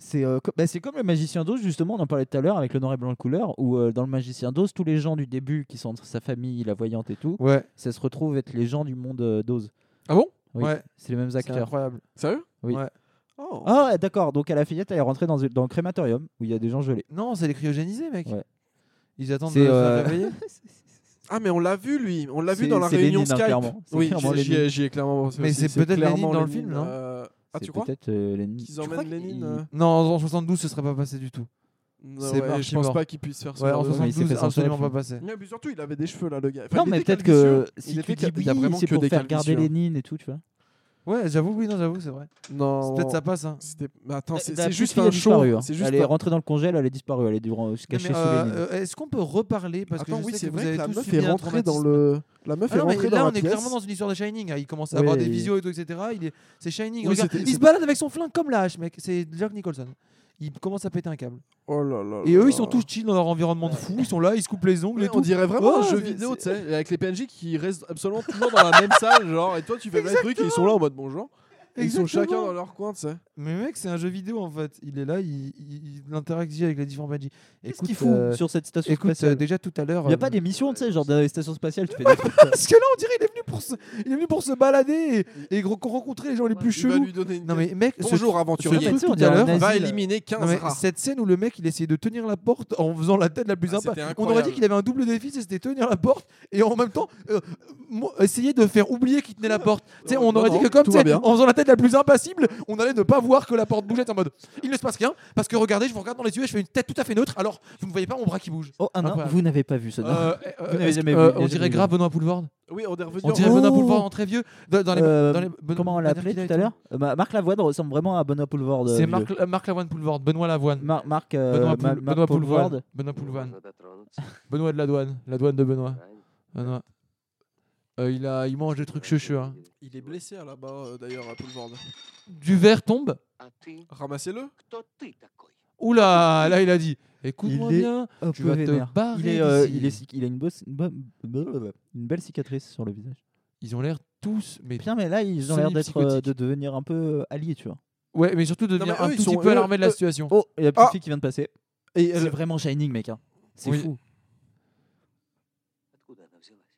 H: C'est euh, co- bah, c'est comme le Magicien d'Oz, justement, on en parlait tout à l'heure avec le noir et blanc de couleur, où euh, dans le Magicien d'Oz, tous les gens du début qui sont entre sa famille, la voyante et tout,
A: Ouais,
H: ça se retrouve être les gens du monde euh, d'Oz.
I: Ah bon
H: Oui,
A: ouais,
H: C'est les mêmes
A: c'est
H: acteurs.
A: incroyable.
I: Sérieux
H: Oui.
A: Ouais.
I: Oh.
H: Ah ouais, d'accord, donc à la fillette, elle est rentrée dans, dans le crématorium où il y a des gens gelés.
A: Non, c'est les cryogénisés, mec.
H: Ouais.
A: Ils attendent de
H: C'est,
A: se
H: euh,
A: faire réveiller.
I: Ah, mais on l'a vu lui, on l'a vu
H: C'est-
I: dans la
H: c'est
I: réunion
H: Lénine, hein,
I: Skype.
H: clairement. C'est
I: Oui,
H: clairement
I: j'y- j'y
H: Lénine.
I: ai- j'y ai clairement pensé
A: Mais
I: aussi,
A: c'est peut-être
I: clairement
A: Lénine dans le film, non
I: Euh, Ah
H: C'est
I: tu crois
H: Peut-être euh, l'ennemi.
I: Qu'ils
H: Je crois
I: emmènent
H: qu'il-
I: Lénine euh,
A: Non, en en 72, ce serait pas passé du tout.
I: non,
A: c'est
I: ouais,
A: Marc
I: Je pense
A: Timor.
I: pas qu'ils puissent faire ce
A: Ouais, en
I: genre de-
H: mais il s'est
A: 72,
H: fait censurer,
A: absolument
H: le
A: pas
H: film.
A: passé.
I: Mais surtout, il avait des cheveux là, le gars. Enfin,
H: Non,
I: il
H: mais
I: était
H: peut-être
I: calvitieux.
H: que
I: Il
H: si tu
I: était
H: dis
I: cal-
H: oui,
I: il y a vraiment
H: c'est
I: que
H: pour
I: des
H: faire garder
I: calvitieux.
H: Lénine et tout, tu vois.
A: Ouais, j'avoue, oui, non, j'avoue, c'est vrai. C'est
I: Non,
A: Peut-être ça passe. Hein.
I: c'était- mais attends,
H: La-
I: c'est
H: la
I: c'est
H: petite
I: juste
H: fille a
I: un show.
H: disparu, hein.
I: C'est juste
H: Elle est
I: un-
H: rentrée dans le congé, elle elle est disparue, elle est dure- euh, se cachée
A: Mais,
H: sous
A: euh,
H: Lénine.
A: euh, Est-ce qu'on peut reparler parce que
I: Attends,
A: je
I: oui,
A: sais
I: c'est
A: que vous
I: vrai
A: avez
I: que la
A: tous
I: meuf
A: subi
I: est
A: un
I: rentrée dans
A: traumatisme.
I: le. La meuf
A: Ah
I: est
A: non, mais
I: rentrée
A: là,
I: dans
A: on
I: la
A: est
I: pièce.
A: clairement dans une histoire de Shining. hein. Il commence à avoir
H: Ouais,
A: des
H: il-
A: visios et tout, etc. Il est... C'est Shining.
I: Oui,
A: regarde.
I: c'était-
A: Il se
I: c'était-
A: balade avec son flingue comme la hache, mec. C'est Jack Nicholson. Il commence à péter un câble.
I: Oh là là.
A: Et
I: là
A: eux, ils
I: là.
A: sont tous chill dans leur environnement de fou. Ils sont là, ils se coupent les ongles
I: Ouais,
A: et
I: on
A: tout.
I: dirait vraiment
A: Oh,
I: un jeu
A: c'est-
I: vidéo, tu
A: c'est-
I: sais, avec les PNJ qui restent absolument toujours dans la même salle, genre, et toi tu fais le même truc, et ils sont là en mode bonjour. Et Ils sont
A: Exactement.
I: chacun dans leur coin, tu sais.
A: Mais mec, c'est un jeu vidéo en fait. Il est là, il, il, il interagit avec les différents Benji.
H: Qu'est-ce
A: Écoute,
H: qu'il fout
A: euh,
H: sur cette station
A: écoute, euh,
H: spatiale
A: déjà tout à l'heure.
H: Il n'y a
A: euh,
H: pas des missions, tu sais, genre dans les stations spatiales, tu fais des trucs. comme ça.
A: Parce que là, on dirait il est venu pour se, il est venu pour se balader et, et re- rencontrer les gens les plus
I: Il va
A: chelous.
I: lui donner une
A: Non mais mec, ce-
I: Bonjour
A: ce
I: aventurier.
A: truc
H: tu sais, on
A: tout à
H: dirait un
A: l'heure,
H: nazi,
I: Va
H: euh,
I: éliminer 15
A: Non, mais
I: rats.
A: cette scène où le mec il essayait de tenir la porte en faisant la tête la plus
I: Ah,
A: sympa.
I: c'était
A: On aurait
I: incroyable.
A: dit qu'il avait un double défi, c'est- c'était tenir la porte et en même temps euh, mo- essayer de faire oublier qu'il tenait la porte. Tu sais, on
I: Non,
A: aurait
I: Euh, non,
A: dit que comme
I: tout
A: tu
I: va
A: sais,
I: bien.
A: en faisant la tête la plus impassible, on allait ne pas voir que la porte bougeait en mode il ne se passe rien parce que regardez, je vous regarde dans les yeux et je fais une tête tout à fait neutre alors vous ne voyez pas mon bras qui bouge.
H: Oh, ah non,
A: Incroyable.
H: vous n'avez pas vu ça. non.
A: Euh, euh,
H: Vous n'avez
A: est-ce
H: jamais
A: que-
H: vu,
A: euh,
H: vous
A: on
H: n'avez
A: dirait
H: jamais
A: grave Benoît Poulvord.
I: Oui, on est revenu
A: On
I: en-
A: dirait
H: Oh
A: Benoît Poulvord en très vieux. Dans, dans les,
H: Euh,
A: dans les- Benoît-
H: Comment on
A: Benoît
H: l'a
A: qu'il
H: appelé
A: a
H: tout à
A: été.
H: l'heure Euh, Ma- Marc Lavoine ressemble vraiment à Benoît Poulvord. euh,
A: C'est
H: vieux.
A: Marc, euh, Marc Lavoine Poulvord, Benoît Lavoine.
H: Mar- Marc, euh,
A: Benoît,
H: Ma-
A: Poul-
H: Marc
A: Benoît
H: Poulvord.
A: Poulvord. Benoît Poulvord. Benoît de la douane. La douane de Benoît. Benoît. Euh, il, a, il mange des trucs cheucheux. hein.
I: Il est blessé à là-bas, euh, d'ailleurs, à Poulvord.
A: Du verre tombe.
I: Ramassez-le.
A: Oula, là il a dit. Écoute-moi
H: Il est
A: bien,
H: Un
A: tu
H: peu
A: vas
H: vénère.
A: te barrer.
H: Il, est, euh,
A: d'ici.
H: il, est, il a une, bosse- une bo- blablabla, une belle cicatrice sur le visage.
A: Ils ont l'air tous, mais
H: Bien, mais là, ils ont l'air d'être euh,
A: Semi-psychotique.
H: de devenir un peu euh, alliés, tu vois.
A: ouais, mais surtout de
I: Non, mais
A: devenir un
I: eux, ils
A: tout petit
I: sont-
A: peu
I: eux,
A: alarmé de la
I: eux-
A: situation.
H: Oh, il y a la petite
I: Ah.
H: fille qui vient de passer.
I: Et
H: C'est
I: elle-
H: vraiment Shining, mec. hein. C'est
A: Oui.
H: fou.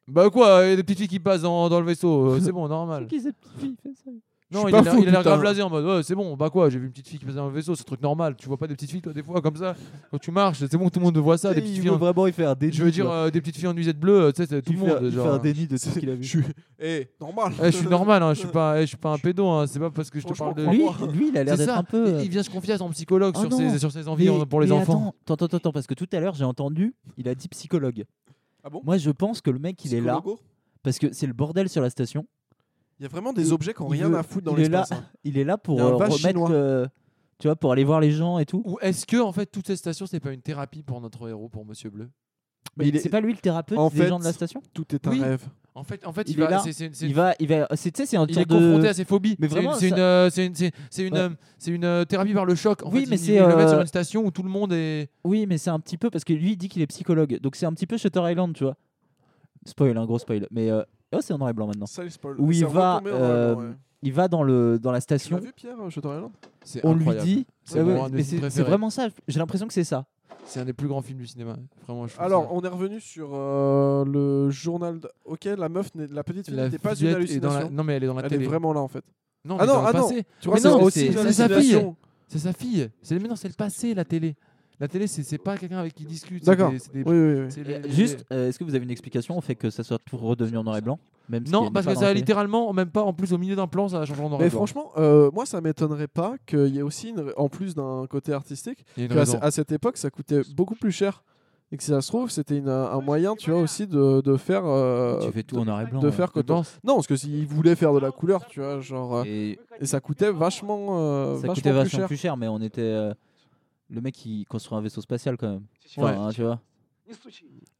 A: Bah quoi, il y a des petites filles qui passent dans, dans le vaisseau, euh, c'est bon, normal.
H: qui cette petite fille fait ça
A: Non,
I: suis
A: il
I: pas
A: a l'air-
I: fou,
A: il a l'air grave
I: putain.
A: blasé en mode ouais, c'est bon, bah quoi, j'ai vu une petite fille qui passait dans le vaisseau, c'est un truc normal. Tu vois pas des petites filles toi des fois comme ça quand tu marches, c'est bon, tout le monde voit ça, des
H: Il
A: petites
H: veut
A: filles. en-
H: vraiment y faire un déni.
A: Je veux
H: tu
A: dire
H: vois.
A: euh, des petites filles en nuisette bleue, euh, tu sais, c'est tout
H: Il
A: le
H: fait un-
A: monde
H: il fait
A: genre.
H: un déni de tout ce qu'il a
I: Je
H: vu.
I: suis. Eh, normal.
A: Eh, je suis normal, hein, je suis pas, eh, je suis pas un pédo, hein, c'est pas parce que je te
I: Franchement,
A: parle de
I: crois-moi.
H: Lui, lui, il a l'air
A: C'est
H: d'être
A: ça,
H: un peu.
A: il-
H: euh,
A: Il vient se confier à son psychologue
H: Ah
A: sur,
H: non.
A: ses, sur ses envies
H: Mais-
A: en- pour les
H: mais
A: enfants.
H: Attends, attends, attends, attends, parce que tout à l'heure j'ai entendu, il a dit psychologue.
I: Ah bon
H: Moi je pense que le mec il est là
I: Psychologo.
H: parce que c'est le bordel sur la station.
I: Il y a vraiment des
H: Il-
I: objets qui ont
H: il
I: rien
H: veut-
I: à foutre dans
H: il est là.
I: l'espace. hein.
H: Il est là
I: Il
H: pour
I: y a un
H: euh,
I: vache
H: remettre,
I: chinois.
H: euh, tu vois, pour aller voir les gens et tout.
A: Ou est-ce que en fait toute cette station c'est pas une thérapie pour notre héros, pour Monsieur Bleu
I: Mais
H: Mais
I: il est-
H: C'est pas lui le thérapeute
I: en
H: des
I: fait,
H: gens de la station
I: Tout est un
A: Oui.
I: rêve.
A: En En fait, en fait
H: Il
A: il,
H: est
A: va.
H: là,
A: c'est- c'est- c'est-
H: Il va, il va. C'est tu sais, c'est un
A: il
H: genre
A: est confronté
H: de.
A: à ses phobies.
H: Mais
A: C'est
H: vraiment,
A: une- c'est
H: ça-
A: une, euh, c'est une, c'est- c'est une,
H: Ouais.
A: euh, c'est une, euh, thérapie par le choc. En
H: Oui,
A: fait,
H: mais
A: ils-
H: c'est,
A: ils le mettent sur
H: euh,
A: une station où tout le monde est.
H: Oui, mais c'est un petit peu parce que lui il dit qu'il est psychologue, donc c'est un petit peu Shutter Island, tu vois. Spoil, un gros spoil. Mais euh, oh, c'est en noir et blanc maintenant.
I: Ça, il spoil.
H: Où
I: C'est
H: il
I: un
H: va,
I: retombé en arrière,
H: euh,
I: ouais.
H: il va dans le dans la
I: Tu l'as
H: station.
I: vu, Pierre, euh, Shutter Island
A: C'est
H: On lui
A: incroyable.
H: dit.
A: C'est
H: Ouais,
A: mon
H: ouais,
A: un de mes
H: mais
A: films
H: c'est- c'est
A: préférés.
H: vraiment ça. J'ai l'impression que c'est ça.
A: C'est un des plus grands films du cinéma. Vraiment, je trouve
I: Alors,
A: ça-
I: on est revenu sur euh, le journal. de- Ok, la meuf, n'est- la petite fille
A: La
I: n'était pas une
A: fillette est dans la-
I: hallucination.
A: Non, mais elle est dans la
I: Elle
A: télé.
I: est vraiment là en fait.
A: Non,
I: Ah
A: mais
I: non,
A: dans le
I: ah non.
A: passé.
I: Tu vois,
A: Mais
I: c'est
A: non, mais
I: aussi
A: c'est-
I: une
A: c'est sa fille.
I: hallucination.
A: C'est sa fille. C'est mais non, c'est le passé la télé. La télé, c'est c'est pas quelqu'un avec qui il discute. c'est
I: D'accord.
A: des- c'est des-
I: Oui, oui, oui.
A: c'est les- les-
H: Juste, euh, est-ce que vous avez une explication au fait que ça soit tout redevenu en noir et blanc même s'il y a
A: Non,
H: une
A: parce que ça
H: part
A: a
H: dans la télé
A: littéralement, même pas en plus au milieu d'un plan, ça a changé en noir et
I: Mais
A: blanc.
I: franchement, euh, moi, ça m'étonnerait pas qu'il y ait aussi, une... en plus d'un côté artistique,
A: Il y a une
I: que à,
A: raison.
I: ce- à cette époque, ça coûtait beaucoup plus cher. Et que si ça se trouve, c'était une- un moyen, tu vois, aussi de, de faire. euh,
H: Tu fais tout
I: de-
H: en noir et blanc.
I: de
H: ouais.
I: faire
A: Je
I: que ton-
A: pense.
I: Non, parce que s'ils voulaient faire de la couleur, tu vois, genre. euh,
H: Et
I: Et ça coûtait vachement,
H: ça
I: euh, vachement
H: coûtait
I: plus
H: vachement
I: cher.
H: plus cher, mais on était. euh, Le mec qui construit un vaisseau spatial quand même.
A: Ouais.
H: Enfin, hein, tu vois.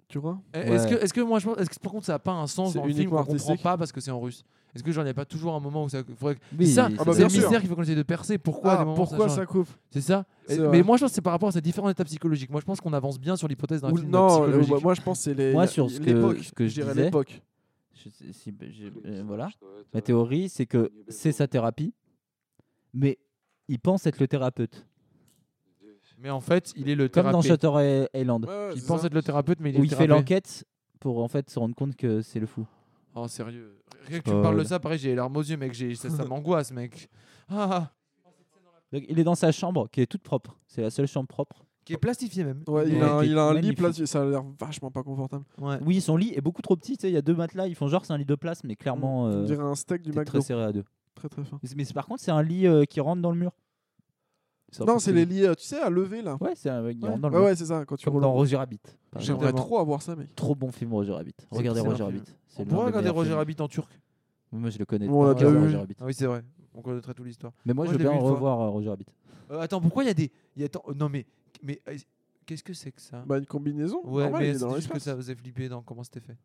I: Tu vois
A: Eh, Est-ce
H: Ouais.
A: que, est-ce que moi, je pense, est-ce que par contre, ça a pas un sens
I: C'est
A: dans le film
I: uniquement
A: qu'on comprend
I: artistique.
A: pas parce que c'est en russe Est-ce que j'en ai pas toujours un moment où ça faudrait que-
H: Oui,
A: ça, Ah
I: bah,
A: c'est
I: bien
A: le
I: sûr.
A: mystère qu'il faut qu'on essaye de percer. Pourquoi à des
I: Ah,
A: moments,
I: pourquoi
A: change
I: ça coupe
A: C'est ça.
I: C'est
A: Et-
I: vrai.
A: Mais moi, je pense que c'est par rapport à ces différents étapes psychologiques. Moi, je pense qu'on avance bien sur l'hypothèse d'un
I: Ou-
A: film
I: Non, euh,
A: psychologique.
I: ouais, moi je pense que c'est les.
H: Moi, sur ce que-
I: l'époque,
H: ce que je
I: dirais
H: disais,
I: l'époque.
H: Je sais- si- ben, j'ai- euh, voilà. Ma théorie, c'est que c'est sa thérapie, mais il pense être le thérapeute.
A: Mais en fait, il est le
H: Comme dans
A: thérapeute.
H: Shutter I- Island,
A: Il pense être le thérapeute, mais il est
H: où
A: le
H: il fait
A: thérapeute.
H: l'enquête pour en fait se rendre compte que c'est le fou.
A: Oh, sérieux. Rien que tu me parles de ça, pareil, j'ai les larmes aux yeux, mec. J'ai- Ça, ça m'angoisse, mec. Ah,
H: Donc, il est dans sa chambre qui est toute propre. C'est la seule chambre propre.
A: qui est plastifié même.
I: Ouais, il,
H: Ouais,
I: a, un-
H: qui est
I: il a un lit
H: magnifique.
I: plat, ça a l'air vachement pas confortable.
A: Ouais.
H: Oui, son lit est beaucoup trop petit. tu sais, Il y a deux matelas. Ils font genre c'est un lit de place, mais clairement,
I: On
H: euh,
I: dirait un steak du
H: c'est
I: McDo.
H: très serré à deux.
I: Très très fin.
H: Mais, c'est- mais c'est- par contre, c'est un lit euh, qui rentre dans le mur. un
I: Non,
H: peu
I: c'est
H: plus-
I: les lits, euh, tu sais, à lever là.
H: Ouais, c'est un mec qui rentre dans le
I: Ouais,
H: mur.
I: ouais, c'est ça, quand tu
H: Comme
I: roules.
H: dans Roger Rabbit. par exemple.
I: J'aimerais
A: Évidemment.
I: trop avoir ça, mec.
H: Trop bon film Roger Rabbit. Regardez
A: c'est un
H: Roger
A: film.
H: Rabbit. C'est
A: On
H: l'un des
A: pourrait regarder
H: meilleurs
A: Roger
H: films.
A: Rabbit en turc.
H: Moi, je le connais.
I: On l'a
H: pas,
I: déjà
H: Roger
I: vu.
H: Rabbit.
A: Ah oui, c'est vrai. On connaîtrait tout l'histoire.
H: Mais moi,
A: Moi, je
H: je veux
A: l'ai
H: bien
A: vu une fois.
H: revoir euh, Roger Rabbit.
A: Euh, attends, pourquoi il y a des. il y a- attends, euh, non, mais. mais euh, Qu'est-ce que c'est que ça
I: Bah, une combinaison.
A: Ouais,
I: normal, il
A: mais
I: est dans
A: c'est juste que
I: l'espace.
A: ça vous a flippé dans comment c'était fait.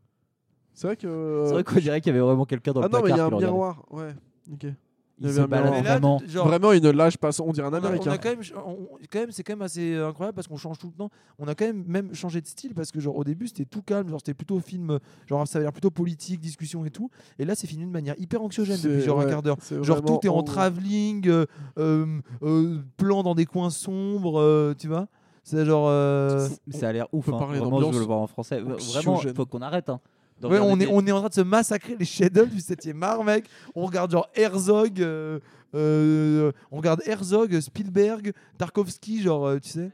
I: C'est vrai que.
H: C'est
I: euh,
H: vrai qu'on dirait qu'il y avait vraiment quelqu'un dans
I: Ah
H: le
I: non, mais il y a
H: placard
I: un
H: qui le regardait.
I: miroir. Ouais, ok. il y
H: Il
I: avait
H: se
I: un miroir.
H: balade
I: Mais
A: là,
H: vraiment.
A: genre,
I: Vraiment une lâche passe. On dirait un
A: on a, on a
I: américain.
A: quand même, on- quand même, c'est quand même assez euh, incroyable parce qu'on change tout le temps. On a quand même même changé de style parce que genre au début c'était tout calme, genre c'était plutôt film, euh, genre ça avait l'air plutôt politique, discussion et tout. Et là c'est fini de manière hyper anxiogène depuis
I: C'est-
A: genre un
I: ouais,
A: quart d'heure.
I: c'est
A: Genre
I: vraiment
A: tout est en travelling, euh, euh, euh, plan dans des coins sombres, euh, tu vois. C'est genre. euh,
H: Mais Ça a l'air ouf.
I: peut
H: hein.
I: parler
H: Vraiment, je veux
I: d'ambiance
H: le voir en français. V- Vraiment,
I: anxiogène.
H: faut qu'on arrête. hein, de
A: ouais, on
H: regarder
A: est,
H: des-
A: on est en train de se massacrer les chefs-d'œuvre du 7e art, mec. On regarde genre Herzog, euh, euh, on regarde Herzog, Spielberg, Tarkovsky, genre, euh, tu sais.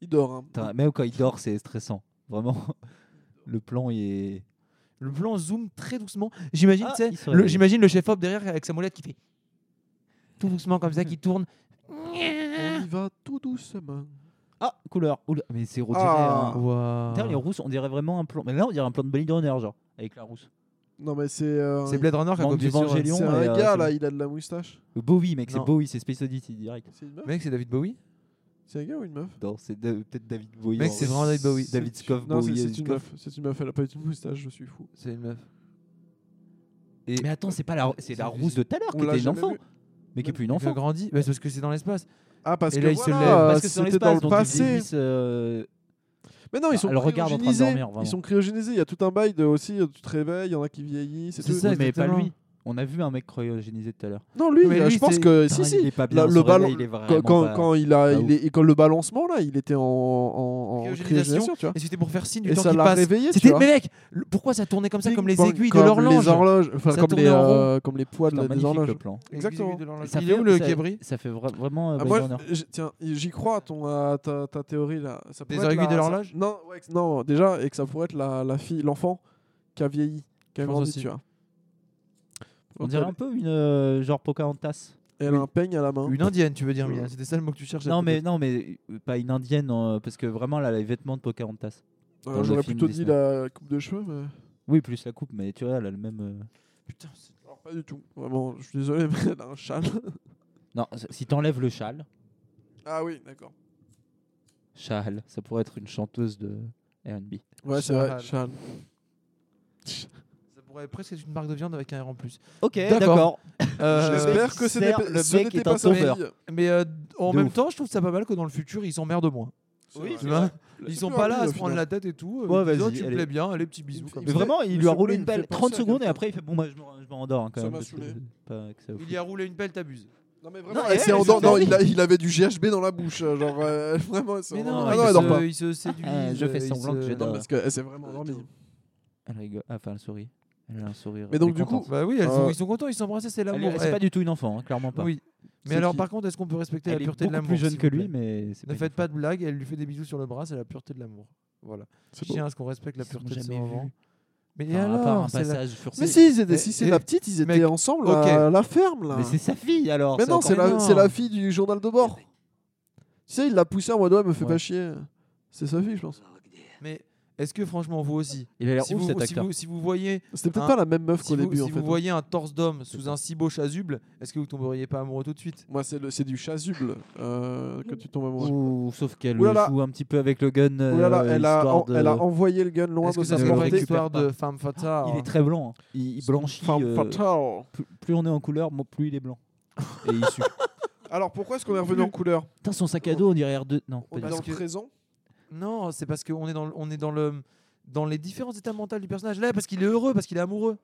I: Il dort. hein.
H: Putain, Même quand il dort, c'est stressant. Vraiment. Le plan, il est.
A: Le plan zoom très doucement. J'imagine,
H: Ah,
A: tu sais,
H: il se
A: le-
H: réveille.
A: j'imagine le chef-op derrière avec sa molette qui fait tout doucement comme ça, qui tourne.
I: On y va tout doucement.
H: Ah, couleur. Oula, Mais c'est on dirait
I: Ah.
H: un-
A: Waouh.
H: Putain, les rousses, on dirait vraiment un plan. Mais là, on dirait un plan de Blade Runner, genre, avec la rousse.
I: Non, mais c'est. euh,
A: C'est Blade Runner qui a
H: Manque
A: copié sur.
H: d'Evangélion.
I: C'est
H: Lyon,
I: un
H: et, euh,
I: gars
H: c'est-
I: là, il a de la moustache.
H: Bowie, mec, c'est
A: Non.
H: Bowie, c'est Space Oddity direct.
I: C'est une meuf
A: Mec, c'est David Bowie
I: C'est un gars ou une meuf
H: Non, c'est Da- peut-être David Bowie.
A: Mec,
H: en
A: c'est
H: vrai.
A: vraiment David Bowie.
H: David
I: C'est-
H: Scoff,
I: Non, c'est
H: Bowie,
I: c'est
H: David
I: une
H: Scoff.
I: meuf. C'est une meuf, elle a pas eu de moustache, je suis fou.
A: C'est une meuf.
H: Mais attends, c'est pas la, c'est la rousse de tout à l'heure
I: On
H: qui
I: l'a
H: était une
I: jamais
H: enfant.
I: vu.
H: Mais qui est plus une
A: Il a
H: enfant.
A: grandi. Bah, c'est parce que c'est dans l'espace.
I: Ah, parce
A: Et
I: que
A: là, il se lève.
I: voilà,
H: Parce que c'est
I: c'était dans le
H: donc ils
I: passé.
H: vieillissent, euh,
I: Mais non, ils sont
H: Elle regarde en train de
I: cryogénisés.
H: dormir, vraiment.
I: Ils sont cryogénisés. Il y a tout un bail de aussi, euh, tu te réveilles, il y en a qui vieillissent. et
H: C'est
I: tout.
H: ça, mais pas
A: exactement.
H: lui. On a vu un mec cryogénisé tout à l'heure.
I: Non, lui,
A: Mais
I: euh,
A: lui,
I: je pense
A: c'est-
I: que si,
H: Putain, il
I: si.
H: est pas
I: la-
H: bien.
I: le
H: son réveil,
I: ballon-
H: il est
I: Quand,
H: vraiment
I: quand,
H: pas-
I: quand il a,
H: pas
I: il est- et quand le balancement là, il était en, en, en
A: Cryogénisation.
I: cryogénisation, tu vois.
A: Et c'était pour faire signe du
I: Et
A: temps
I: ça
A: qui
I: l'a
A: passe.
I: réveillé, tu
A: C'était-
I: vois.
A: Mais mec, le- pourquoi ça tournait comme ça, comme les
I: Ping-pong,
A: aiguilles de
I: comme
A: l'horloge
I: Les horloges, enfin
A: Ça
I: comme les,
A: tournées en rond.
I: euh, comme les poids de
H: Putain,
I: la- des
H: magnifique
I: horloges.
H: le plan.
I: Exactement.
A: Ça fait où le cabri
H: Ça fait vra- vraiment euh,
I: Ah,
H: Blade
I: moi,
H: Runner.
I: j- tiens, j'y crois à ton, à ta, ta théorie là. Ça
A: Des
I: pourrait être
A: aiguilles
I: la-
A: de l'horloge
I: ça- Non, ouais, que- non, déjà et que ça pourrait être la, la fille, l'enfant qui a vieilli, qui a
A: Je pense
I: grandi,
A: aussi.
I: tu vois.
H: On dirait un peu une euh, genre Pocahontas.
I: Elle a un peigne à la main.
A: Une indienne, tu veux dire, Mia C'était ça le mot que tu cherchais.
H: Non mais
A: peut-être.
H: non mais euh, pas une indienne euh, parce que vraiment là les vêtements de Pocahontas.
I: Euh,
H: dans le
I: J'aurais
H: film
I: plutôt dit
H: Disney.
I: la coupe de cheveux, mais
H: Oui plus la coupe mais tu vois elle a le même. euh,
A: Putain, c'est-
I: alors pas du tout. Vraiment, je suis désolé, mais elle a un châle.
H: Non c- si t'enlèves le châle,
I: Ah oui, d'accord.
H: châle, ça pourrait être une chanteuse de R&B.
I: Ouais, c'est vrai,
A: Châle.
I: châle.
A: ça Ouais, presque c'est une marque de viande avec un R en plus.
H: Ok,
A: D'accord.
H: d'accord.
A: Euh,
I: J'espère que ce
H: sert-
I: n'était-
H: le
I: ce
H: mec
I: n'était
H: est
I: pas
H: un
I: sa
H: sauveur.
I: fille.
A: mais euh, en
I: De
A: même
I: ouf.
A: temps, je trouve ça pas mal que dans le futur, ils s'emmerdent moins.
I: Oui,
A: Tu vois Ils sont pas là à se prendre la tête et tout. euh,
H: Ouais,
A: ils disent,
H: vas-y,
A: Oh, tu me
H: allez.
A: plais bien, allez, petit bisou.
I: Il-
A: comme
H: Mais
I: il-
A: ça.
H: vraiment, il
I: me
H: lui a
I: fait-
H: roulé
I: il
H: une
I: me fait
H: pelle
I: penser
H: 30
I: à
H: secondes et
I: quelqu'un.
H: après il fait Bon, bah, je m'en- je m'endors hein, quand
I: Ça
H: même.
I: m'a
H: parce que
I: saoulé.
H: c'est pas que ça vous
A: Il y a roulé une pelle, t'abuses.
I: Non, mais vraiment, eh,
H: Non,
I: elle
H: mais
I: s'est
H: elle,
I: endormie.
H: elle
I: Non,
H: s'est
I: il, a- il avait du GHB dans la bouche. euh, Genre, euh, vraiment, elle s'est
A: Mais
I: endormie.
A: non,
I: Ah
A: il
I: non, elle dort
A: se-
I: pas.
A: il se euh, séduit.
H: Ah, je fais semblant que je dors.
I: Parce qu'elle s'est vraiment endormie.
H: Elle rigole. Ah, Enfin, elle sourit. Elle a un sourire.
I: Mais donc,
H: elle est
I: du coup,
H: contente.
A: Bah oui, elles sont-
I: Euh,
A: ils sont contents, ils s'embrassent, c'est
H: Elle
A: l'amour.
H: est- c'est
A: Eh,
H: pas du tout une enfant, hein, clairement pas.
A: Oui. Mais
H: Ceux
A: alors,
H: qui-
A: par contre, est-ce qu'on peut respecter
H: Elle
A: la
H: est
A: pureté de
H: beaucoup
A: l'amour
H: plus jeune
A: s'il
H: que
A: vous
H: lui,
A: plaît
H: mais c'est
A: Ne
H: une
A: faites
H: enfant.
A: pas de blagues, elle lui fait des bisous sur le bras, c'est la pureté de l'amour. Voilà. Je
I: C'est beau.
A: tiens à ce qu'on respecte la
H: Ils se sont
A: pureté de ce
H: jamais
A: moment.
H: vus.
A: Mais
H: Enfin, à part un
A: alors, c'est la-
H: passage sur
A: C'est-
I: Mais si, ils étaient-
A: eh,
I: si c'est
A: eh,
I: la petite, ils étaient
A: mec,
I: ensemble
A: ok.
I: à la ferme. Là.
H: Mais c'est sa fille alors.
I: Mais non,
H: encore
I: c'est la,
H: énorme.
I: c'est la fille du journal de bord. Tu sais, il l'a poussée en mode ouais, me fais
H: Ouais.
I: pas chier. C'est sa fille, je pense.
A: Mais est-ce que franchement, vous aussi,
H: Il a l'air
A: si
H: ouf
A: vous,
H: cet
A: si,
H: acteur.
A: vous, si vous voyez,
I: C'était peut-être
A: Hein.
I: pas la même meuf
A: si
I: qu'au
A: vous,
I: début
A: si
I: en
A: vous
I: fait.
A: voyez un torse d'homme sous un si beau chasuble, est-ce que vous tomberiez pas amoureux tout de suite
I: Moi, c'est le- c'est du chasuble euh, que tu tombes amoureux.
H: Ouh, sauf qu'elle
I: Ouh là là.
H: joue un petit peu avec le gun.
I: Ouh là là,
H: euh,
I: elle, a,
H: histoire
I: en-
H: de-
I: elle a envoyé le gun loin
A: Est-ce
I: de
A: que ça
I: sa
A: se
H: ne le
A: pourrait
I: portée.
A: une
H: récupère
A: histoire
H: pas.
A: de femme fatale
H: Il est très blanc. hein. Il, il blanchit.
I: Femme
H: euh,
I: fatale.
H: plus, plus on est en couleur, mo- plus il est blanc. Et il sue.
I: Alors pourquoi est-ce qu'on est revenu en couleur
H: Putain, son sac à dos, on dirait R2. Non, pas
I: On est
H: du tout.
I: dans
A: que-
I: le présent
A: Non, c'est parce qu'on est dans, le- on est dans le dans les différents états mentaux du personnage. Là, parce qu'il est heureux, parce qu'il est amoureux.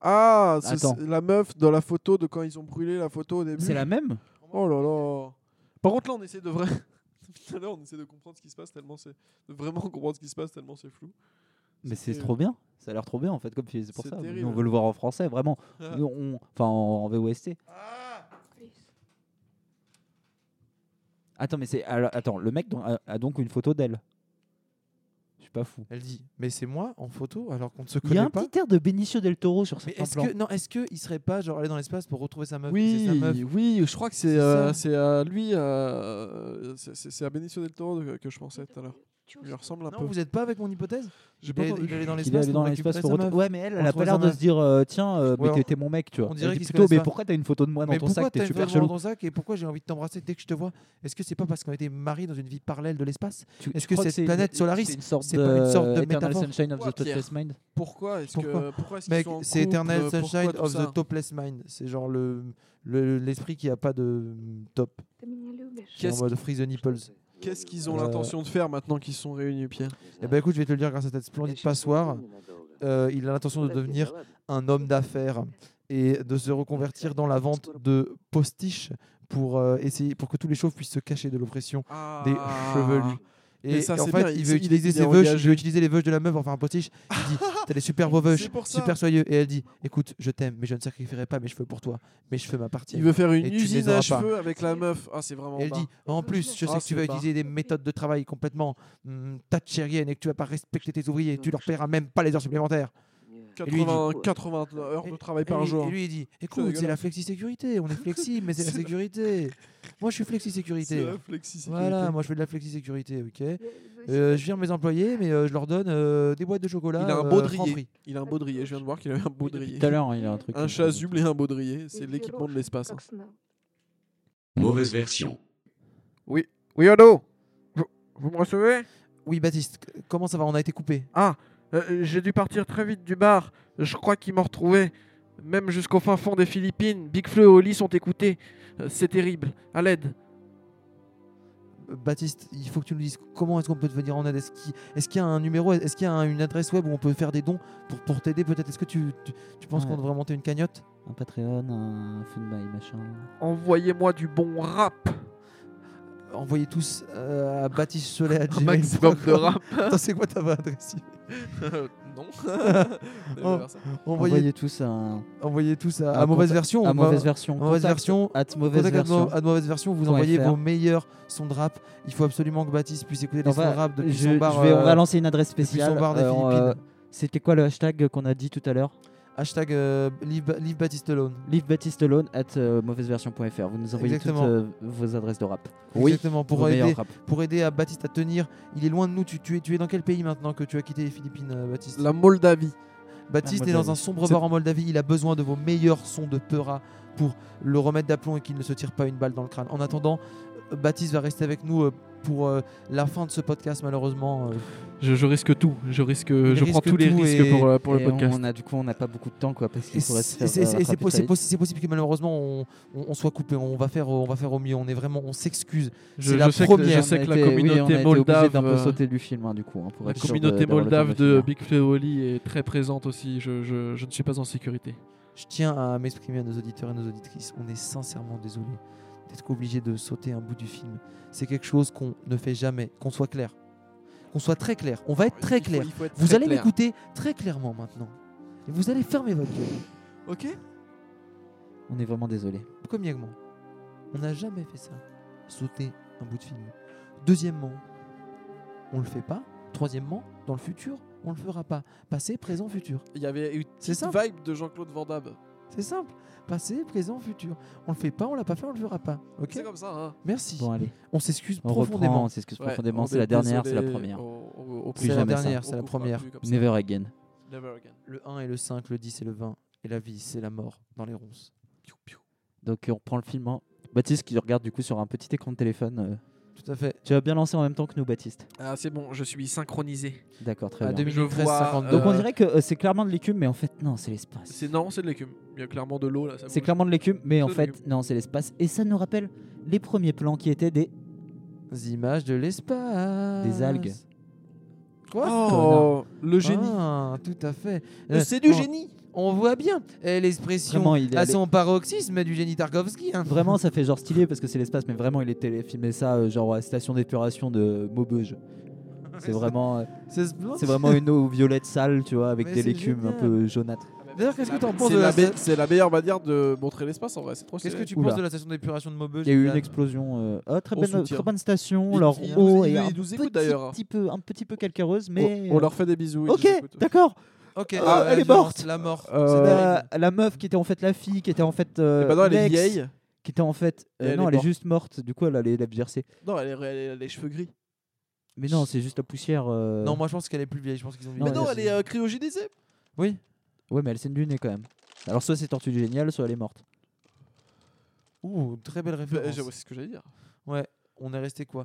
I: Ah, c'est-
H: Attends.
I: c'est la meuf de la photo de quand ils ont brûlé la photo au début.
H: C'est la même
I: Oh là là. Par contre, là, on essaie de vrai. Tout à l'heure, on essaie de comprendre ce qui se passe tellement c'est. De vraiment comprendre ce qui se passe tellement c'est flou.
H: Mais c'est
I: C'était-
H: trop bien. Ça a l'air trop bien en fait, comme tu dis, c'est pour
I: C'est
H: ça. Nous,
I: terrible.
H: on veut le voir en français, vraiment. Nous, on- Enfin, en, en VOST.
A: Ah
H: Attends, mais c'est. alors, Attends, le mec don- a, a donc une photo d'elle. Je suis pas fou.
A: Elle dit, mais c'est moi en photo alors qu'on ne se
H: Il y a
A: connaît
H: un
A: pas.
H: petit air de Benicio del Toro sur
A: Mais
H: certains
A: est-ce
H: plans.
A: que non, est-ce que il serait pas genre aller dans l'espace pour retrouver sa meuf
I: Oui,
A: c'est sa meuf.
I: oui, je crois que c'est
A: C'est
I: euh,
A: ça.
I: c'est à lui, euh, c'est- c'est c'est à Benicio del Toro que, que je pensais tout à l'heure. Il lui ressemble un
A: Non,
I: peu.
A: vous n'êtes pas avec mon hypothèse
I: J'ai
A: il
I: pas
A: est,
I: entendu.
A: il est allé dans
H: Qu'il est
A: l'espace
H: allé dans
A: pour
H: l'espace
A: récupérer
H: pour
A: sa
H: retrouver-
A: meuf.
H: Ouais, mais elle, elle a
A: retrouve
H: pas
A: sa
H: l'air de
A: meuf.
H: se dire euh, tiens, euh,
A: Ouais,
H: mais
A: on-
H: t'étais mon mec, tu vois.
A: on
H: Elle
A: dirait
H: dit
A: qu'ils se
H: plutôt,
A: connaissent
H: mais
A: pas.
H: pourquoi t'as une photo de moi Ah, dans
A: Mais
H: ton
A: pourquoi
H: sac
A: t'as
H: T'es
A: une
H: super
A: photo
H: chelou.
A: dans ton sac et pourquoi j'ai envie de t'embrasser dès que je te vois Est-ce que c'est pas parce qu'on a été mariés dans une vie parallèle de l'espace
H: Tu-
A: Est-ce
H: tu
A: que
H: crois
A: cette planète
H: une-
A: Solaris,
H: c'est une sorte
A: c'est
H: de,
A: pas une sorte de
H: Eternal
A: métaphore
H: Sunshine of the
I: Pourquoi,
H: Touchless Mind
I: Pourquoi est-ce
A: Pourquoi
I: que pourquoi est-ce qu'ils
A: Mec,
I: sont en
A: c'est
I: couple, euh,
A: Eternal
I: pourquoi
A: Sunshine
I: tout
A: of
I: ça
A: the Topless Mind. C'est genre le le- l'esprit qui a pas de mm, top. Qui est en
I: Qu'est-ce
A: mode Free the Nipples.
I: Qu'est-ce qu'ils ont
A: Euh,
I: l'intention de faire maintenant qu'ils sont réunis, Pierre
A: Eh ben écoute, je vais te le dire grâce à cette splendide passoire. Euh, il a l'intention de devenir un homme d'affaires et de se reconvertir dans la vente de postiches pour euh, essayer pour que tous les chauves puissent se cacher de l'oppression des
I: Ah.
A: chevelus. Et,
I: Mais ça,
A: et en
I: c'est
A: fait,
I: bien,
A: il
I: il
A: veut
I: s'est- il-
A: utiliser
I: il est
A: ses veuches,
I: engagé.
A: je vais utiliser les veuches de la meuf pour faire un postiche. Il dit T'as des super beaux veuches,
I: C'est pour ça.
A: super soyeux. Et elle dit Écoute, je t'aime, mais je ne sacrifierai pas mes cheveux pour toi. Mes cheveux
I: Il
A: m'appartiennent.
I: veut faire
A: Et
I: une
A: tu les
I: usine
A: auras
I: à
A: pas.
I: cheveux avec la meuf. Ah, c'est vraiment
A: Et elle
I: bas.
A: dit En plus, je sais
I: Ah,
A: que tu
I: c'est
A: vas
I: bas.
A: utiliser des méthodes de travail complètement hum, thatchériennes et que tu vas pas respecter tes ouvriers. Tu leur paieras même pas les heures supplémentaires. et lui, il dit-
I: 80, 80 heures de travail
A: Et
I: par
A: lui-
I: jour.
A: Et lui, il dit Écoute, c'est
I: dégueulasse.
A: la flexi-sécurité. On est flexible, mais c'est la
I: C'est la-
A: sécurité. Moi, je suis flexi-sécurité.
I: la flexisécurité.
A: Voilà, moi, je fais de la flexi-sécurité, ok. Euh, je vire mes employés, mais euh, je leur donne euh, des boîtes de chocolat.
I: Il a un
A: euh,
I: baudrier.
A: Franprix.
I: Il a un baudrier, je viens de voir qu'il avait un baudrier.
H: Tout à l'heure, hein, il y a un truc.
I: Un chasuble et un baudrier, c'est l'équipement de l'espace. hein.
D: Mauvaise version.
I: Oui, allô vous, vous me recevez
A: Oui, Baptiste, c- comment ça va On a été coupé.
I: Euh, J'ai dû partir très vite du bar. Je crois qu'ils m'ont retrouvé. Même jusqu'au fin fond des Philippines, Big Fleu et Oli sont écoutés. Euh, C'est terrible. À l'aide.
A: Euh, Baptiste, il faut que tu nous dises comment est-ce qu'on peut te venir en aide. Est-ce qu'il est-ce qu'il y a un numéro Est-ce qu'il y a un- une adresse web où on peut faire des dons pour, pour t'aider peut-être Est-ce que tu, tu, tu penses
H: Ouais.
A: qu'on devrait monter une cagnotte
H: Un Patreon, un Funby, machin.
I: Envoyez-moi du bon rap.
A: Envoyez tous euh, à Baptiste Soleil à
I: Un
A: gmail.com.
I: maximum de rap.
A: Attends, c'est quoi ta vraie adresse
I: Euh, non.
A: Oh.
H: Envoyez,
A: envoyez,
H: tous un,
A: envoyez tous à,
H: Un
A: à mauvaise
H: contact-
A: version.
H: à
A: on va-
H: mauvaise version.
A: mauvaise
H: Contact
A: version,
H: at mauvaise
A: Contact à
H: version.
A: mau- à mauvaise version, vous
H: Point
A: envoyez
H: fr.
A: vos meilleurs sons de rap. Il faut absolument que Baptiste puisse écouter
H: On
A: les sons de
H: va-
A: rap depuis
H: je,
A: son bar.
H: je vais, on va
A: euh,
H: lancer une adresse
A: depuis son
H: spéciale.
A: bar des
H: on,
A: Philippines.
H: C'était quoi le hashtag qu'on a dit tout à l'heure
A: Hashtag euh, leave, Ba- leave Baptiste alone.
H: Leave Baptiste alone at euh, mauvaiseversion.fr. Vous nous envoyez
A: Exactement.
H: toutes euh, vos adresses de rap.
A: Exactement,
H: Vos
A: pour
H: meilleurs
A: aider,
H: rap.
A: pour aider à Baptiste à tenir. Il est loin de nous. Tu, tu es, tu es dans quel pays maintenant que tu as quitté les Philippines, euh, Baptiste
I: La Moldavie.
A: Baptiste
H: La
A: est dans
H: Moldavie.
A: un sombre
I: C'est-
A: bar en Moldavie. Il a besoin de vos meilleurs sons de Peura pour le remettre d'aplomb et qu'il ne se tire pas une balle dans le crâne. En attendant, euh, Baptiste va rester avec nous euh, pour euh, la fin de ce podcast, malheureusement. euh.
I: Je, je risque tout. Je risque. je prends
H: risques
I: tous les
H: tout
I: risques
H: et-
I: pour, euh, pour le
H: et
I: podcast.
H: On a, du coup, on n'a pas beaucoup de temps, quoi, parce
A: Et
H: qu'il faut
A: C'est
H: rester.
A: c'est- c'est- c'est possi- c'est possi- c'est possible que malheureusement on, on- on soit coupé. On va faire, euh, on va faire au mieux. On est vraiment, on s'excuse.
I: Je,
A: c'est la
I: je sais que, je
A: première,
I: sais que la communauté moldave,
H: d'un peu
I: euh,
H: sauter du film, hein, du coup. hein, pour
I: la
H: être sûr
I: communauté
H: d'avoir le temps
I: moldave
H: finir.
I: de Big Flo et Oli est très présente aussi. Je, je- je ne suis pas en sécurité.
A: Je tiens à m'exprimer à nos auditeurs et nos auditrices. On est sincèrement désolé d'être obligé de sauter un bout du film. C'est quelque chose qu'on ne fait jamais. Qu'on soit clair, qu'on soit très clair. On va être très
I: Il faut-
A: clair.
I: il faut être
A: Vous
I: très
A: allez
I: clair.
A: m'écouter très clairement maintenant. Et vous allez fermer votre gueule.
L: Ok.
H: On est vraiment désolé.
A: Premièrement, on n'a jamais fait ça. Sauter un bout de film. Deuxièmement, on le fait pas. Troisièmement, dans le futur, on le fera pas. Passé, présent, futur.
I: Il y avait une
A: C'est
I: petite
A: simple.
I: vibe de Jean-Claude Van Damme.
A: C'est simple. Passé, présent, futur. On le fait pas, on l'a pas fait, on le fera pas. Ok
I: C'est comme ça. Hein.
A: Merci.
H: Bon, allez.
A: On s'excuse
H: On reprend,
A: profondément.
H: on s'excuse
I: Ouais,
H: profondément.
I: on
H: C'est
I: est
H: la dernière, c'est la
I: désolé,
H: première.
I: on- on- on
H: Plus
A: C'est la
H: jamais ça.
A: dernière, c'est la
I: On coupera
A: première.
I: plus comme ça.
H: Never again.
I: Never again.
A: Le 1 et le 5, le 10 et le 20. Et la vie, c'est la mort dans les ronces.
I: Piou, piou.
H: Donc, euh, on reprend le film en. Baptiste qui regarde du coup sur un petit écran de téléphone. euh.
A: Tout à fait.
H: Tu as bien lancé en même temps que nous, Baptiste.
I: Ah, c'est bon, je suis synchronisé. Ah,
H: D'accord, très
A: À
H: bien.
A: 2013,
I: vois,
A: 52.
H: Donc on
I: Euh,
H: dirait que euh, c'est clairement de l'écume, mais en fait non, c'est l'espace.
I: C'est non, c'est de l'écume. Il y a clairement de l'eau là. ça
H: C'est
I: bouge.
H: clairement de l'écume, mais en
I: C'est de
H: fait
I: l'écume.
H: non, c'est l'espace. Et ça nous rappelle les premiers plans qui étaient des.
A: Des images de l'espace.
H: Des algues.
A: Quoi
I: Oh, le génie.
A: Ah, tout à fait.
I: Euh,
A: Euh,
I: c'est du
A: on-
I: génie.
A: On voit bien eh, l'expression
H: Vraiment,
I: Ah,
H: il est
A: à
H: allé-
A: son paroxysme du génie Tarkovsky. hein.
H: Vraiment, ça fait genre stylé parce que c'est l'espace, mais vraiment, il est téléfilmé ça, euh, genre à la station d'épuration de Maubeuge. C'est vraiment, euh,
A: C'est splendide.
H: c'est vraiment une eau violette sale, tu vois, avec
A: Mais
H: des
A: c'est
H: légumes un
A: génial.
H: peu jaunâtres.
A: D'ailleurs, qu'est-ce que t'en penses
I: C'est
A: de la
I: la, be- c'est la meilleure manière de montrer l'espace en vrai. C'est trop
A: Qu'est-ce que
I: stylé.
A: tu
H: Oula.
A: penses de la station d'épuration de Maubeuge
H: Il y a eu une
A: Yann
H: explosion. euh, ah, très,
I: On
H: bonne,
I: soutient.
H: très bonne station,
I: Ils-
H: leur
I: ils nous-
H: eau
I: ils
H: est
I: nous-
H: un
I: ils nous écoutent,
H: petit,
I: d'ailleurs. Oh,
H: petit peu, un petit peu calcareuse, mais.
I: On, on leur fait des bisous. ils
H: Ok,
I: nous écoutent.
H: d'accord.
A: Ok.
H: Ah, elle est
A: violence,
H: morte.
A: La mort.
I: Euh,
A: C'est
H: La,
A: terrible.
H: la meuf qui était en fait la fille, qui était en fait. euh,
I: Et maintenant, elle est
H: l'ex,
I: vieille.
H: Qui était en fait.
I: Et
H: euh,
I: elle
H: non,
I: est
H: elle est
I: morte.
H: juste morte. Du coup, elle a les lèvres gercées.
I: Non, elle, est, elle, est- elle a les cheveux gris.
H: Mais non, c'est juste la poussière. euh,
A: Non, moi je pense qu'elle est plus vieille. Je pense qu'ils ont.
H: Mais
I: Mais
H: Ouais,
I: non,
H: c'est-
I: elle est euh, cryogénisée.
A: Oui.
H: Ouais, mais elle saigne du nez quand même. Alors, soit c'est tortue géniale, soit elle est morte.
A: Ouh, très belle
I: Bah,
A: référence.
I: je- C'est ce que j'allais dire.
A: On est resté quoi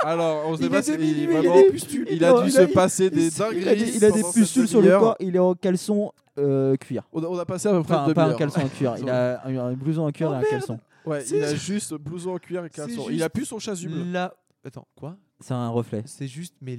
I: Alors, on sait pas si il,
H: il a
I: vraiment-
H: des pustules.
I: il a dû se passer
H: il
I: des
H: s-
I: dingueries.
H: Il a des, il a des
I: pendant cette
H: pustules sur le
I: demi-heure.
H: corps. Il est en caleçon euh, cuir.
I: On a, on a passé à peu près
H: Enfin,
I: une
H: pas un
I: demi-heure.
H: caleçon en cuir. Il a un, un blouson en
I: Oh,
H: cuir et un caleçon.
I: Ouais,
A: C'est
I: il a juste blouson en cuir et
A: C'est
I: caleçon.
A: juste-
I: Il a pu son chasuble.
A: Là. Attends, quoi
H: C'est un reflet.
A: C'est juste, mais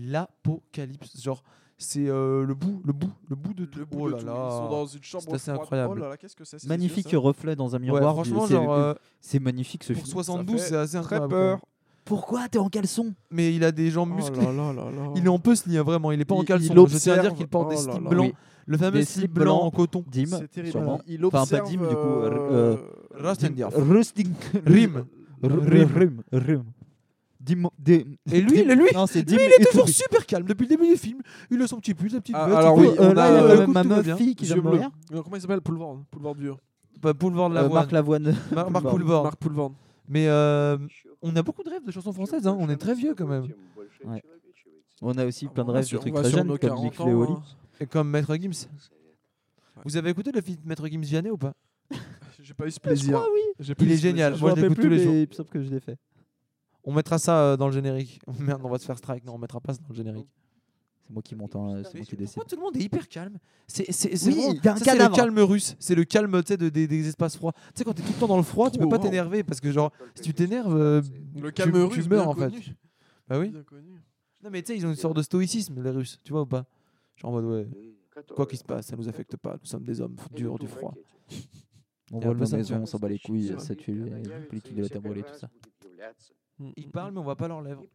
A: l'apocalypse. Genre, c'est euh, le bout, le bout, le bout de tout.
I: Le bout
A: oh
I: de
A: là
I: tout.
A: là.
I: Ils sont dans une chambre
A: C'est assez
I: froide.
A: incroyable.
I: Oh là là, qu'est-ce que c'est c'est-
H: Magnifique
I: c'est-
H: reflet dans un
A: Ouais,
H: miroir. du-
A: franchement,
H: c'est-
A: genre, euh,
H: C'est magnifique ce
A: pour
H: film.
A: 72,
I: fait
A: c'est assez
I: très
A: incroyable.
I: peur.
A: quoi.
H: Pourquoi t'es en caleçon
A: Mais il a des jambes
I: Oh
A: musclées.
I: là là là là.
A: Il est en puzzle, hein, vraiment. Il est pas en
I: Il-
A: caleçon.
I: il
A: Je tiens à dire
I: observe.
A: qu'il porte des
I: Oh là
A: slips
I: là.
A: blancs.
H: Bah Oui.
A: Le fameux
H: Des
A: slip
H: slips
A: blanc
H: blanc.
A: en coton.
H: Dim,
I: C'est terrible.
H: sûrement.
I: Il
H: Enfin, pas
I: observe.
H: Dim, du coup,
I: euh,
H: euh,
A: Rastendier.
H: Rusting.
A: Rim.
H: Rim. Rim. Rim. Dim. Dim-
A: Et lui,
H: Dim-
A: le- lui-
H: Non, c'est Dim.
A: Lui, il est
H: Uturi.
A: toujours super calme depuis le début du film. Il a son petit pull, sa petite
I: Ah,
A: veste,
I: alors
A: il
I: oui,
A: fait,
H: Euh,
I: on
H: là,
I: a,
H: il y
I: euh,
H: avait
A: écoute,
H: ma
A: tout va
H: meuf
A: bien.
H: fille qui vient
I: Yeux
H: de
I: bleus.
H: mourir.
I: Non, Comment il s'appelle Poulvorne. Poulvorne vieux.
A: Pas Boulevard de la
H: Euh, Marc Lavoine.
A: Mar- Marc
H: Boulevard.
A: Boulevard.
I: Marc Poulvorne.
A: Mais euh, on a beaucoup de rêves de chansons françaises. hein. On est très vieux quand même.
H: Ouais. On a aussi plein de
I: On va
H: rêves de
I: Ah, sur-
H: trucs
I: on va
H: très
I: sur
H: jeunes
I: nos
H: comme Big
I: 40 ans,
H: Flo et Oli.
I: hein.
A: Et comme Maître Gims. Vous avez écouté le film Maître Gims Vianney ou pas
I: J'ai pas eu ce plaisir.
H: Ah
I: J'ai pas
A: Il
I: eu
A: est
I: ce
A: génial.
I: plaisir.
A: Moi, je
H: m'en
A: l'écoute
H: rappelle
A: tous les
H: plus,
A: jours.
H: mais Il me semble que je l'ai fait.
A: On mettra ça euh, dans le générique. Oh, Merde, on va se faire strike. Non, on mettra pas ça dans le générique.
H: C'est moi qui monte, hein, c'est moi qui décide.
A: Pourquoi tout le monde est hyper calme C'est c'est- c'est
H: Oui,
A: vraiment-
H: il y a un
A: ça, c'est le
H: cadavre.
A: calme russe. C'est le calme tu sais, de- des, des espaces froids. Tu sais, quand t'es tout le temps dans le froid, tu peux
I: Trop,
A: pas
I: wow.
A: t'énerver parce que, genre, si tu t'énerves, euh,
I: Le
A: tu-
I: Cameroun.
A: tu meurs en fait. Bah oui.
I: Bien connu.
A: Non, mais tu sais, ils ont une sorte de stoïcisme, les Russes. Tu vois ou pas Genre en mode, ouais, quoi qu'il se passe, ça nous affecte pas. Nous sommes des hommes durs du froid.
H: On
A: Et
H: voit
A: un peu
H: la
A: ça, tu
H: maison,
A: vois.
H: on s'en bat les couilles,
I: Ouais.
H: ça tue les politiques de la taboulée, tout ça.
A: Ils parlent, mais on voit pas leurs lèvres.
H: Ouais.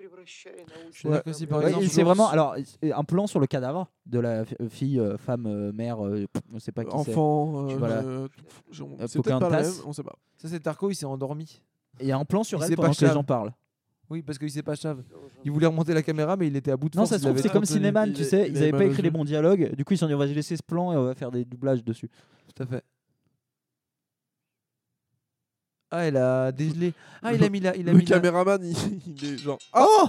A: C'est-à-dire que si, par
H: Ouais,
A: exemple,
H: et c'est
A: je-
H: vraiment alors c'est un plan sur le cadavre de la fi- euh, fille, euh, femme, euh, mère, euh, pff, on sait pas qui c'est.
I: Enfant. euh,
H: Voilà.
I: euh, je-
H: Euh,
I: C'est peut-être pas le
H: Pocahontas.
I: rêve, on sait pas.
A: Ça, c'est Tarko, il s'est endormi.
H: Il y a un plan sur
A: Il
H: elle
A: sait pas
H: pendant
A: que
H: que les
A: ça-
H: gens parlent.
A: Oui, parce qu'il s'est pas chave. Il voulait remonter la caméra, mais il était à bout de
H: Non,
A: force.
H: ça
A: il
H: se trouve,
A: avait
H: c'est
A: tout
H: comme
A: retenu.
H: Cinéman,
I: Il
H: tu
I: est-
H: sais,
I: il
H: ils
I: est
H: avaient pas
I: mal au
H: écrit
I: jeu.
H: les bons dialogues, du coup ils s'en ont dit on va laisser ce plan et on va faire des doublages dessus.
A: Tout à fait. Ah, elle a dégelé. Ah, il a mis la. Il a
I: Le
A: mis la-
I: caméraman, il il est genre.
A: Oh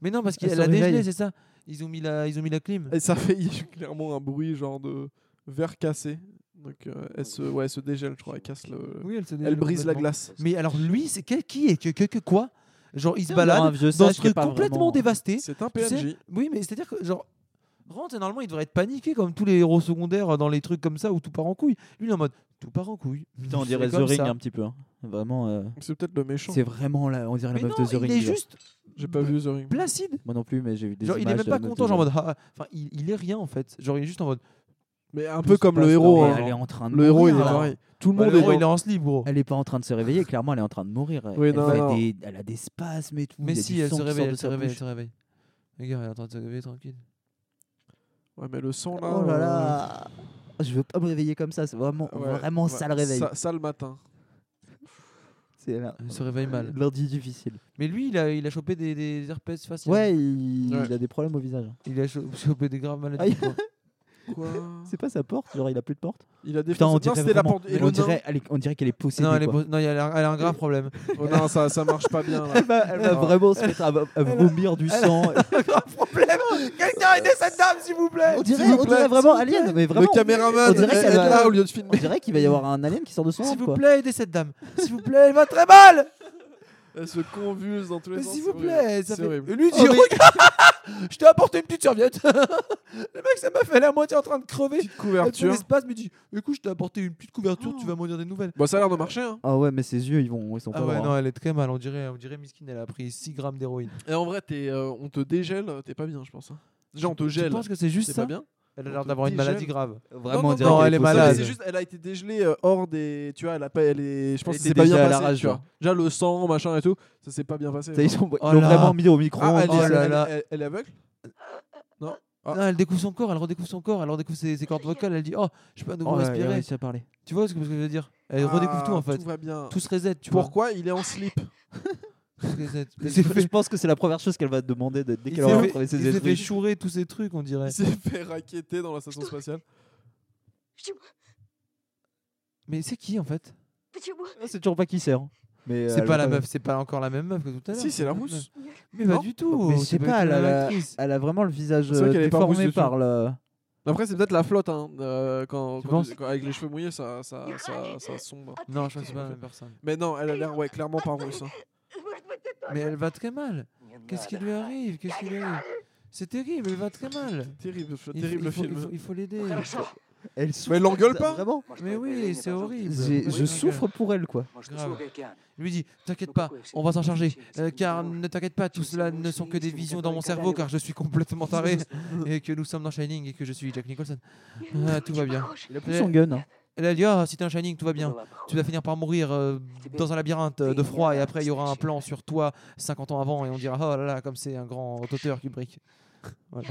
A: Mais non, parce
H: Elle
A: qu'elle a
H: se
A: dégelé,
H: réveille.
A: c'est ça. Ils ont mis la, ils ont mis la clim.
I: Et ça fait il y a clairement un bruit genre de verre cassé. Donc euh, elle, se, ouais, elle se dégèle, je crois. Elle, casse le...
A: Oui, elle se dégèle
I: elle brise la
A: complètement.
I: glace.
A: Mais alors lui, c'est quel- qui est que, que- que- quoi Genre, il se
H: C'est encore un
A: balade
H: vieux
A: dans
H: sage
A: ce
H: qui est
A: truc
H: pas
A: complètement
H: vraiment-
A: dévasté.
I: C'est un
A: Tu sais,
I: PNJ.
A: oui, mais c'est-à-dire que, genre, Rand, normalement, il devrait être paniqué comme tous les héros secondaires euh, dans les trucs comme ça où tout part en couille. Lui, il est en mode tout part en couille.
H: Putain, on
A: C'est
H: dirait The
A: comme
H: Ring
A: ça.
H: un petit peu. hein. Vraiment, euh,
I: C'est peut-être le méchant.
H: c'est vraiment là, on dirait la
A: Mais non,
H: meuf de The Ring.
A: il est
H: déjà.
A: juste
I: J'ai pas vu The Ring.
A: placide.
H: Moi non plus, mais j'ai vu des
A: Genre, il est
H: images
A: même
H: de
A: pas
H: la meuf
A: content,
H: de
A: genre en
H: The
A: mode. ah, ah. Enfin, il, il est rien en fait. Genre, il est juste en mode.
I: Mais un
A: Tout
I: peu
A: se
I: comme le
A: passe
I: héros.
A: dans-
H: Ring. Et
I: hein.
H: Elle est en train de
I: Le héros, il est
H: mourir, là.
I: pareil. Tout le
A: Bah,
I: monde
A: le
I: est
A: héros,
I: dans-
A: il est en slip, gros.
H: Elle est pas en train de se réveiller, clairement, elle est en train de mourir.
I: Oui,
H: elle,
I: non,
H: fait
I: non.
H: Des, elle a des spasmes et tout.
A: Mais
H: il y a
A: si,
H: du
A: elle
H: sang
A: se
H: qui sort
A: réveille,
H: de
A: elle se
H: sa
A: réveille, elle
H: bouche.
A: se réveille. Les gars, elle est en train de se réveiller tranquille.
I: Ouais, mais le sang là.
H: Oh là
I: euh,
H: là Je veux pas me réveiller comme ça, c'est vraiment,
I: ouais,
H: vraiment
I: ouais.
H: sale réveil.
I: Ça, ça le matin.
H: C'est la-
A: Elle se réveille mal.
H: lundi difficile.
A: Mais lui, il a, il a chopé des, des herpès faciales.
H: Ouais, il,
I: Ouais.
H: il a des problèmes au visage.
A: Il a cho- chopé des graves maladies.
H: Aïe.
A: quoi.
I: Quoi
H: C'est pas sa porte, genre il a plus de porte.
I: Il a des
H: Putain, on
I: Non,
H: dirait,
I: c'était la
H: vraiment-
I: porte. Et
H: mais
I: le
H: on
I: nain.
H: dirait, elle est- on dirait qu'elle est possédée.
A: non, elle, est
H: quoi.
A: pos- non, il y a- elle a, elle a un grave problème.
I: Oh non, ça, ça marche pas bien. Là.
H: Elle va, elle va vraiment se mettre à, à vomir du sang.
A: problème Quelqu'un aidez cette dame, s'il vous plaît
H: on dirait,
I: S'il vous
H: on dirait
I: plaît,
H: vraiment
I: s'il vous
H: Alien,
I: plaît.
H: mais vraiment.
I: le caméraman,
H: on dirait
I: elle-
H: qu'elle
I: elle est
H: a-
I: là au lieu de
H: On
I: filmer.
H: dirait qu'il va y avoir un Alien qui sort de son
A: S'il
H: ventre,
A: vous
H: quoi.
A: plaît, aidez cette dame S'il vous plaît, elle va très mal
I: Elle se convulse dans tous les
A: Mais
I: sens.
A: S'il
I: c'est
A: vous plaît,
I: horrible.
A: ça
I: C'est
A: fait...
I: horrible.
A: Et Lui, il dit,
H: Oh,
A: regarde, je t'ai apporté une petite serviette. Le mec, ça m'a fait la moitié en train de crever.
I: Petite
A: Elle fait
I: couverture.
A: l'espace, mais dit, écoute, je t'ai apporté une petite couverture, tu vas m'en dire des nouvelles.
I: Bon, ça a l'air de marcher. Hein.
H: Ah ouais, mais ses yeux, ils vont, ils sont
A: Ah
H: pas
A: ouais,
H: bons, hein.
A: non, elle est très mal. On dirait, on dirait Miskin, elle a pris 6 grammes d'héroïne.
I: Et en vrai, t'es, euh, on te dégèle, t'es pas bien, je pense. hein. Déjà, on te
A: Je
I: gèle.
A: pense que c'est juste
I: C'est pas
A: ça.
I: bien.
A: Elle a
I: On
A: l'air
I: te
A: d'avoir une
I: digèle.
A: maladie grave.
H: Vraiment,
I: Non,
H: on
I: non,
H: dirait
A: non,
H: qu'elle
A: elle est
H: possédée.
A: malade.
I: Mais C'est juste, elle a été dégelée euh, hors des. Tu vois, elle a pas. Elle est, je pense
H: Elle
I: que
H: était
I: c'est pas
H: déjà
I: bien
H: à la
I: passé.
H: rage,
I: tu vois.
H: quoi.
I: Déjà, le sang, machin et tout, ça s'est pas bien passé.
H: Ça, Ils sont-
A: Oh
H: ils l'ont
A: là.
H: vraiment mis au micro.
I: Ah, elle,
A: Oh
I: est,
A: là
I: elle-
A: là.
I: elle- elle est aveugle Non. Ah.
A: Non, elle découvre son corps, elle redécouvre son corps, elle redécouvre ses, ses cordes vocales, elle dit Oh, je peux à nouveau respirer.
H: à parler.
A: Tu vois ce que, ce que je veux dire Elle redécouvre tout en fait.
I: Ah, Tout
A: Tout,
I: va bien.
A: se reset, tu vois.
I: Pourquoi il est en slip
A: Tout se reset. Il
H: Je
A: s'est
H: je
A: fait,
H: pense que c'est la première chose qu'elle va te demander dès dès
A: il
H: qu'elle aura
A: s'est fait-
H: retrouvé ses
A: il s'est fait
H: esprits.
A: chourer tous ces trucs, on dirait.
I: Il s'est fait raqueter dans la station spatiale.
A: Mais c'est qui en fait
H: Ah, C'est toujours pas qui sert. Mais
A: C'est
H: euh,
A: pas
H: elle
A: la
H: va-
A: meuf, c'est pas encore la même meuf que tout à l'heure.
I: Si, c'est la mousse.
A: Mais pas
I: Non.
A: du tout.
H: Mais je
A: c'est
H: sais
A: pas
H: pas,
A: du tout
H: elle
A: même
H: a,
A: actrice.
H: elle a vraiment le visage
I: C'est vrai
H: euh,
I: qu'elle est pas rousse
H: déformé
I: dessus.
H: par le.
I: Après, c'est peut-être la flotte. Hein. euh, quand,
A: Tu
I: quand-
A: penses
I: quand- avec les cheveux mouillés, ça, ça, ça, ça sombre.
A: Non, je crois que c'est pas la même personne.
I: Mais non, elle a l'air ouais, clairement pas rousse. hein.
A: Mais elle va très mal. Qu'est-ce qui lui arrive Qu'est-ce qui lui arrive C'est terrible, elle va très mal.
I: Terrible,
A: Il
I: f-
A: faut-
I: terrible
A: il faut- il
I: film.
A: faut- Il faut l'aider.
H: Elle
I: Mais elle l'engueule pas
H: Vraiment
A: Mais oui, c'est horrible.
H: J'ai- Je
A: Ouais.
H: souffre pour elle,
A: hein.
H: quoi.
A: Grave. Il lui dit T'inquiète pas, on va s'en charger. Euh, car ne t'inquiète pas, tout cela ne sont que des visions dans mon cerveau, car je suis complètement taré et que nous sommes dans Shining et que je suis Jack Nicholson. Ah, tout va bien.
H: Elle a plus son gun. hein.
A: Elle a dit Ah, si t'es un Shining, tout va bien. Tu vas finir par mourir euh, dans un labyrinthe euh, de froid et après il y aura un plan sur toi 50 ans avant et on dira Oh là là, comme c'est un grand auteur Kubrick. Voilà.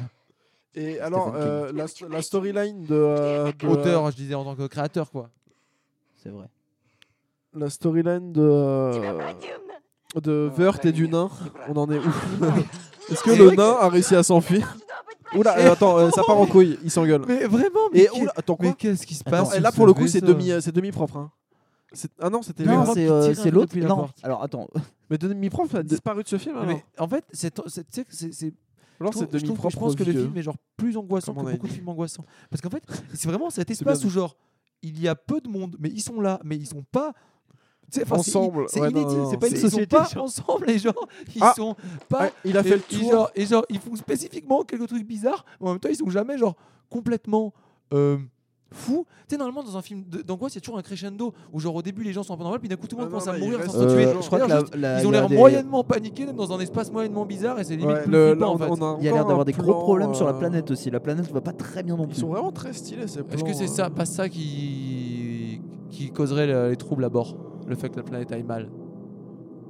I: Et alors,
H: King.
I: euh, la, sto- la storyline de, euh, de-
A: Auteur, je disais en tant que créateur, quoi.
H: C'est vrai.
I: La storyline de. euh, de Vert et du nain. On en est où Est-ce que
A: C'est
I: le
A: vrai que-
I: nain a réussi à s'enfuir Oula, euh, attends, euh, ça part en couille, il s'engueule.
A: Mais vraiment, mais,
I: Et
A: qu'est-
I: oula, attends
A: mais
I: quoi
A: qu'est-ce qui se
H: Attends,
A: passe
I: Non,
A: sur
I: Là,
A: ce
I: pour le coup, c'est
A: vaisseau
I: demi, euh, c'est demi-propre. hein. C'est- Ah non, c'était
A: Non,
I: les-
A: on va
H: c'est
A: qui
H: euh,
A: tire
H: c'est
A: depuis
H: l'autre.
A: la
H: Non,
A: porte.
H: alors attends.
I: Mais de demi-propre, ça a disparu de ce film.
A: Non,
I: Alors,
A: mais en fait, c'est c'est- tu sais que c'est- c'est
I: alors
A: Je trouve-
I: c'est
A: je trouve-
I: demi-propre.
A: Je pense que le
I: vieux.
A: film est genre plus angoissant
I: Comme on
A: que
I: a
A: beaucoup de
I: dit.
A: films angoissants. Parce qu'en fait, c'est vraiment cet
I: C'est bien
A: espace
I: dit.
A: où genre il y a peu de monde, mais ils sont là, mais ils sont pas. tu sais, enfin, c'est-
I: Ensemble,
A: c'est
I: ouais, non,
A: inédit.
I: non,
A: C'est pas
H: non.
A: ils
H: C'est
A: sont
H: société,
A: pas
H: genre.
A: ensemble les gens. Ils
I: Ah,
A: sont pas.
I: Ouais, il a fait
A: et-
I: le
A: et
I: tour.
A: genre- et genre ils font spécifiquement quelques trucs bizarres, mais en même temps ils sont jamais genre complètement. euh, fous. tu sais, normalement, dans un film de- d'angoisse, il y a toujours un crescendo où, genre, au début, les gens sont un peu normal, puis d'un coup, tout le monde
I: Non, non,
A: commence à
I: non, ils
A: mourir sans
I: restent-
A: se
I: Euh,
A: tuer.
H: je crois que
A: D'ailleurs,
H: la-
A: juste,
H: la-
A: ils ont
H: il y a
A: l'air
H: des-
A: moyennement paniqués, même dans un espace moyennement bizarre, et c'est limite
I: Ouais,
A: plus
I: le-
A: flippant,
I: là,
A: en fait.
I: on- on a
H: Il y a l'air
I: encore un
H: d'avoir des gros
I: plan,
H: problèmes sur la
I: euh,
H: planète aussi. La planète va pas très bien non
I: Ils
H: plus.
I: sont vraiment très stylés ces
A: Est-ce que
I: plans,
A: c'est
I: euh.
A: ça, pas ça qui qui causerait le- les troubles à bord Le fait que la planète aille mal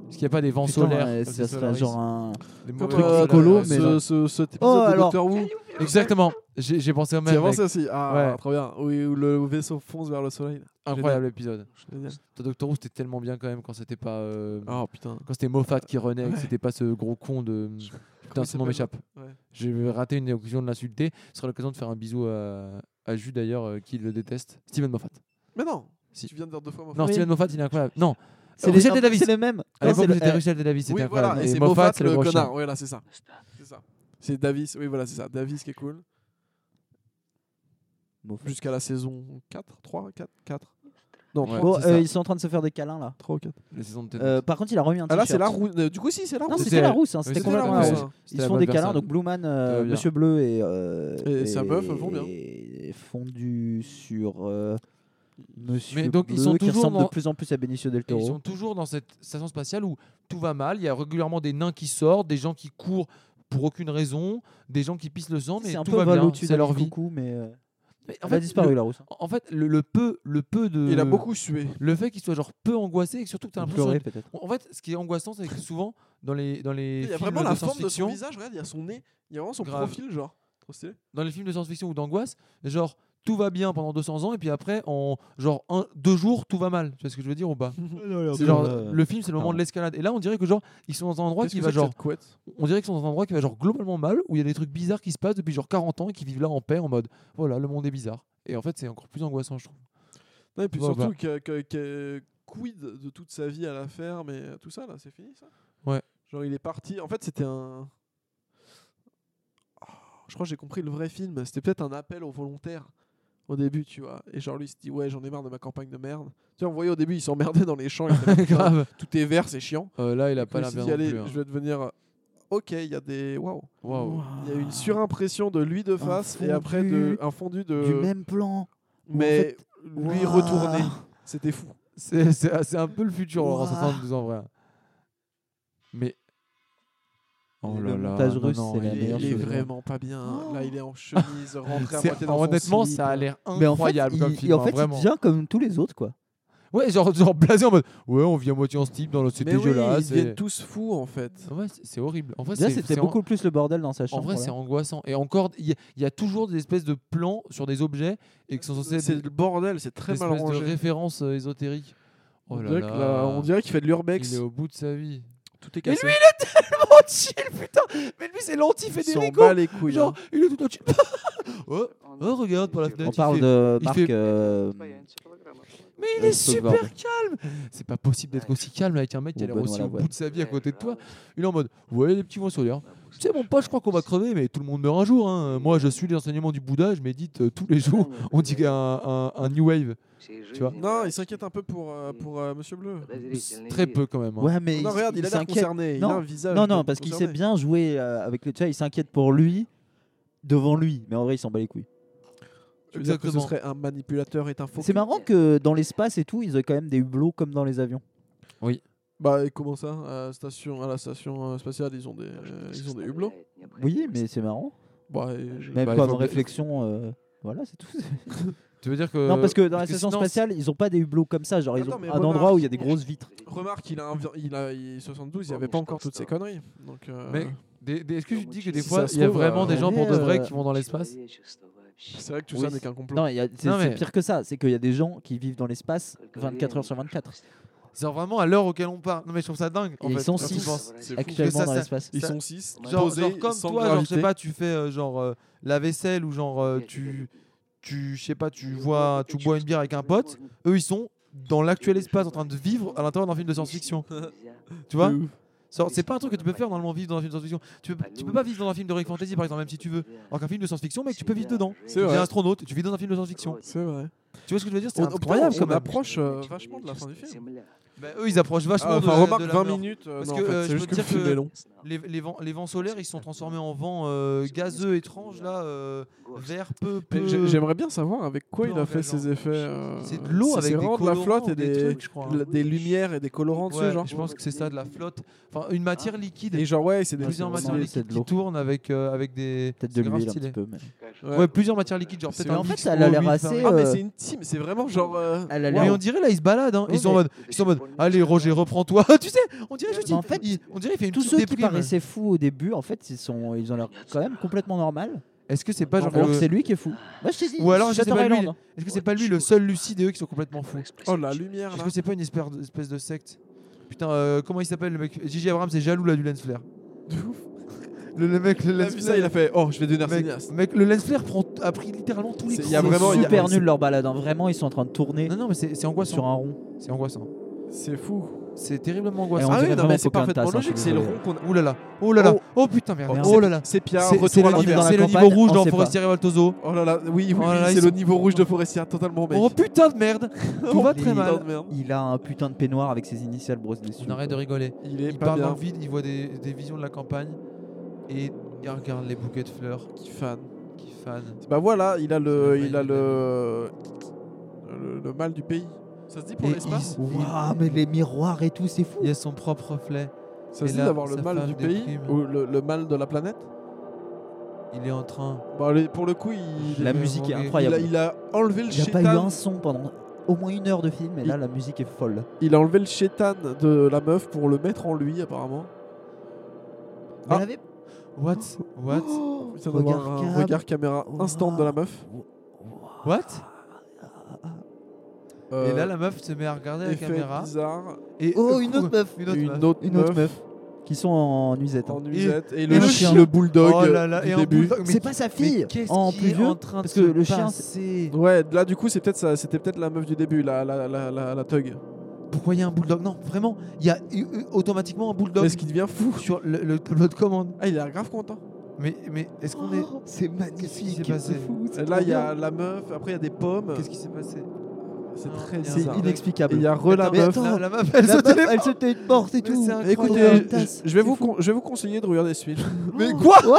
A: Est-ce qu'il n'y a pas des vents
H: Putain,
A: solaires
H: euh,
A: comme
H: ça
A: les
H: serait
A: Solaris
H: genre un.
A: Des
I: Comme,
A: mauvais
H: truc
I: euh,
A: vents
H: écolo,
A: solaires,
I: ce,
H: mais
A: ouais.
I: ce, cet épisode de
H: alors.
I: Doctor Who,
A: Exactement, j'ai j'ai pensé au
I: qui
A: même.
I: avance
A: mec.
I: aussi. Ah,
A: Ouais.
I: très bien. Oui, où le vaisseau fonce vers le soleil.
A: Incroyable épisode.
I: Génial.
A: Ton Doctor Who, c'était tellement bien quand même quand c'était pas. euh,
I: Oh putain.
A: Quand c'était Moffat qui renaît, et que
I: Ouais.
A: c'était pas ce gros con de. Putain,
I: il
A: son nom
I: s'appelle
A: m'échappe.
I: Ouais.
A: J'ai raté une occasion de l'insulter. Ce sera l'occasion de faire un bisou à, à Jus d'ailleurs, euh, qui le déteste. Steven Moffat.
I: Mais non.
A: Si.
I: Tu viens de dire deux fois. mon
A: Non,
I: frère.
A: Steven Moffat, il est incroyable. Non,
H: C'est
A: Richard
H: les-
A: Davis.
H: C'est les mêmes.
A: à
H: Non,
A: l'époque,
H: c'est le-
A: c'était
H: euh,
A: Richard Davis, c'était
I: Oui,
A: incroyable.
I: voilà. Et c'est Moffat, le, connard. Oui, là, c'est ça. C'est ça. C'est Davis. Oui, voilà, c'est ça. Davis qui est cool.
H: Moffat.
I: Jusqu'à la saison 4, 3, 4, 4. Non,
H: Bon, euh,
I: c'est ça.
H: ils sont en train de se faire des câlins là.
I: 3 ou 4.
A: Les saisons de tête.
H: Euh, par contre, il a remis un
I: Ah
H: t-shirt.
I: là, c'est la roue. euh, Du coup, si, c'est la roue.
H: Non,
A: c'était-
H: c'était la rousse. hein,
A: oui,
H: C'était
A: c'était
I: la
H: complètement la
I: rousse.
H: rousse. Ils se font des câlins, donc Blue Man, euh,
A: Tout va bien.
H: Monsieur Bleu et, euh,
I: Et sa meuf vont bien.
H: et fondu sur euh, Monsieur
A: Mais donc, ils
H: Bleu,
A: sont
H: qui
A: toujours
H: ressemble
A: dans-
H: de plus en plus à Benicio del
A: Et ils sont
H: Toro.
A: toujours dans cette station spatiale où tout va mal. Il y a régulièrement des nains qui sortent, des gens qui courent pour aucune raison, des gens qui pissent le sang, mais
H: C'est un
A: tout
H: peu
A: va
H: Val
A: bien.
H: au-dessus
A: C'est leur
H: d'Alice
A: vie.
H: Coucou, mais euh,
A: Mais en
H: elle a
A: fait,
H: disparu
A: le,
H: la rousse. hein.
A: en fait, le- le peu, le peu de.
H: Euh,
I: Il a beaucoup sué.
A: Le fait qu'il soit genre peu angoissé et que surtout que tu as
H: On
A: l'impression.
H: pleurait peut-être.
A: En fait, ce qui est angoissant, c'est que souvent dans les dans les
I: Il y a
A: films
I: vraiment
A: de
I: la forme de son
A: science-fiction,
I: visage. Regarde, il y a son nez. Il y a vraiment son
A: Grave.
I: profil, genre. Trop stylé.
A: dans les films de science-fiction ou d'angoisse, genre tout va bien pendant 200 ans et puis après en genre un, deux jours tout va mal. Tu vois ce que je veux dire ou pas C'est genre le film c'est le moment
H: pardon.
A: de l'escalade et là on dirait que genre ils sont dans un endroit
I: euh, Qu'est-ce
A: qui
I: que
A: va
I: c'est que
A: genre
I: cette couette
A: on dirait qu'ils sont dans un endroit qui va genre globalement mal où il y a des trucs bizarres qui se passent depuis genre 40 ans et qui vivent là en paix en mode voilà le monde est bizarre et en fait c'est encore plus angoissant je trouve.
I: Non, et puis
A: Bon,
I: surtout
A: bah.
I: que, que- que- quid de toute sa vie à la ferme et tout ça là, c'est fini ça
A: Ouais.
I: Genre il est parti. En fait, c'était un. Oh, je crois que j'ai compris le vrai film. C'était peut-être un appel aux volontaires au début, tu vois. Et genre lui il se dit ouais, j'en ai marre de ma campagne de merde. Tu vois, on voyait au début il s'emmerdait dans les champs. il était là, putain,
A: Grave.
I: tout est vert, c'est chiant.
A: Euh, là il a
I: Il
A: pas l'air
I: s'est
A: bien
I: dit
A: non
I: allez,
A: plus. hein.
I: je vais devenir. euh, Ok, il y a des waouh.
A: Waouh.
I: Il y a une surimpression de lui de face et
H: fondu-
I: après de un fondu de.
H: Du même plan.
I: mais lui
H: Waouh.
I: retourné. C'était fou.
A: C'est- C'est c'est un peu le futur en
H: Ouah.
A: 72 ans, en vrai. Mais. Oh là
H: Le
A: là.
H: montage
A: non,
H: russe,
A: non,
H: c'est la
A: il est-
H: meilleure
I: Il est
H: chose.
I: vraiment pas bien. Là, il est en chemise, rentré à
A: hein. Oh. C'est-
I: moitié dans son
A: Honnêtement,
I: slip.
A: ça a l'air
H: Mais en fait,
A: incroyable
H: il-
A: comme
H: il-
A: film.
H: en
A: hein,
H: fait, il
A: vraiment.
H: devient euh, comme tous les autres quoi.
A: Ouais, genre, genre blasé en mode Ouais, on vit à moitié en slip dans le c'est
I: Mais oui, ils
A: dégueulasse.
I: deviennent
A: et-
I: tous fous en fait.
A: Ouais, c'est- c'est horrible. En vrai,
H: Déjà,
A: c'est-
H: c'était
A: c'est
H: beaucoup hein, plus le bordel dans sa
A: En, en
H: chambre.
A: vrai,
H: là.
A: c'est angoissant. Et encore, il y, a- il y a toujours des espèces de plans sur des objets et qui sont censés
I: C'est
A: être
I: le bordel, c'est
A: des
I: très mal
A: espèces de
I: rangé.
A: références euh, ésotériques. Oh
I: on,
A: là
I: dirait que là,
A: là.
I: on dirait qu'il fait de
A: Il
I: l'urbex.
A: est au bout de sa vie.
I: Tout est
A: Mais lui,
I: cassé.
A: il est tellement chill, putain. Mais lui, c'est
I: il s'en
A: l'anti-Federico.
I: bat les couilles.
A: Genre,
I: hein.
A: il est tout en chill. oh, oh, regarde par la fenêtre.
H: On
A: il
H: parle
A: fait-
H: de
A: il
H: Marc.
A: fait-
H: euh,
A: Mais il
H: euh,
A: est super
H: Sauveur.
A: calme. C'est pas possible d'être aussi calme avec un mec qui a
H: Bon,
A: l'air
H: ben
A: aussi
H: voilà,
A: au
H: ouais.
A: bout de sa vie à côté de toi. Il est en mode, ouais, les petits vents sur l'air. Tu sais, mon pote, je crois qu'on va crever, mais tout le monde meurt un jour. hein. Moi, je suis les enseignements du Bouddha, je médite euh, tous les jours. On dit un, un, un New Wave.
E: Tu
A: vois.
I: hein. Non, il s'inquiète un peu pour, euh,
A: Mm.
I: pour euh, Monsieur Bleu.
A: C'est Très peu quand même. hein.
H: Ouais, mais
I: Non,
H: il-
I: regarde, il, a l'air
H: s'inquiète.
I: concerné.
H: Non,
I: il a un
A: Ah,
I: visage.
H: Non,
I: de-
H: non, parce qu'il sait
I: concerné.
H: bien jouer euh, avec le chat. Il s'inquiète pour lui, devant lui. Mais en vrai, il s'en bat les couilles.
I: Tu veux dire que ce
A: Exactement.
I: serait un manipulateur et un faux.
H: C'est marrant que dans l'espace et tout, ils ont quand même des hublots comme dans les avions.
I: Bah, et comment ça Euh, station, À la station euh, spatiale, ils ont des, euh, ils ont des hublots.
H: Oui, mais c'est marrant.
I: Bah, et je-
H: Même
A: Bah, il
H: comme
A: faut-
H: réflexion, euh, voilà, c'est tout.
A: Tu veux dire Euh, que.
H: non, parce que dans la station
A: station
H: spatiale, ils ont pas des hublots comme ça. Genre, ils
I: Attends,
H: ont
I: mais
H: un
I: remarque-
H: endroit où il y a des grosses vitres.
I: Remarque, il a, un vi- il a il- 72, il n'y
A: Oh,
I: avait pas encore toutes ces conneries. Donc, euh,
A: Mais des- des- Est-ce que tu te dis que des
I: Si
A: fois,
I: ça se
A: il y a
I: trouve,
A: vraiment
I: euh,
A: des gens
H: on
A: pour
H: est,
A: de vrai
H: euh,
A: qui vont dans l'espace
I: c'est vrai que tout
H: Oui,
I: ça n'est qu'un complot.
H: Non, il y a- c'est
A: Non,
H: c'est
A: mais-
H: pire que ça. C'est qu'il y a des gens qui vivent dans l'espace 24 heures sur 24.
A: Genre vraiment à l'heure auquel on parle. Non, mais je trouve ça dingue. En
H: Et ils
A: fait,
H: sont
A: quand tu
H: six.
A: penses.
I: C'est fou.
H: Actuellement
A: ça,
H: dans
A: ça-
H: l'espace.
I: Ils
A: ça-
I: sont 6,
A: Genre, genre comme
I: sans
A: toi, genre, je
I: gravité.
A: sais pas, tu fais euh, genre euh, la vaisselle ou genre euh, tu, tu, je sais pas, tu vois, tu bois une bière avec un pote. Eux, ils sont dans l'actuel espace en train de vivre à l'intérieur d'un film de science-fiction. tu vois
I: De ouf. Bah,
A: Genre, C'est pas un truc que tu peux faire normalement vivre dans un film de science-fiction. Tu peux, tu peux pas vivre dans un film de Rick Fantasy par exemple, même si tu veux. Alors qu'un film de science-fiction, mec, tu peux vivre dedans.
I: C'est
A: Tu es
I: vrai.
A: astronaute, tu vis dans un film de science-fiction.
I: C'est vrai.
A: Tu vois ce que je veux dire C'est
I: On-
A: incroyable
I: on
A: quand même.
I: approche euh, vachement de la fin du film.
A: Bah, eux, ils approchent vachement
I: Ah,
A: de,
I: Enfin, remarque,
A: de la
I: 20
A: mort.
I: minutes. euh,
A: Parce
I: non,
A: que,
I: en fait,
A: euh, je
I: c'est juste
A: peux te
I: que le
A: dire
I: film
A: que-
I: est long.
A: Les, les vents, les vents solaires, ils sont transformés en vents euh, gazeux étranges, là, euh, vert peu,
I: Mais
A: peu...
I: j'ai- J'aimerais bien savoir avec quoi
A: peu
I: il a fait
A: engageant.
I: ses effets. euh,
A: C'est de l'eau
I: c'est-
A: avec
I: c'est
A: des
I: vraiment de la
A: colorants
I: flotte
A: ou
I: et
A: des,
I: des,
A: trucs, je crois.
I: la- des lumières et des colorants
A: Ouais,
I: dessus, genre.
A: Je pense que c'est ça, de la flotte. Enfin, une matière liquide.
I: Ah. Et genre, ouais, c'est des.
A: plusieurs
H: c'est
A: matières
H: vraiment- c'est
A: liquides
H: de l'eau.
A: qui tournent avec, euh, avec des.
H: Peut-être de
A: c'est grave
H: l'huile un
A: stylé.
H: petit peu. mais-
A: Ouais. plusieurs matières liquides, genre
I: C'est-
A: peut-être un
I: en fait,
A: mix
H: elle a l'air
A: eau, huile,
H: assez,
A: farine.
I: Ah, mais
H: euh,
I: c'est une team, c'est vraiment genre. euh,
H: Elle a
I: waouh.
H: l'air-
A: Mais on dirait Ah là, ils se baladent. hein. Ils sont en
H: Ouais,
A: mode, ils sont en mode, allez Roger, reprends-toi. tu sais, on dirait juste.
H: Mais en
A: il-
H: fait,
A: il- on dirait il fait une
H: Tous
A: petite
H: ceux qui
A: déprime.
H: paraissaient fous au début, en fait, ils, sont, ils ont l'air quand même complètement normal.
A: Est-ce que c'est pas genre.
H: alors
A: le-
H: que c'est lui qui est fou. Moi, je t'ai dit,
A: Ou alors, je sais
H: Shutter
A: pas, lui,
H: Island.
A: Est-ce que c'est pas lui le seul lucide et eux qui sont complètement fous
I: Oh la lumière
A: Est-ce
I: là.
A: que c'est pas une espère- espèce de secte Putain, euh, comment il s'appelle le mec Gigi Abrams c'est jaloux là du lens flare. Le, le mec, le
I: Il a
A: lens
I: vu
A: flare.
I: ça, il a fait Oh, je vais devenir
A: mec,
I: cinéaste.
A: mec, le lens flare prend, a pris littéralement tous les
I: C'est-
A: coups.
I: il y a
H: C'est
I: vraiment- il y a-
H: super nul leur balade. hein. Vraiment, ils sont en train de tourner
A: Non, non, mais c'est c'est angoissant.
H: sur un rond.
A: C'est angoissant.
I: C'est fou.
A: C'est terriblement angoissant.
I: on Ah oui, dirait non, mais vraiment c'est
A: pas
I: Pocahontas, parfaitement hein, je suis logique, c'est le désolé. rond qu'on-
A: Oh là là, oh là là,
I: Oh.
A: oh putain merde,
I: Merde.
A: oh là là.
I: C'est Pierre,
A: C'est-
I: retour
A: c'est
I: à
A: le niveau-
I: l'hiver.
A: C'est le
I: La
A: niveau
I: campagne,
A: rouge
I: on
A: dans
I: sait pas.
A: Forestier Rivaltoso.
I: Oh là là, oui, oui,
A: Oh là
I: oui,
A: là,
I: c'est
A: ils
I: le
A: sont-
I: niveau rouge de Forestier, totalement mec.
A: Oh putain de merde, tout va très
H: Il-
A: mal.
I: Putain de merde.
H: Il a un putain de peignoir avec ses initiales brosses dessus.
A: On arrête de rigoler.
I: Il est
A: Il
I: pas
A: parle dans
I: bien.
A: le vide, il voit des, des visions de la campagne et il regarde les bouquets de fleurs
I: Qui fan.
A: qui fanent.
I: Bah voilà, il a le,
A: C'est le
I: il a
A: mal du
I: le, le, le mal du pays. Ça se dit pour
A: Et
I: l'espace.
A: il-
H: Waouh, mais les miroirs et tout, c'est fou.
A: Il y a son propre reflet.
I: Ça
A: et
I: se dit
A: là,
I: d'avoir le
A: sa
I: mal
A: femme
I: du pays
A: déprime.
I: ou le, le mal de la planète.
A: Il est en train.
I: Bah le- pour le coup, il,
H: La
A: Il est
H: musique
A: mauvais.
H: est
I: il,
H: incroyable.
I: a, il a enlevé le
H: Il n'y a pas eu
I: chétan.
H: un son pendant au moins une heure de film, et là, la musique est folle.
I: Il a enlevé le chétan de la meuf pour le mettre en lui apparemment.
H: Mais
I: Ah.
H: elle avait-
A: What? What?
I: Oh, ça doit
H: Regard
I: avoir un
H: cam.
I: regard caméra instant de la meuf.
A: What?
I: Euh,
A: Et là, la meuf se met à regarder la
I: effet
A: caméra.
I: bizarre.
A: Et euh,
H: Oh, une autre meuf.
A: Une autre
I: une
A: meuf.
I: autre,
H: Une autre
I: meuf,
H: meuf. Qui sont en nuisette. hein.
I: en nuisette et, le,
A: et le
I: chien,
H: chien.
I: le bulldog euh,
A: Oh là là,
I: du
A: et en
I: début.
A: bulldog, mais
H: C'est pas sa
A: Mais
H: fille
A: qu'est-ce
H: en
A: qui
H: plus
A: est
H: vieux.
A: en train de
H: parce
A: se
H: que le chien,
A: passer
I: Ouais, là du coup, c'est peut-être ça, c'était peut-être la meuf du début, la la la la, la thug.
A: Pourquoi il y a un bulldog Non, vraiment, il y a eu- eu automatiquement un bulldog
I: Mais ce qui devient fou.
A: sur le, le tableau de commande.
I: Ah, il a l'air grave content.
A: Mais, mais est-ce qu'on est.
H: Oh, C'est
A: Qu'est-ce qui s'est
H: magnifique.
A: passé
H: c'est fou, c'est
I: Là,
H: trop
I: il y a
H: bien.
I: la meuf, après il y a des pommes. Ah,
A: Qu'est-ce qui s'est passé
I: C'est
A: Non,
I: très
A: il y a un
H: C'est
I: bizarre.
A: bizarre.
I: Et
H: inexplicable.
I: il y a re la
H: mais
I: meuf.
H: attends,
A: Ah, La, la meuf, elle
H: La
A: se
H: meuf,
A: téléphone.
H: elle se tait une porte et
A: Mais
H: tout.
A: c'est incroyable.
I: Écoutez,
H: Pocahontas.
I: je- je vais vous con- je vais vous conseiller de regarder ce film.
A: Mais quoi Attends,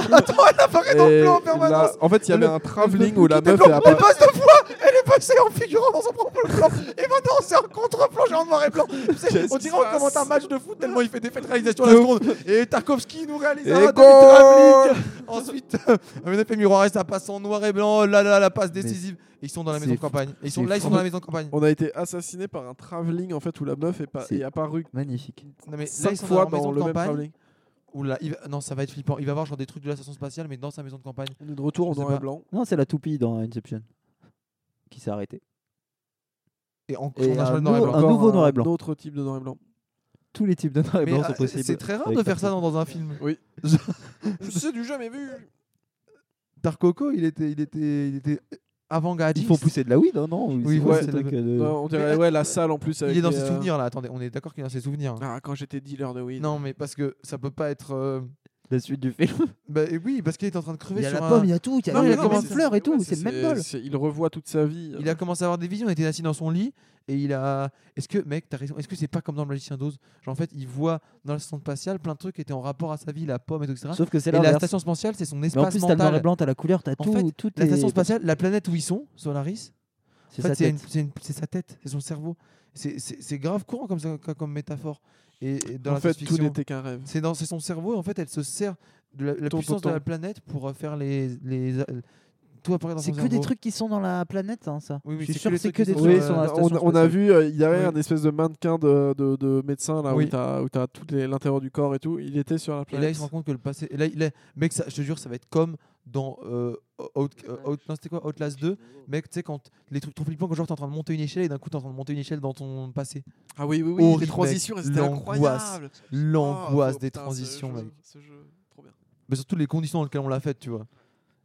A: elle apparaît dans le
I: Et
A: plan en
I: là,
A: permanence
I: en fait, il y avait
A: Elle
I: un travelling où la
A: Tout est
I: meuf
A: blanc.
I: est
A: Elle
I: apparue.
A: passe deux fois Elle est passée en figurant dans son propre plan Et maintenant, c'est un contre-plan, j'ai en noir et blanc C'est-
I: Qu'est-ce
A: On
I: qui se
A: dirait on
I: passe
A: commente un match de foot tellement il fait des faits de réalisation à la seconde Et Tarkovski nous réalise un
I: Et
A: demi
I: goal
A: Ensuite, un effet miroir, ça passe en noir et blanc, là là la passe décisive Et Ils sont dans la
H: c'est
A: maison de
H: fou.
A: campagne Et Ils sont
H: C'est
A: là, ils sont
H: fou.
A: dans la maison de campagne
I: On a été assassiné par un travelling en fait où la meuf est, pas,
H: C'est-
I: est apparue
H: Magnifique.
A: Non mais là,
I: 5
A: ils sont
I: fois
A: dans leur
I: dans
A: maison
I: le
A: de
I: même
A: campagne
I: travelling.
A: Oula, il va- non ça va être flippant Il va voir genre des trucs de la station spatiale mais dans sa maison de campagne
I: On est de retour en
A: Je sais
I: noir et
A: pas.
I: blanc.
H: Non, c'est la toupie dans Inception qui s'est arrêtée.
A: Et en-
H: Et ah
A: on a
H: un
A: changé de noir et
H: nou-
A: blanc
H: un nouveau noir et blanc.
I: Un autre type de noir et blanc.
H: Tous les types de noir et
A: Mais,
H: blanc
A: ah,
H: sont possibles.
A: c'est très rare
H: avec
A: de faire ça
H: Tarkovsky.
A: dans, dans un film.
I: Oui. C'est du jamais vu.
A: Tarkoko, il était, il était, il était avant-gardiste.
H: Ils font pousser de la weed, hein, non
A: Oui,
H: C'est
A: ouais,
H: quoi ce
A: c'est
H: truc
A: de-
H: de-
I: Non, Bah, on dirait
A: Mais-
I: ouais la salle en plus. Avec
A: Il est dans
I: les,
A: ses
I: euh,
A: souvenirs là. Attendez, on est d'accord qu'il est dans ses souvenirs.
I: Ah, quand j'étais dealer de weed.
A: Non, mais parce que ça peut pas être. euh,
H: La suite du film.
A: Bah oui, parce qu'il est en train de crever
H: Il y a
A: sur
H: la
A: un-
H: pomme, il y a tout. Il y a
A: Non, mais
H: les
A: il a
H: mêmes
A: commencé-
H: fleurs et tout.
I: Ouais,
H: C'est le même bol.
I: c'est- Il revoit toute sa vie.
A: Il a commencé à avoir des visions. Il était assis dans son lit et il a. Est-ce que mec, t'as raison Est-ce que c'est pas comme dans le magicien d'Oz Genre en fait, il voit dans la station spatiale plein de trucs qui étaient en rapport à sa vie, la pomme et tout etc.
H: Sauf que c'est
A: Et la
H: l'inverse.
A: station spatiale, c'est son
H: Mais en
A: espace
H: plus, t'as le noir et
A: mental.
H: blanc, t'as la couleur, t'as
A: En
H: tout.
A: fait,
H: tout
A: La
H: est-
A: station spatiale, la planète où ils sont, Solaris. En fait,
H: C'est sa
A: c'est
H: tête.
A: une- c'est une- c'est sa tête, c'est son cerveau. C'est- C'est c'est grave courant comme, ça, co- comme métaphore. Et, et dans
I: En
A: la
I: fait, tout
A: science-fiction,
I: n'était qu'un rêve.
A: c'est dans- c'est son cerveau. et En fait, elle se sert de la, la
I: Ton
A: puissance
I: tonton.
A: de la planète pour euh, faire les, les euh, tout apparaître dans son
H: C'est que
A: cerveau.
H: des trucs qui sont dans la planète, hein, ça.
A: Oui, oui,
H: Je suis
A: c'est que
H: sûr que
A: les
H: c'est
A: trucs
H: que
A: qui
H: des
A: sont
H: trucs
I: Oui,
A: Ouais,
H: qui sont dans la
I: on,
H: station
I: on a
H: spatiale.
I: vu euh, hier
A: Oui.
I: un espèce de mannequin de, de, de médecin là
A: Oui.
I: où t'as où t'as tout les- l'intérieur du corps et tout. Il était sur
A: Et
I: la
A: là,
I: planète.
A: il se rend compte que le passé. Et là, il est... Mec, ça, je te jure, ça va être comme dans euh, Out... euh, Out- non, c'était quoi Outlast 2. Mec, tu sais, quand les trucs trop flippants, quand genre t'es en train de monter une échelle et d'un coup t'es en train de monter une échelle dans ton passé.
I: ah oui, oui,
A: Horrible,
I: les transitions, elles étaient
A: L'angoisse.
I: incroyables.
A: L'angoisse
I: Oh,
A: des
I: putain, ce
A: transitions,
I: jeu,
A: mec.
I: ce jeu, trop bien.
A: Mais surtout les conditions dans lesquelles on l'a faite, tu vois.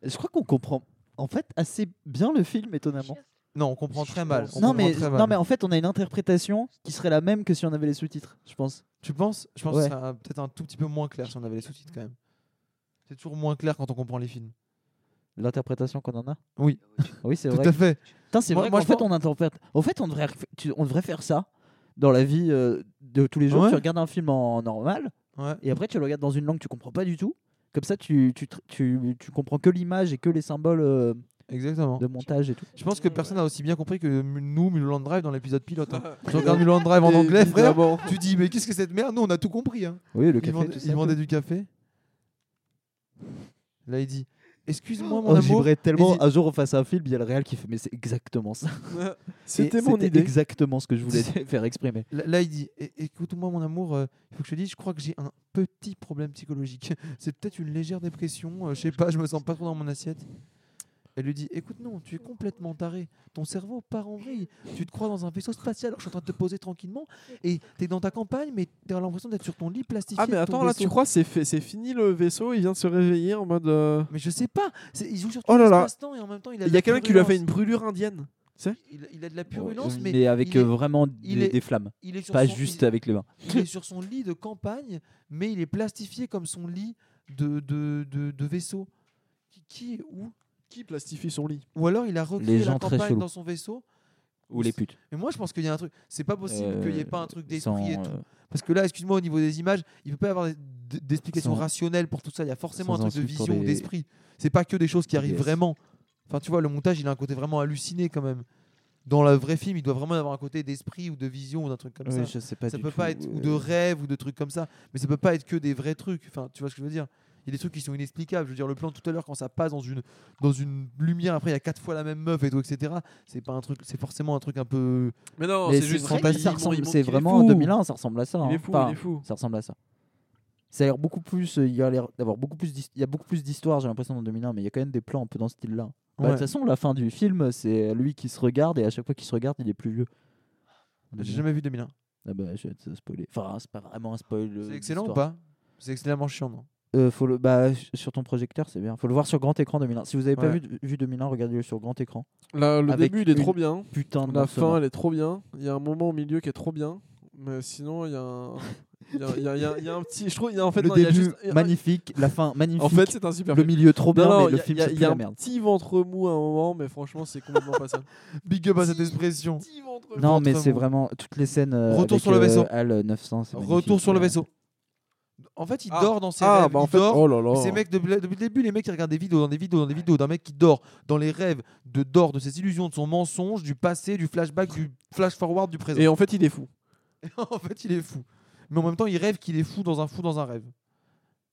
H: Je crois qu'on comprend en fait assez bien le film, étonnamment.
A: Non, on comprend très mal. on
H: Non
A: comprend
H: mais,
A: très
H: non,
A: mal.
H: mais en fait, on a une interprétation qui serait la même que si on avait les sous-titres, je pense.
A: Tu penses Je pense
H: Ouais.
A: que ce serait un- peut-être un tout petit peu moins clair si on avait les sous-titres quand même. C'est toujours moins clair quand on comprend les films.
H: L'interprétation qu'on en a
A: Oui.
H: Oui, c'est
A: Tout
H: vrai.
A: à fait.
H: Putain, c'est
A: Moi-
H: vrai
A: moi,
H: qu'en
A: je
H: fait,
A: pense-
H: on interprète. En fait, on devrait, tu- on devrait faire ça dans la vie euh, de tous les jours.
A: Ouais.
H: Tu regardes un film en normal
A: Ouais.
H: et après, tu le regardes dans une langue que tu comprends pas du tout. Comme ça, tu, tu, tr- tu, tu comprends que l'image et que les symboles euh,
A: Exactement.
H: de montage et tout.
A: Je pense que personne n'a aussi bien compris que mu- nous, Mulholland Drive, dans l'épisode pilote. hein. tu regardes Mulholland Drive en anglais, frère.
I: Évidemment.
A: Tu dis, mais qu'est-ce que cette merde Nous, on a tout compris. Hein.
H: Oui, le
A: Ils,
H: café,
A: vend-
H: tout
A: ils
H: ça, tout.
A: vendaient du café. Là, il dit, excuse-moi, mon
H: Oh,
A: amour.
H: j'aimerais tellement
A: il dit-
H: un jour on fasse un film, il y a le réel qui fait mais c'est exactement ça. Et
I: C'était mon idée.
H: exactement ce que je voulais faire exprimer.
A: Là, là, il dit, é- écoute-moi, mon amour, euh, il faut que je te dise, je crois que j'ai un petit problème psychologique. C'est peut-être une légère dépression. euh, je sais pas, je me sens pas trop dans mon assiette. Elle lui dit, écoute, non, tu es complètement taré. Ton cerveau part en vrille. Tu te crois dans un vaisseau spatial alors que je suis en train de te poser tranquillement. Et t'es dans ta campagne, mais t'as l'impression d'être sur ton lit plastifié.
I: Ah mais
A: de ton
I: attends, là tu
A: vaisseau.
I: crois c'est fait- c'est fini le vaisseau, il vient de se réveiller en mode... euh,
A: Mais je sais pas. c'est- Il joue sur
I: Oh
A: ton
I: là là.
A: espace-temps et en même temps, il a.
I: Il
A: de
I: y a
A: la
I: quelqu'un qui lui a fait
A: virulence.
I: une brûlure indienne.
A: Il, il a de la purulence, mais,
H: mais avec
A: il est-
H: euh, vraiment
A: il
H: des,
A: est-
H: des flammes.
A: il est sur
H: Pas
A: son-
H: juste
A: il-
H: avec les mains.
A: il est sur son lit de campagne, mais il est plastifié comme son lit de, de, de, de vaisseau. Qui, qui est où
I: Qui plastifie son lit
A: Ou alors il a recréé
H: Les
A: la
H: gens très
A: campagne
H: chelous.
A: dans son vaisseau.
H: Ou les putes.
A: Mais moi, je pense qu'il y a un truc. C'est pas possible qu'il n'y ait
H: Euh,
A: pas un truc
H: sans,
A: d'esprit et tout.
H: euh,
I: Oh,
A: Parce que là, excuse-moi, au niveau des images, il ne peut pas y avoir des- d- d'explication
H: Sans-
A: rationnelle pour tout ça. Il y a forcément un
H: sans
A: truc de
H: insulte pour
A: vision ou
H: des-
A: d'esprit. C'est pas que des choses qui
H: des
A: arrivent
H: DS.
A: vraiment. Enfin, tu vois, le montage, il a un côté vraiment halluciné quand même. Dans le vrai film, il doit vraiment y avoir un côté d'esprit ou de vision ou d'un truc comme
H: ouais,
A: ça.
H: je sais pas
A: ça
H: du
A: peut
H: tout,
A: pas être ou de
H: euh,
A: rêve ou de trucs comme ça mais ça peut pas être que des vrais trucs enfin tu vois ce que je veux dire il y a des trucs qui sont inexplicables je veux dire le plan tout à l'heure quand ça passe dans une dans une lumière après il y a quatre fois la même meuf et tout etc c'est pas un truc c'est forcément un truc un peu
I: Mais non,
H: euh, mais
I: c'est juste
H: vrai,
I: fantastique.
H: Ça
I: il
H: ressemble,
I: montre
H: c'est
I: qu'il est
H: vraiment en
I: fou.
H: 2001, ça ressemble à ça.
I: Il est
H: hein.
I: fou,
H: Enfin,
I: il est fou.
H: Ça ressemble à ça. Ça a l'air beaucoup plus. euh, Il y a l'air d'avoir beaucoup plus. d'his- Il y a beaucoup plus d'histoire, j'ai l'impression dans 2001, mais il y a quand même des plans un peu dans ce style-là. Bah, De
A: Ouais.
H: toute façon, la fin du film, c'est lui qui se regarde et à chaque fois qu'il se regarde, il est plus vieux.
A: j'ai jamais vu 2001
H: Ah bah, je vais te spoiler. Enfin, c'est pas vraiment un spoil. euh,
A: c'est excellent ou
H: d'histoire.
A: pas c'est extrêmement chiant non
H: Euh, faut le, bah, s- Sur ton projecteur, c'est bien. Faut le voir sur grand écran 2001. Si vous avez pas
A: Ouais.
H: vu, vu 2001, regardez-le sur grand écran.
I: Là, le
H: Avec
I: début, il est
H: une
I: trop bien.
H: Putain de
I: La
H: bande
I: fin,
H: sonore.
I: elle est trop bien. Il y a un moment au milieu qui est trop bien. Mais sinon, il y a un. Il y a- il y, a- il y a- il y a un petit. Je trouve, il y a en fait.
H: le
I: non, il y a
H: début
I: juste- il y a-
H: magnifique, la fin magnifique,
I: En fait, c'est un super
H: le
I: film.
H: milieu trop bien,
I: Non, non,
H: mais le
I: il y a-
H: film
I: il y a-
H: c'est
I: il
H: plus
I: y a
H: la
I: un
H: merde.
I: petit ventre mou à un moment, mais franchement, c'est complètement pas ça.
A: big up à cette expression
I: Petit ventre mou.
H: Non, mais
A: ventre
H: c'est
A: mou.
H: vraiment toutes les scènes. euh,
A: Retour
H: avec,
A: sur le
H: euh,
A: vaisseau.
H: Hal 900, c'est
A: retour
H: magnifique,
A: sur le
H: ouais.
A: vaisseau en fait il
I: Ah.
A: dort dans ses
I: Ah,
A: rêves
I: bah en
A: il
I: fait,
A: dort
I: oh là là.
A: Ces mecs, depuis le depuis le début, les mecs qui regardent des vidéos dans des vidéos dans des vidéos d'un mec qui dort dans les rêves, de dort de ses illusions, de son mensonge, du passé, du flashback, du flash forward, du présent.
I: Et en fait, il est fou.
A: en fait, il est fou. Mais en même temps, il rêve qu'il est fou dans un fou dans un rêve.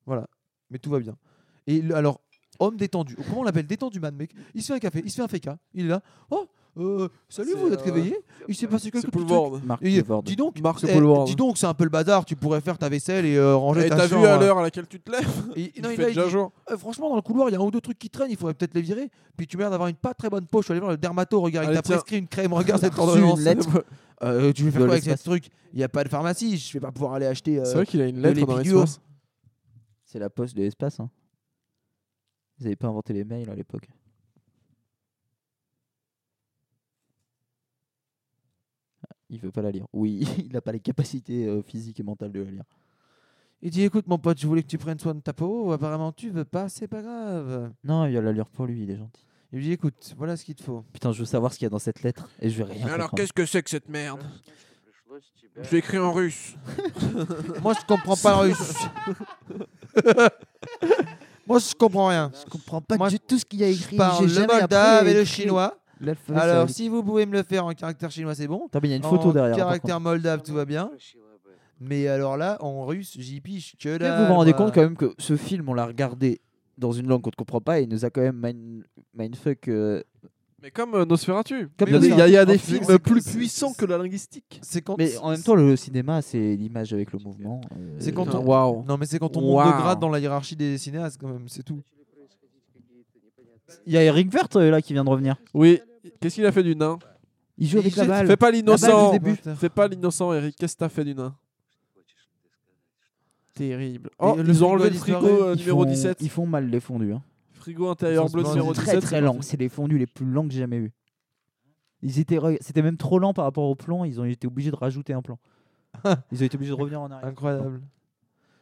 A: Voilà. Mais tout va bien. Et le- alors, homme détendu. Comment on l'appelle Détendu man, mec. Il se fait un café, il se fait un féca. Il est là. Oh, euh, salut,
I: C'est,
A: vous êtes
I: euh,
A: réveillé Il s'est passé quelque
I: C'est
A: chose.
I: Boulevard.
H: Mark Wahlberg.
A: Dis donc,
I: Mark
A: eh,
I: Wahlberg.
A: dis donc, c'est un peu le bazar. Tu pourrais faire ta vaisselle et euh, ranger
I: Et
A: ta
I: hein. Eh, t'as
A: chambre.
I: vu à l'heure à laquelle tu te lèves
A: Et-
I: Il
A: non,
I: fait
A: il a- il
I: déjà
A: dit,
I: jour.
A: Euh, franchement, dans le couloir, il y a un ou deux trucs qui traînent, il faudrait peut-être les virer. Puis tu mets l'air d'avoir une pas très bonne poche. Je suis allé voir le dermato, regarde, il
I: Allez,
A: t'a
I: tiens.
A: prescrit une crème, regarde cette
H: reçu une
A: ordonnance.
H: lettre.
A: Euh, tu veux faire
H: De
A: quoi avec ce
H: l'espace.
A: truc Il n'y a pas de pharmacie, je vais pas pouvoir aller acheter. euh,
I: C'est vrai qu'il a une
A: de
I: lettre dans
A: l'épigure.
I: l'espace.
H: C'est la poste de l'espace. hein. Vous avez pas inventé les mails à l'époque. Ah, Il veut pas la lire. Oui, il n'a pas les capacités euh, physiques et mentales de la lire.
A: Il dit écoute, mon pote, je voulais que tu prennes soin de ta peau. Apparemment, tu veux pas, c'est pas grave.
H: Non, il va la lire pour lui, il est gentil.
A: Il lui dit écoute, voilà ce qu'il te faut.
H: Putain, je veux savoir ce qu'il y a dans cette lettre et je vais rien
I: Mais alors,
H: comprendre.
I: qu'est-ce que c'est que cette merde Je l'ai écrit en russe.
A: Moi, je comprends pas le russe. Moi, je comprends rien.
E: Je comprends pas
A: Moi,
E: du tout ce qu'il y a écrit.
A: Je parle
E: j'ai
A: le
E: jamais
A: moldave
E: appris à
A: et le
E: écrire.
A: chinois.
H: L'alphabet, c'est la
A: Alors,
H: lettre.
A: si vous pouvez me le faire en caractère chinois, c'est bon.
H: Attends, mais il y a une photo
A: En
H: derrière. par contre.
A: Caractère moldave, tout va bien. Mais alors là, en russe, j'y piche que
H: Est-ce
A: là.
H: que vous vous rendez compte quand même que ce film, on l'a regardé dans une langue qu'on ne comprend pas et il nous a quand même mind- mindfuck. euh,
I: Mais comme euh, Nosferatu.
H: Comme
I: Mais oui, Il y a,
H: Nosferatu.
I: il y a
H: En
I: des
H: fait,
I: films
H: c'est-
I: plus
A: c'est-
I: puissants que la linguistique.
A: C'est quand.
H: Mais en même temps, le cinéma, c'est l'image avec le mouvement. euh,
A: C'est quand
I: Putain,
A: on-
I: Waouh.
A: Non, mais c'est quand on
I: Waouh.
A: monte de grade dans la hiérarchie des cinéastes, quand même, c'est tout.
H: Il y a Eric Vert euh, là qui vient de revenir.
I: Oui. Qu'est-ce qu'il a fait du nain
H: Il joue
A: Il
H: avec la
A: jette-
H: balle.
I: Fais pas
H: balle
I: l'innocent.
H: du début.
I: Fais pas l'innocent, Eric. Qu'est-ce que t'as fait du nain Terrible. Oh,
A: le
I: ils ont enlevé le
A: frigo
I: frigo euh,
H: Ils
I: numéro
H: font-
I: 17.
H: Ils font mal les fondus. hein.
I: Frigo intérieur
A: Ils font
I: bleu
A: se
I: numéro
A: manger.
H: Très
I: 17.
H: très lents. C'est les fondus les plus lents que j'ai jamais eu. Ils étaient, re- c'était même trop lent par rapport au plan. Ils ont été obligés de rajouter un plan. Ils ont été obligés de revenir en arrière.
A: Incroyable.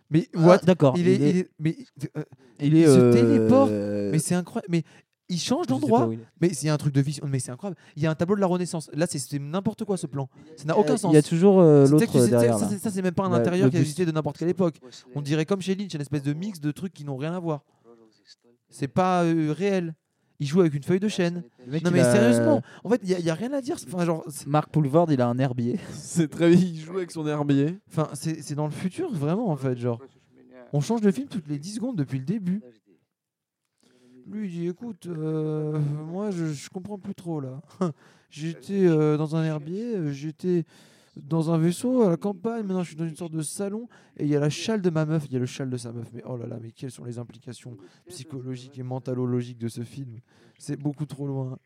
A: Mais
H: Ah,
A: what
H: D'accord.
A: il, est, il est- mais, euh,
H: il est,
A: il se
H: euh,
A: téléporte,
H: euh,
A: mais c'est incroyable. Mais il change
H: je sais pas
A: d'endroit.
H: où il est.
A: Mais c'est un truc de vision. Mais c'est incroyable. Il y a un tableau de la Renaissance. Là, c'est- c'est n'importe quoi ce plan. Ça n'a aucun sens.
H: Il y a toujours euh,
A: C'est-
H: l'autre
A: c'est- c'est-
H: derrière.
A: ça,
H: là.
A: c'est- ça, c'est même pas un
H: La-
A: intérieur
H: le
A: qui a
H: buste.
A: existé de n'importe quelle époque. On dirait comme chez Lynch, une espèce de mix de trucs qui n'ont rien à voir. C'est pas euh, réel. Il joue avec une feuille de chêne.
H: Le mec,
A: Non
H: il
A: mais
H: a-
A: sérieusement, en fait, il y a- il y, a rien à dire. Enfin, genre, c'est-
H: Marc Poulvord, il a un herbier.
I: C'est très bien. Il joue avec son herbier.
A: enfin, c'est c'est dans le futur vraiment en fait, genre. On change de film toutes les 10 secondes depuis le début. Lui il dit écoute, euh, moi je, je comprends plus trop là. J'étais euh, dans un herbier, euh, j'étais dans un vaisseau à la campagne, maintenant je suis dans une sorte de salon et il y a la châle de ma meuf, il y a le châle de sa meuf. Mais oh là là, mais quelles sont les implications psychologiques et mentalologiques de ce film C'est beaucoup trop loin.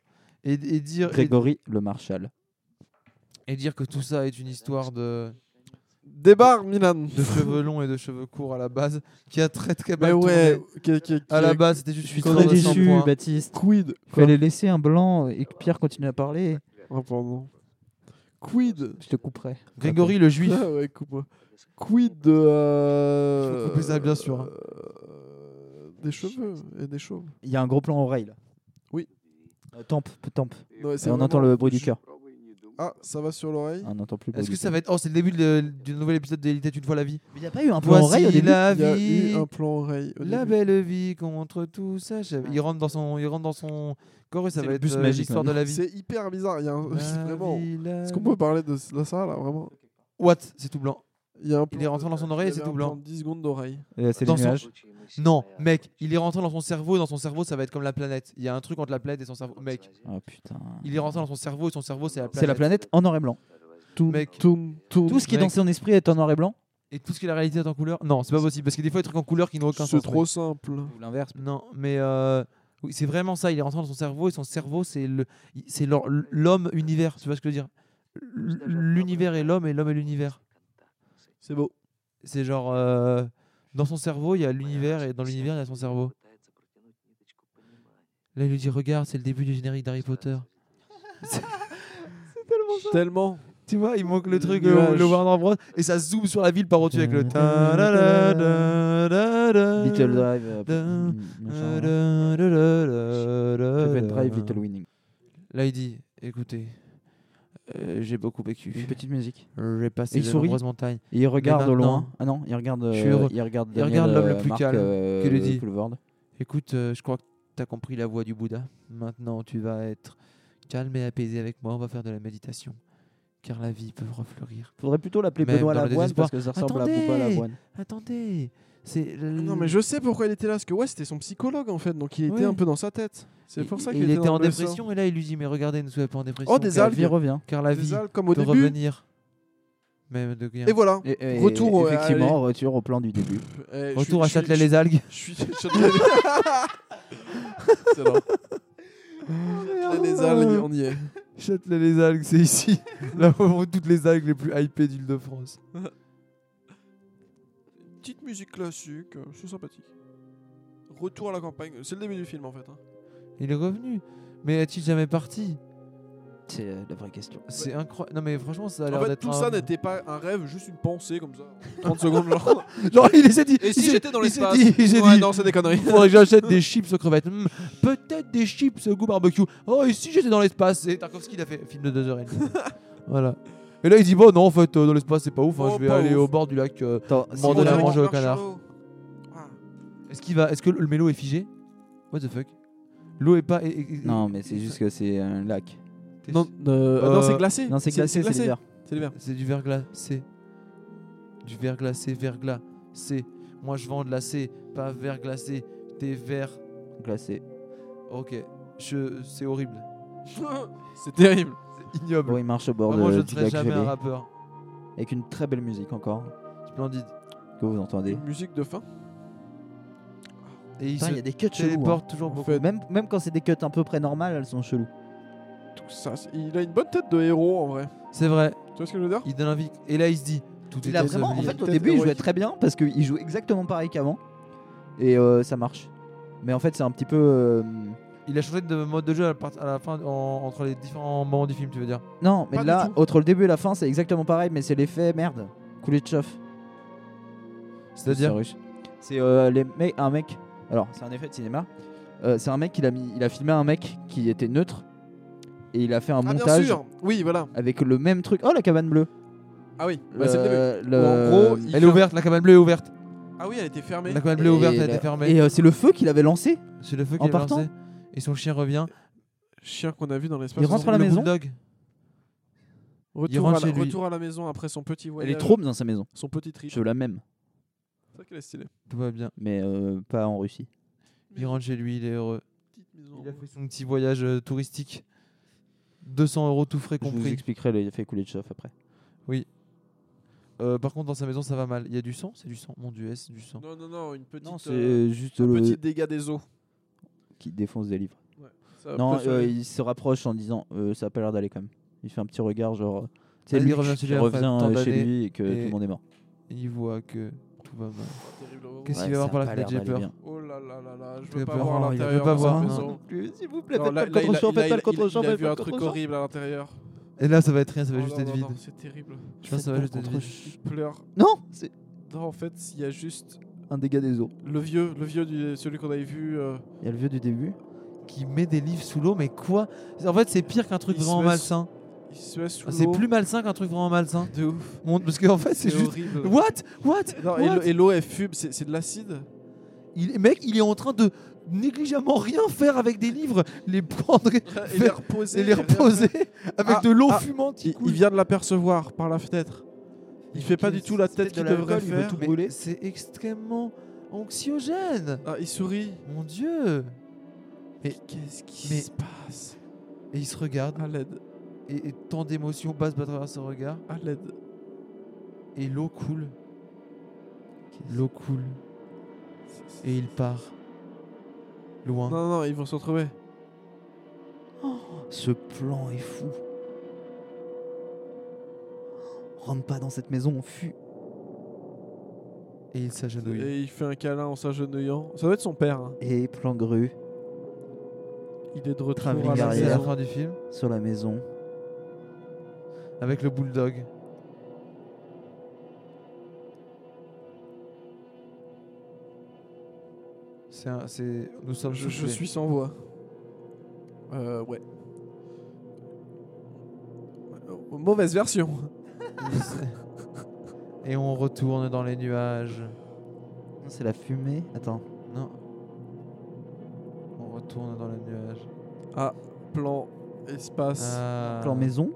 A: Et, et dire, et-
H: Grégory le Marshal.
A: et dire que tout ça est une histoire de
I: Débarre Milan.
A: de cheveux longs et de cheveux courts à la base, qui a très très
I: Mais
A: mal
I: ouais,
A: tourné.
I: qui- qui- qui-
A: À la base, c'était juste
H: Je suis
A: une
H: très
A: histoire de
H: déçu,
A: shampoing.
I: bah,
H: Baptiste.
I: Quid
H: Fallait laisser un blanc et que Pierre continue à parler.
I: Oh, pardon. Quid
H: Je te couperai.
A: Grégory le juif.
I: Ah ouais, coupe-moi. Quid de.
A: Je
I: Euh...
A: vais couper ça, bien sûr, hein.
I: euh, Des cheveux et des chauves.
H: Il y a un gros plan oreille là.
I: Oui.
H: Euh, tempe, tempe.
I: Non, c'est
H: Et on
I: vraiment-
H: entend le bruit du cœur.
I: Ah, ça va sur l'oreille.
H: On n'entend plus le
A: Est-ce
H: bruit
A: que
H: du
A: ça
H: cœur.
A: va être. Oh, c'est le début de- du nouvel épisode d'Élite est une fois la vie.
H: Mais il n'y a pas eu un plan
A: Voici
H: oreille au début
A: la
I: Il y a eu
A: vie.
I: un plan oreille. au
A: La
I: début.
A: belle vie contre tout ça. Je- Il rentre dans son, il rentre dans son corps et ça
H: C'est
A: va
H: le
A: être
H: bus
A: euh,
H: magique,
A: l'histoire de
H: maintenant.
A: la vie.
I: C'est hyper bizarre. Il y a un... c'est
A: La
I: vraiment.
A: vie, la
I: Est-ce qu'on
A: vie.
I: peut parler de de ça là vraiment
A: What C'est tout blanc.
I: Il y a un
A: Il est rentré dans son oreille et c'est tout blanc.
I: 10 secondes d'oreille.
H: Euh, C'est les
A: Dans son-
H: nuages.
A: Non, mec, il est rentré dans son cerveau et dans son cerveau, ça va être comme la planète. Il y a un truc entre la planète et son cerveau. Mec,
H: Ah putain.
A: il est rentré dans son cerveau et son cerveau, c'est la planète.
H: C'est la planète en noir et blanc.
A: Mec.
I: Toum, toum.
H: Tout ce qui est dans
A: mec.
H: son esprit est en noir et blanc.
A: Et tout ce qui est la réalité est en couleur Non, c'est pas possible. Parce que des fois, il y a des trucs en couleur qui n'ont aucun
I: C'est
A: sens.
I: trop
A: mec.
I: simple.
H: Ou l'inverse.
A: Non, mais euh, oui, c'est vraiment ça. Il est rentré dans son cerveau et son cerveau, c'est le, il- c'est l'or- l'homme-univers. Tu vois ce que je veux dire L- L'univers et l'homme et l'homme et l'univers.
I: C'est beau.
A: C'est genre. euh, dans son cerveau, il y a l'univers et dans l'univers, il y a son cerveau. Là, il lui dit Regarde, c'est le début du générique d'Harry Potter.
I: Tellement.
A: Tu vois, il manque
I: Le
A: le truc,
I: nuage.
A: le, le Warner Bros. Et ça zoome sur la ville par au-dessus avec le. ta- da- da- da- da- da-
H: Little Drive. euh,
A: Dun,
H: machin, hein.
A: da- da- da- da- da-
H: Little
A: da-
H: Drive,
A: da-
H: Little Winning.
A: Là, il dit Écoutez, euh, j'ai beaucoup vécu.
H: Une petite musique.
A: J'ai
H: Et
A: passé
H: il
A: de
H: sourit.
A: nombreuses montagnes.
H: Et il regarde au
A: maintenant-
H: loin. Ah non, il regarde.
A: Je
H: euh,
A: suis heureux.
H: il regarde.
A: Il
H: Daniel,
A: regarde l'homme le
H: euh,
A: plus
H: Mark,
A: calme.
H: euh,
A: Que lui dit
H: Poulvord.
A: Écoute, euh, je crois que tu as compris la voix du Bouddha. Maintenant, tu vas être calme et apaisé avec moi. On va faire de la méditation. Car la vie peut refleurir.
H: Faudrait plutôt l'appeler
A: Même
H: Benoît
A: dans le
H: Lavoine
A: désespoir.
H: parce que ça ressemble à
A: Attendez
H: Booba Lavoine.
A: Attendez C'est. l-
I: Ah Non, mais je sais pourquoi il était là. Parce que ouais, c'était son psychologue en fait. Donc il était
A: Ouais.
I: un peu dans sa tête. C'est
A: Il,
I: pour ça
A: il
I: qu'il
A: était
I: dans
A: en
I: le blessure.
A: dépression et là il lui dit mais regardez ne soyez pas en dépression
I: Oh, des
A: car,
H: La
I: algues.
H: vie revient.
A: car la
I: Des
A: vie
I: algues comme au
A: peut
I: début.
A: revenir même de rien.
I: Et voilà.
H: Et- et-
I: Retour au-
H: effectivement, retour euh, au plan du début.
I: Eh, je suis-
A: Retour à
I: je suis-
A: Châtelet les algues.
I: Je suis. je suis- Excellent. Châtelet les algues, on y est.
A: Châtelet les algues, c'est ici. Là où on toutes les algues les plus hypées d'Île-de-France.
I: Petite musique classique, euh, c'est sympathique. Retour à la campagne, c'est le début du film en fait. hein.
A: Il est revenu. Mais est-il jamais parti
H: C'est euh, la vraie question.
A: C'est incroyable. Non mais franchement, ça a
I: En
A: l'air
I: fait,
A: d'être.
I: tout
A: un-
I: ça n'était pas un rêve, juste une pensée comme ça. 30 secondes genre.
A: Genre, il s'est dit.
I: Et
A: il
I: si
A: s'est-
I: j'étais dans
A: il s'est
I: l'espace
A: dit- Il s'est
I: Ouais,
A: dit.
I: non, c'est des conneries.
A: Faudrait que j'achète des chips aux crevettes. Hmm, Peut-être des chips au goût barbecue. Oh, et si j'étais dans l'espace Et Tarkovsky il a fait un film de 2h30. voilà. Et là, il dit Bon, non, en fait, euh, dans l'espace, c'est pas ouf. hein,
I: Oh,
A: je vais
I: pas
A: aller
I: ouf.
A: au bord du lac. euh,
H: Attends,
A: Bon,
H: si
A: on
H: on
A: donne à
H: a-
A: manger au
I: Marche
A: canard.
I: l'eau. Ah.
A: Est-ce qu'il va Est-ce que le le mélo est figé What the fuck L'eau est pas. est- est-
H: Non, mais c'est juste que c'est un lac.
A: T'es
I: Non,
A: sûr
I: euh, ah non, c'est
A: Euh,
I: glacé.
H: Non, c'est glacé, c'est l'hiver.
I: C'est l'hiver.
A: C'est du verglas, c'est. Du verglas, c'est verglas, c'est. Moi je vends de la C, pas verglacé, t'es vert.
H: Glacé.
A: Ok, je... c'est horrible.
I: c'est terrible.
A: C'est ignoble.
H: Bon, il marche au bord
A: Vraiment,
H: de,
A: Ah, Bah, je ne
H: du
A: serai
H: lac
A: jamais un
H: gelé,
A: rappeur.
H: avec une très belle musique encore
A: Splendide.
H: que vous entendez.
I: Une musique de fin.
A: Et il
H: Putain,
A: se
H: il y a des cuts chelous. hein.
A: téléporte toujours
I: En
A: beaucoup.
I: fait,
H: Même, même quand c'est des cuts un peu près normales, elles sont cheloues.
I: tout ça, c'est- il a une bonne tête de héros en vrai.
A: C'est vrai,
I: Tu vois ce que je veux dire
A: il donne envie. Et là il se dit. Tout
H: Il
A: est
H: a vraiment, en
A: oublié.
H: fait, au
I: Peut-être
H: début, il jouait
I: héroïque.
H: très bien parce qu'il joue exactement pareil qu'avant et euh, ça marche. Mais en fait, c'est un petit peu. euh,
A: Il a changé de mode de jeu à la, part- à la fin en- entre les différents moments du film, tu veux dire
H: Non, mais
I: Pas du
H: là,
I: tout.
H: entre le début et la fin, c'est exactement pareil, mais c'est l'effet merde. Coulé de chauffe.
A: C'est-à-dire
H: russe. C'est euh, les mecs- un mec. Alors, c'est un effet de cinéma. Euh, c'est un mec il a mis, il a filmé un mec qui était neutre et il a fait un
I: Ah, bien
H: montage
I: sûr. Oui, voilà.
H: avec le même truc. Oh la cabane bleue.
I: Ah oui, bah, c'est le début.
H: Le-
I: Ou en gros,
H: le-
I: il
A: Elle
I: fait
A: est
I: un-
A: ouverte, la cabane bleue est ouverte.
I: Ah oui, elle était fermée.
A: La cabane bleue est ouverte,
H: et
A: elle
H: la-
A: était fermée.
H: Et euh, c'est le feu qu'il avait lancé.
A: C'est le feu
H: En
A: qui est
H: partant
A: lancé. Et son chien revient.
I: Chien qu'on a vu dans l'espace.
H: Il rentre à la
A: Le
H: maison.
A: bulldog.
I: Retour,
A: il rentre
I: à la,
A: chez lui.
I: retour à la maison après son petit
H: Elle
I: voyage.
H: est trop bien dans sa maison.
I: Son petit trip.
H: Je la même,
I: C'est vrai qu'elle est stylée.
A: Tout va bien.
H: mais euh, pas en Russie.
A: Il rentre chez lui, il est heureux.
I: Petite maison.
A: Il a fait son petit voyage euh, touristique. 200 euros tout frais
H: Je vous
A: compris.
H: expliquerai l'effet coulé de chauffe après.
A: Euh, par contre, dans sa maison, ça va mal. Il y a du sang C'est du sang. Mon dieu, c'est du sang.
I: Non, non, non, une petite.
H: Non, c'est
I: euh,
H: juste
I: un
H: le
I: petit dégât des eaux.
H: qui défonce des livres.
I: Ça,
H: non,
I: après,
H: euh,
I: ça-
H: il se rapproche en disant euh, ça a pas l'air d'aller quand même. Il fait un petit regard genre C'est
A: Vas-y,
H: lui
A: reviens chez
H: qui
A: lui après
H: revient
A: tant
H: euh, chez
A: d'années
H: lui et que tout
A: et-
H: le monde est mort.
A: Il voit que tout va mal. Qu'est-ce
H: Ouais,
A: qu'il va y
H: ça
A: avoir
H: a
A: par la
H: pas
A: fenêtre
H: l'air
A: J'ai
H: d'aller
A: peur.
H: bien.
I: Oh là là là là, je
A: Tu
I: veux
A: veux
I: pas
A: pas
I: voir
A: voir,
I: à
A: il veut
I: l'intérieur.
A: pas
I: de
A: voir, non.
I: cette maison.
A: Non
H: S'il vous
I: Non, là- là, il a- là, il a- Il a vu un truc
H: contre-champ,
I: horrible à l'intérieur.
A: Et là, ça va être rien, ça va
I: Oh
A: juste
I: non,
A: être
I: non,
A: vide.
I: non, C'est terrible.
A: Je pense que ça va juste être vide.
I: Il pleure.
H: Non C'est
I: Non, en fait, il y a juste
H: un dégât des eaux.
I: le vieux, le vieux, du- celui qu'on avait vu. euh,
H: Il y a le vieux du début.
A: Qui met des livres sous l'eau, mais quoi En fait, c'est pire qu'un truc
I: Il se
A: vraiment
I: met sous-
A: malsain. Ah,
I: il se met sous
A: C'est
I: l'eau.
A: plus malsain qu'un truc vraiment malsain.
I: de ouf.
A: Mon- Parce qu'en fait, c'est
I: C'est
A: juste.
I: horrible.
A: What What,
I: Non, et
A: What
I: l'eau- et l'eau, elle fume, c'est c'est de l'acide.
A: Il- Mec, il est en train de négligemment rien faire avec des livres, les prendre et,
I: Et les reposer.
A: et les reposer avec
I: Ah,
A: de l'eau
I: ah,
A: fumante. qui
I: Il,
A: coule.
I: il vient de l'apercevoir par la fenêtre. Il fait pas du tout la tête qu'il devrait faire.
A: Mais C'est extrêmement anxiogène.
I: Ah, il sourit.
A: Mon dieu.
I: Mais qu'est-ce qui
A: mais-
I: se passe
A: Et il se regarde
I: À l'aide,
A: et, et tant d'émotions passent à travers son regard
I: à l'aide.
A: et l'eau coule. L'eau coule et il part loin.
I: Non, non, ils vont se retrouver.
H: Ce plan est fou. Rentre pas dans cette maison, on fuit.
A: Et il s'agenouille.
I: Et il fait un câlin en s'agenouillant. Ça doit être son père. hein.
H: Et plan grue
I: Il est de retour
H: Travelling
I: à la
A: Voilà, C'est la
H: arrière.
I: maison.
A: fin du film
H: sur la maison.
A: avec le bulldog. C'est un- c'est nous sommes
I: Je, je
A: soufflés.
I: suis sans voix. Euh, ouais. Euh, Mauvaise version.
A: et on retourne dans les nuages.
H: Non, C'est la fumée. Attends.
A: Non. On retourne dans les nuages.
I: Plan espace,
A: Ah.
H: Plan maison.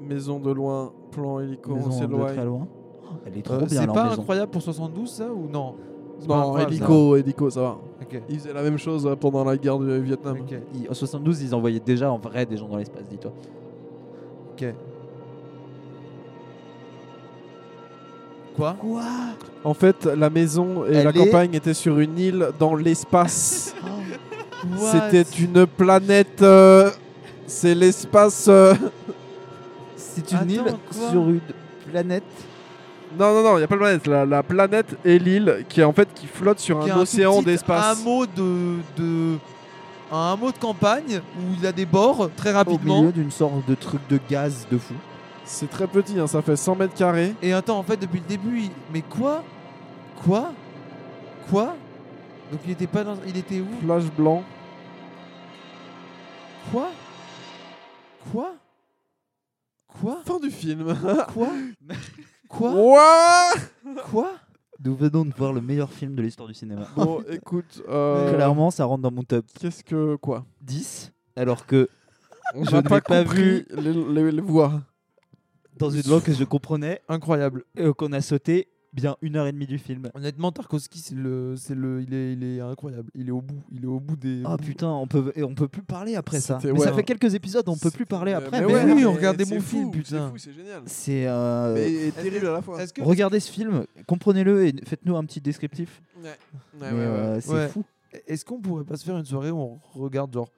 I: maison de loin, plan hélico, on
H: maison de très
I: s'éloigne.
H: loin. Oh, elle est trop
A: Euh,
H: bien
A: c'est
H: leur
A: pas
H: maison.
A: incroyable pour 72 ça ou non C'est pas
I: Non,
A: incroyable, ça.
I: hélico, hélico, ça va.
A: Ok.
I: Ils faisaient la même chose euh, pendant la guerre du Vietnam.
A: Ok.
H: Ils- en 72, ils envoyaient déjà en vrai des gens dans l'espace, dis-toi.
A: Ok. Quoi
H: Quoi
I: En fait, la maison et
H: Elle
I: la
H: est-
I: campagne étaient sur une île dans l'espace.
A: What
I: C'était une planète. euh, C'est l'espace. euh,
H: C'est
A: Attends,
H: une île
A: quoi
H: sur une planète.
I: Non, non, non, il n'y a pas de planète. La, la planète est l'île qui est en fait qui flotte sur
A: Qui est
I: un,
A: tout
I: océan
A: petit
I: d'espace.
A: hameau de, de un hameau de campagne où il y a des bords très
H: Au
A: rapidement.
H: milieu d'une sorte de truc de gaz de fou.
I: C'est très petit, hein, ça fait 100 mètres carrés.
A: Et attends, en fait, depuis le début, il... mais quoi Quoi Quoi Donc il était pas dans, il était où
I: Plage blanc.
A: Quoi Quoi Quoi
I: Fin du film.
A: Quoi
I: Oh.
A: Quoi
I: Ouah
A: Quoi
H: Nous venons de voir le meilleur film de l'histoire du cinéma.
I: bon, écoute. euh,
H: Clairement, ça rentre dans mon top
I: Qu'est-ce que. Quoi
H: 10. Alors que
I: On
H: Je
I: n'a
H: n'ai
I: pas,
H: pas
I: compris les, les- les voix.
H: dans une langue que je comprenais,
A: Incroyable.
H: euh, qu'on a sauté bien une heure et demie du film.
A: Honnêtement, Tarkovsky, c'est le, c'est le, il est, il est incroyable. Il est au bout, il est au bout des.
H: Ah putain, on peut, et on peut plus parler après ça.
I: C'était-
H: Mais
I: ouais.
H: ça fait quelques épisodes, on peut plus parler après.
A: hein. mais ouais,
H: oui.
A: mais- on regardait
I: c'est
A: mon
I: fou,
A: film, putain.
I: C'est fou, c'est génial.
H: C'est. euh,
I: Mais terrible à la fois.
A: Est-ce que
H: Regardez ce film, comprenez-le et faites-nous un petit descriptif.
I: Ouais, ouais,
H: Mais,
I: ouais, ouais.
H: euh, c'est
A: Ah Ouais.
H: fou.
A: Est-ce qu'on pourrait pas se faire une soirée où on regarde genre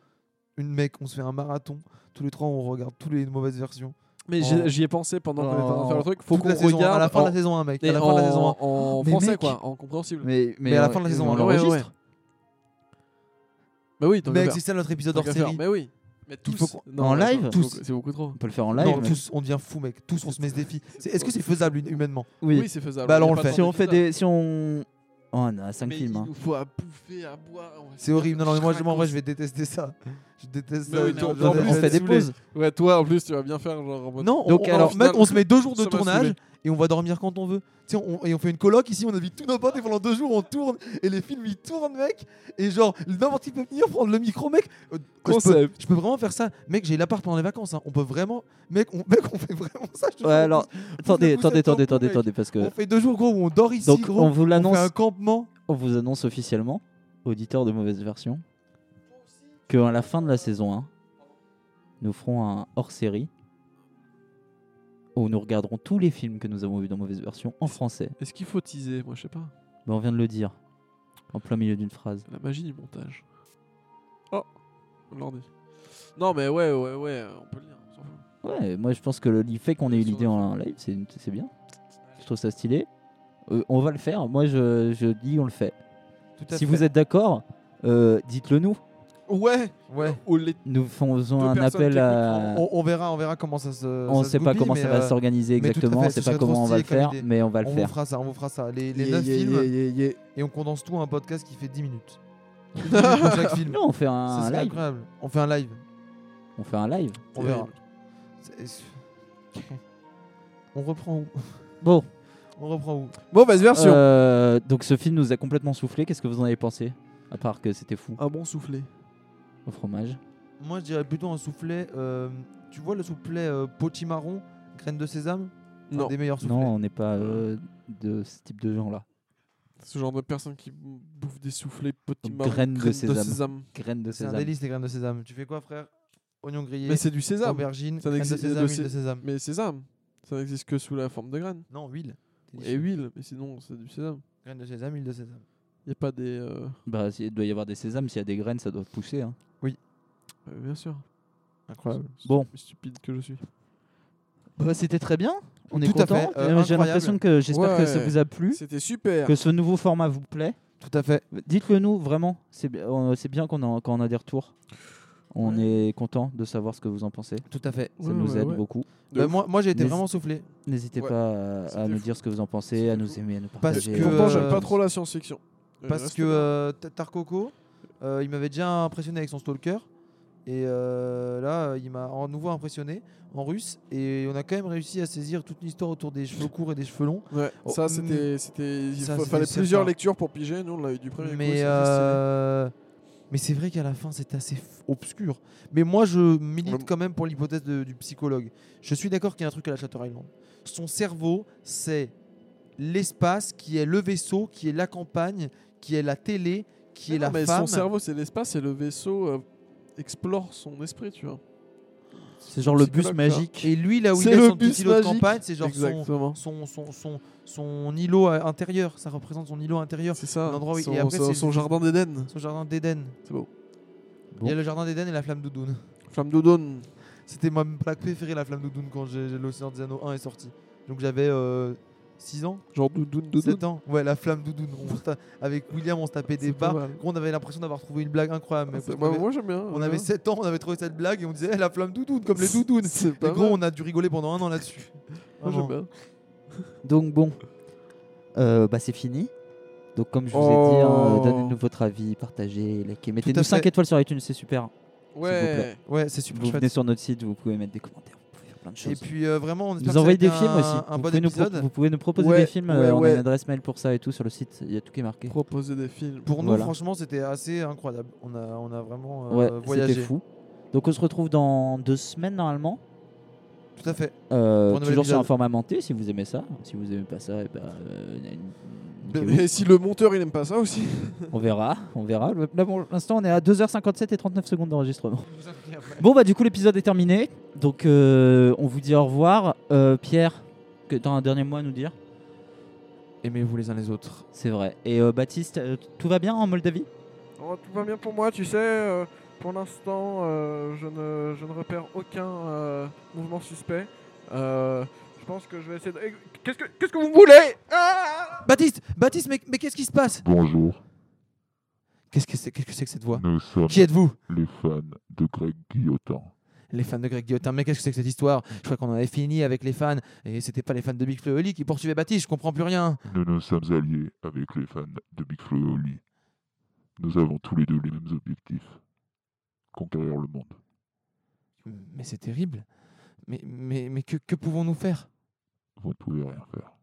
A: une mec, on se fait un marathon, tous les trois on regarde tous les mauvaises versions.
I: Mais
A: en-
I: j'ai- j'y ai pensé pendant qu'on était en train de faire le truc. Faut
A: Toute
I: qu'on
A: la saison,
I: regarde
A: à la fin de
I: en-
A: la saison 1 mec,
I: mais
A: à la fin de la
I: en-
A: saison 1.
I: en
H: Mais
I: français
H: mec.
I: quoi, en compréhensible.
H: Mais,
A: Mais à la fin de la saison, hein.
H: on
A: on
I: l'enregistre. Mais oui, tant qu'à
A: Mec,
I: faire.
A: c'est ça notre épisode
I: Tant
A: hors
I: qu'à faire.
A: série.
I: Mais oui. Mais tous
A: faut qu'on-
I: Non,
H: en
I: attends,
H: live
I: c'est
H: Tous.
I: beaucoup- C'est beaucoup trop.
H: On peut le faire en live.
A: Non, tous on devient fou mec, tous on se met ce défi. C'est- Est-ce que c'est faisable hu- humainement
H: Oui.
I: Oui, c'est faisable.
A: Bah alors,
I: y a
A: on
I: pas
A: le
I: de
A: fait.
H: Si on fait
I: faisable.
H: des, si on, oh, on a 5
I: Mais
H: films.
I: il
H: hein.
I: nous faut à bouffer, à boire. on va
A: C'est horrible. Non, non, mais moi, je, moi, en vrai,
I: raconte.
A: je vais détester ça. Je déteste
I: Mais
A: ça.
I: oui, mais
A: Je-
I: en
A: je-
I: en
A: je-
I: plus,
H: On
A: je-
H: fait des
A: je- je-
H: pauses.
I: Ouais, toi en plus, tu vas bien faire genre. en mode-
A: Non,
H: Donc,
A: donc
H: alors,
A: alors, mec, on se met deux jours de
I: ça m'a
A: tournage
I: saoulé.
A: et on va dormir quand on veut. Tu sais, on- et on fait une coloc ici, on invite tous nos potes et pendant deux jours on tourne et les films ils tournent, mec. Et genre, n'importe qui peut venir prendre le micro, mec. Euh, je peux-
I: Concept.
A: Je peux vraiment faire ça. Mec, j'ai l'appart pendant les vacances. hein. On peut vraiment. Mec, on, mec, on fait vraiment ça. je te
H: Ouais,
A: jure.
H: alors, attendez,
A: pousse
H: attendez,
A: le
H: attendez,
A: tampon,
H: attendez,
A: mec.
H: attendez, parce que
A: On fait deux jours, gros, où on dort ici,
H: donc
A: gros.
H: on vous
A: on fait
H: l'annonce,
A: un campement.
H: on vous annonce officiellement, auditeur de mauvaise version, que à la fin de la saison 1, nous ferons un hors-série où nous regarderons tous les films que nous avons vus dans mauvaise version en français.
I: Est-ce qu'il faut teaser Moi, je sais pas.
H: Ben, on vient de le dire en plein milieu d'une phrase.
I: La magie du montage. Oh L'ordi. Non, mais ouais, ouais, ouais, on peut le lire, on s'en fout.
H: Ouais, moi je pense que le le fait qu'on ait eu l'idée en live, c'est c'est bien. Je trouve ça stylé. Euh, on va le faire. Moi je, je dis on le fait.
A: à
H: si
A: fait.
H: vous êtes d'accord, euh, dites-le nous.
I: Ouais,
A: ouais.
H: Nous faisons
A: Deux
H: un
A: personnes
H: appel à.
A: On, on verra, on verra comment ça se.
H: Ah. On
A: ça se
H: sait pas
A: goupille,
H: comment
A: mais,
H: ça va
A: euh,
H: s'organiser
A: mais tout à
H: exactement,
A: fait,
H: on sait
A: ce
H: pas
A: serait
H: comment
A: trop
H: on va le
A: stylé comme
H: faire,
A: idée.
H: mais on va le
A: on
H: faire.
A: vous fera ça, on vous fera ça. Les, les
I: Yeah,
A: neuf
I: yeah,
A: films
I: yeah, yeah, yeah.
A: et on condense tout à un podcast qui fait 10 minutes. 10 minutes pour chaque film.
H: Non, on fait
A: Ça
H: un
A: serait
H: live.
A: incroyable. On fait un live.
H: On fait un live.
A: On verra. C'est- On reprend où
H: Bon.
A: On reprend où
I: Mauvaise version.
H: Euh, donc ce film nous a complètement soufflé. Qu'est-ce que vous en avez pensé À part que c'était fou
I: Un bon soufflé.
H: au fromage.
A: Moi, je dirais plutôt un soufflet. euh, tu vois le soufflet euh, potimarron, graines de sésame Un
I: Non.
A: des meilleurs soufflets.
H: Non, on n'est pas euh, de ce type de gens là.
I: Ce genre de personne qui bouffe des soufflets petits
H: Graines
I: marrons,
H: de sésame. Graines de
A: C'est un
H: sésame.
A: délice, les graines de sésame. Tu fais quoi, frère Oignons grillés,
I: Mais c'est du sésame.
A: aubergine,
I: Ça
A: graines de
I: n'existe-
A: sésame,
I: de
A: huile de
I: sé-
A: sésame.
I: Mais sésame, ça n'existe que sous la forme de graines.
A: Non, huile.
I: Et huile, mais sinon c'est du sésame.
A: Graines de sésame, huile de sésame.
I: Il n'y a pas des. euh,
H: Bah, il doit y avoir des sésames. S'il y a des graines, ça doit pousser. hein.
I: euh, bien sûr.
A: Incroyable.
H: Bon.
I: Stupide que je suis.
H: Bah, c'était très bien. On
A: est
H: est
A: Tout à
H: content.
A: fait, euh,
H: J'ai
A: incroyable.
H: l'impression que j'espère que ça
I: Ouais.
H: vous a plu,
I: C'était super.
H: que ce nouveau format vous plaît.
A: Tout à fait.
H: Dites-le nous vraiment. C'est bi- euh, c'est bien qu'on a, qu'on a des retours. On est content de savoir ce que vous en pensez.
A: Tout à fait.
H: Ça
I: Ouais,
H: nous
I: ouais,
H: aide
I: ouais.
H: beaucoup.
I: De
A: Bah,
I: ouf.
A: moi, moi j'ai été
H: Mais-
A: vraiment soufflé.
H: N'hésitez
I: Ouais.
H: pas à, à
I: C'était
H: nous
I: fou.
H: dire ce que vous en pensez,
I: C'était
H: à nous
I: fou.
H: aimer, à nous
A: Parce
H: partager.
A: que-
I: Pourtant,
A: Euh,
I: j'aime pas trop la science-fiction. Euh,
A: Parce
I: reste
A: que
I: bien.
A: euh, Ta- Tarkoko, euh, il m'avait déjà impressionné avec son stalker. Et euh, là, euh, il m'a à nouveau impressionné en russe. Et on a quand même réussi à saisir toute une histoire autour des cheveux courts et des cheveux longs.
I: Ouais,
A: Oh,
I: ça
A: mm.
I: c'était. c'était- Il
A: Ça,
I: fa-
A: c'était
I: fallait
A: certain.
I: plusieurs lectures pour piger, nous on l'a eu du premier coup,
A: mais
I: c'était
A: euh, mais c'est vrai qu'à la fin, c'était assez f- obscur. Mais moi, je milite
I: Ouais.
A: quand même pour l'hypothèse de- du psychologue. Je suis d'accord qu'il y a un truc à la Shutter Island. Son cerveau, c'est l'espace qui est le vaisseau, qui est la campagne, qui est la télé, qui
I: stylé.
A: est
I: Mais
A: la
I: non, mais
A: femme.
I: son cerveau c'est l'espace et le vaisseau euh, explore son esprit, tu vois.
H: C'est genre le bus
I: psychologue,
H: magique.
A: Et lui, là où Ah il
I: C'est
A: est
I: le
A: son
I: bus
A: petit îlot de
I: magique.
A: campagne, c'est genre son,
I: Exactement.
A: son, son, son, son îlot euh, intérieur. Ça représente son îlot intérieur,
I: C'est ça.
A: L'endroit où- et
I: son,
A: après,
I: son-
A: c'est-
I: son jardin d'Éden.
A: son jardin d'Éden.
I: C'est beau.
H: Bon.
A: Il y a le jardin d'Éden et la flamme doudoune.
I: Flamme de Dawn.
A: C'était ma plaque préférée, la flamme doudoune, quand j'ai- j'ai l'Océan des Anneaux 1 est sorti. Donc j'avais 6 ans,
I: Genre doudoune, doudoune.
A: 7 ans. Ouais, la flamme doudoune. On se ta- Avec William, on se tapait des
I: C'est pas
A: barres.
I: mal.
A: On avait l'impression d'avoir trouvé une blague incroyable. mais
I: Ah, c'est-
A: parce qu'on
I: bah,
A: avait-
I: moi j'aime bien.
A: on avait 7 ans, on avait trouvé cette blague et on disait Eh, la flamme doudoune, comme les doudounes.
I: C'est
A: Et
I: pas
A: gros,
I: mal.
A: on a dû rigoler pendant un an là-dessus.
I: Moi
A: Vraiment.
I: j'aime bien.
H: Donc bon, Euh, bah c'est fini. Donc comme je vous ai dit, hein,
I: Oh.
H: euh, donnez-nous votre avis, partagez, likez,
A: à
H: mettez-nous
A: fait.
H: 5 étoiles sur iTunes, c'est super.
I: Ouais.
A: Ouais, c'est super
H: vous
A: chouette.
H: venez sur notre site, vous pouvez mettre des commentaires, vous pouvez faire plein de choses.
A: Et puis euh, vraiment, on espère que
H: vous
A: ça a
H: envoyez
A: été
H: des
A: un-
H: films aussi.
A: Un bon
H: vous, pouvez nous pro-
A: épisode.
H: vous pouvez nous proposer
I: Ouais,
H: des films. euh,
I: ouais,
H: on a
I: ouais.
H: une adresse mail pour ça et tout sur le site. Il y a tout qui est marqué.
I: Proposer des films.
A: Pour nous,
H: Voilà.
A: franchement, c'était assez incroyable. On a, on a vraiment euh,
H: ouais,
A: voyagé.
H: c'était fou. Donc on se retrouve dans deux semaines normalement.
A: Tout à fait.
H: Euh,
A: Pour un nouvel
H: toujours sur un
A: épisode.
H: format menté si vous aimez ça. Si vous aimez pas ça, eh ben, euh, niquez-vous.
I: Et si le monteur il aime pas ça aussi
H: On verra, on verra. Là pour l'instant on est à 2h57 et 39 secondes d'enregistrement. Bon bah du coup l'épisode est terminé. Donc euh, on vous dit au revoir. Euh, Pierre, que t'as un dernier mot à nous dire
A: Aimez-vous les uns les autres.
H: C'est vrai. Et euh, Baptiste, euh, tout va bien en Moldavie
M: Oh, tout va bien pour moi, tu sais. euh, pour l'instant, euh, je, ne, je ne repère aucun euh, mouvement suspect. Euh, je pense que je vais essayer de. Eh, Qu'est-ce que, qu'est-ce que vous voulez Ah
A: Baptiste, Baptiste, mais, mais qu'est-ce qui se passe
D: Bonjour,
A: Qu'est-ce que c'est qu'est-ce que, c'est que cette voix
D: nous sommes
A: Qui êtes-vous
D: les fans de Greg Guillotin.
A: Les fans de Greg Guillotin, mais qu'est-ce que c'est que cette histoire Je crois qu'on en avait fini avec les fans, et c'était pas les fans de Big Flo et Oli qui poursuivaient Baptiste, je comprends plus rien.
D: Nous nous sommes alliés avec les fans de Big Flo et Oli. Nous avons tous les deux les mêmes objectifs. Conquérir le monde.
A: Mais c'est terrible. Mais, mais, mais que, que pouvons-nous faire
D: Vous ne pouvez rien faire.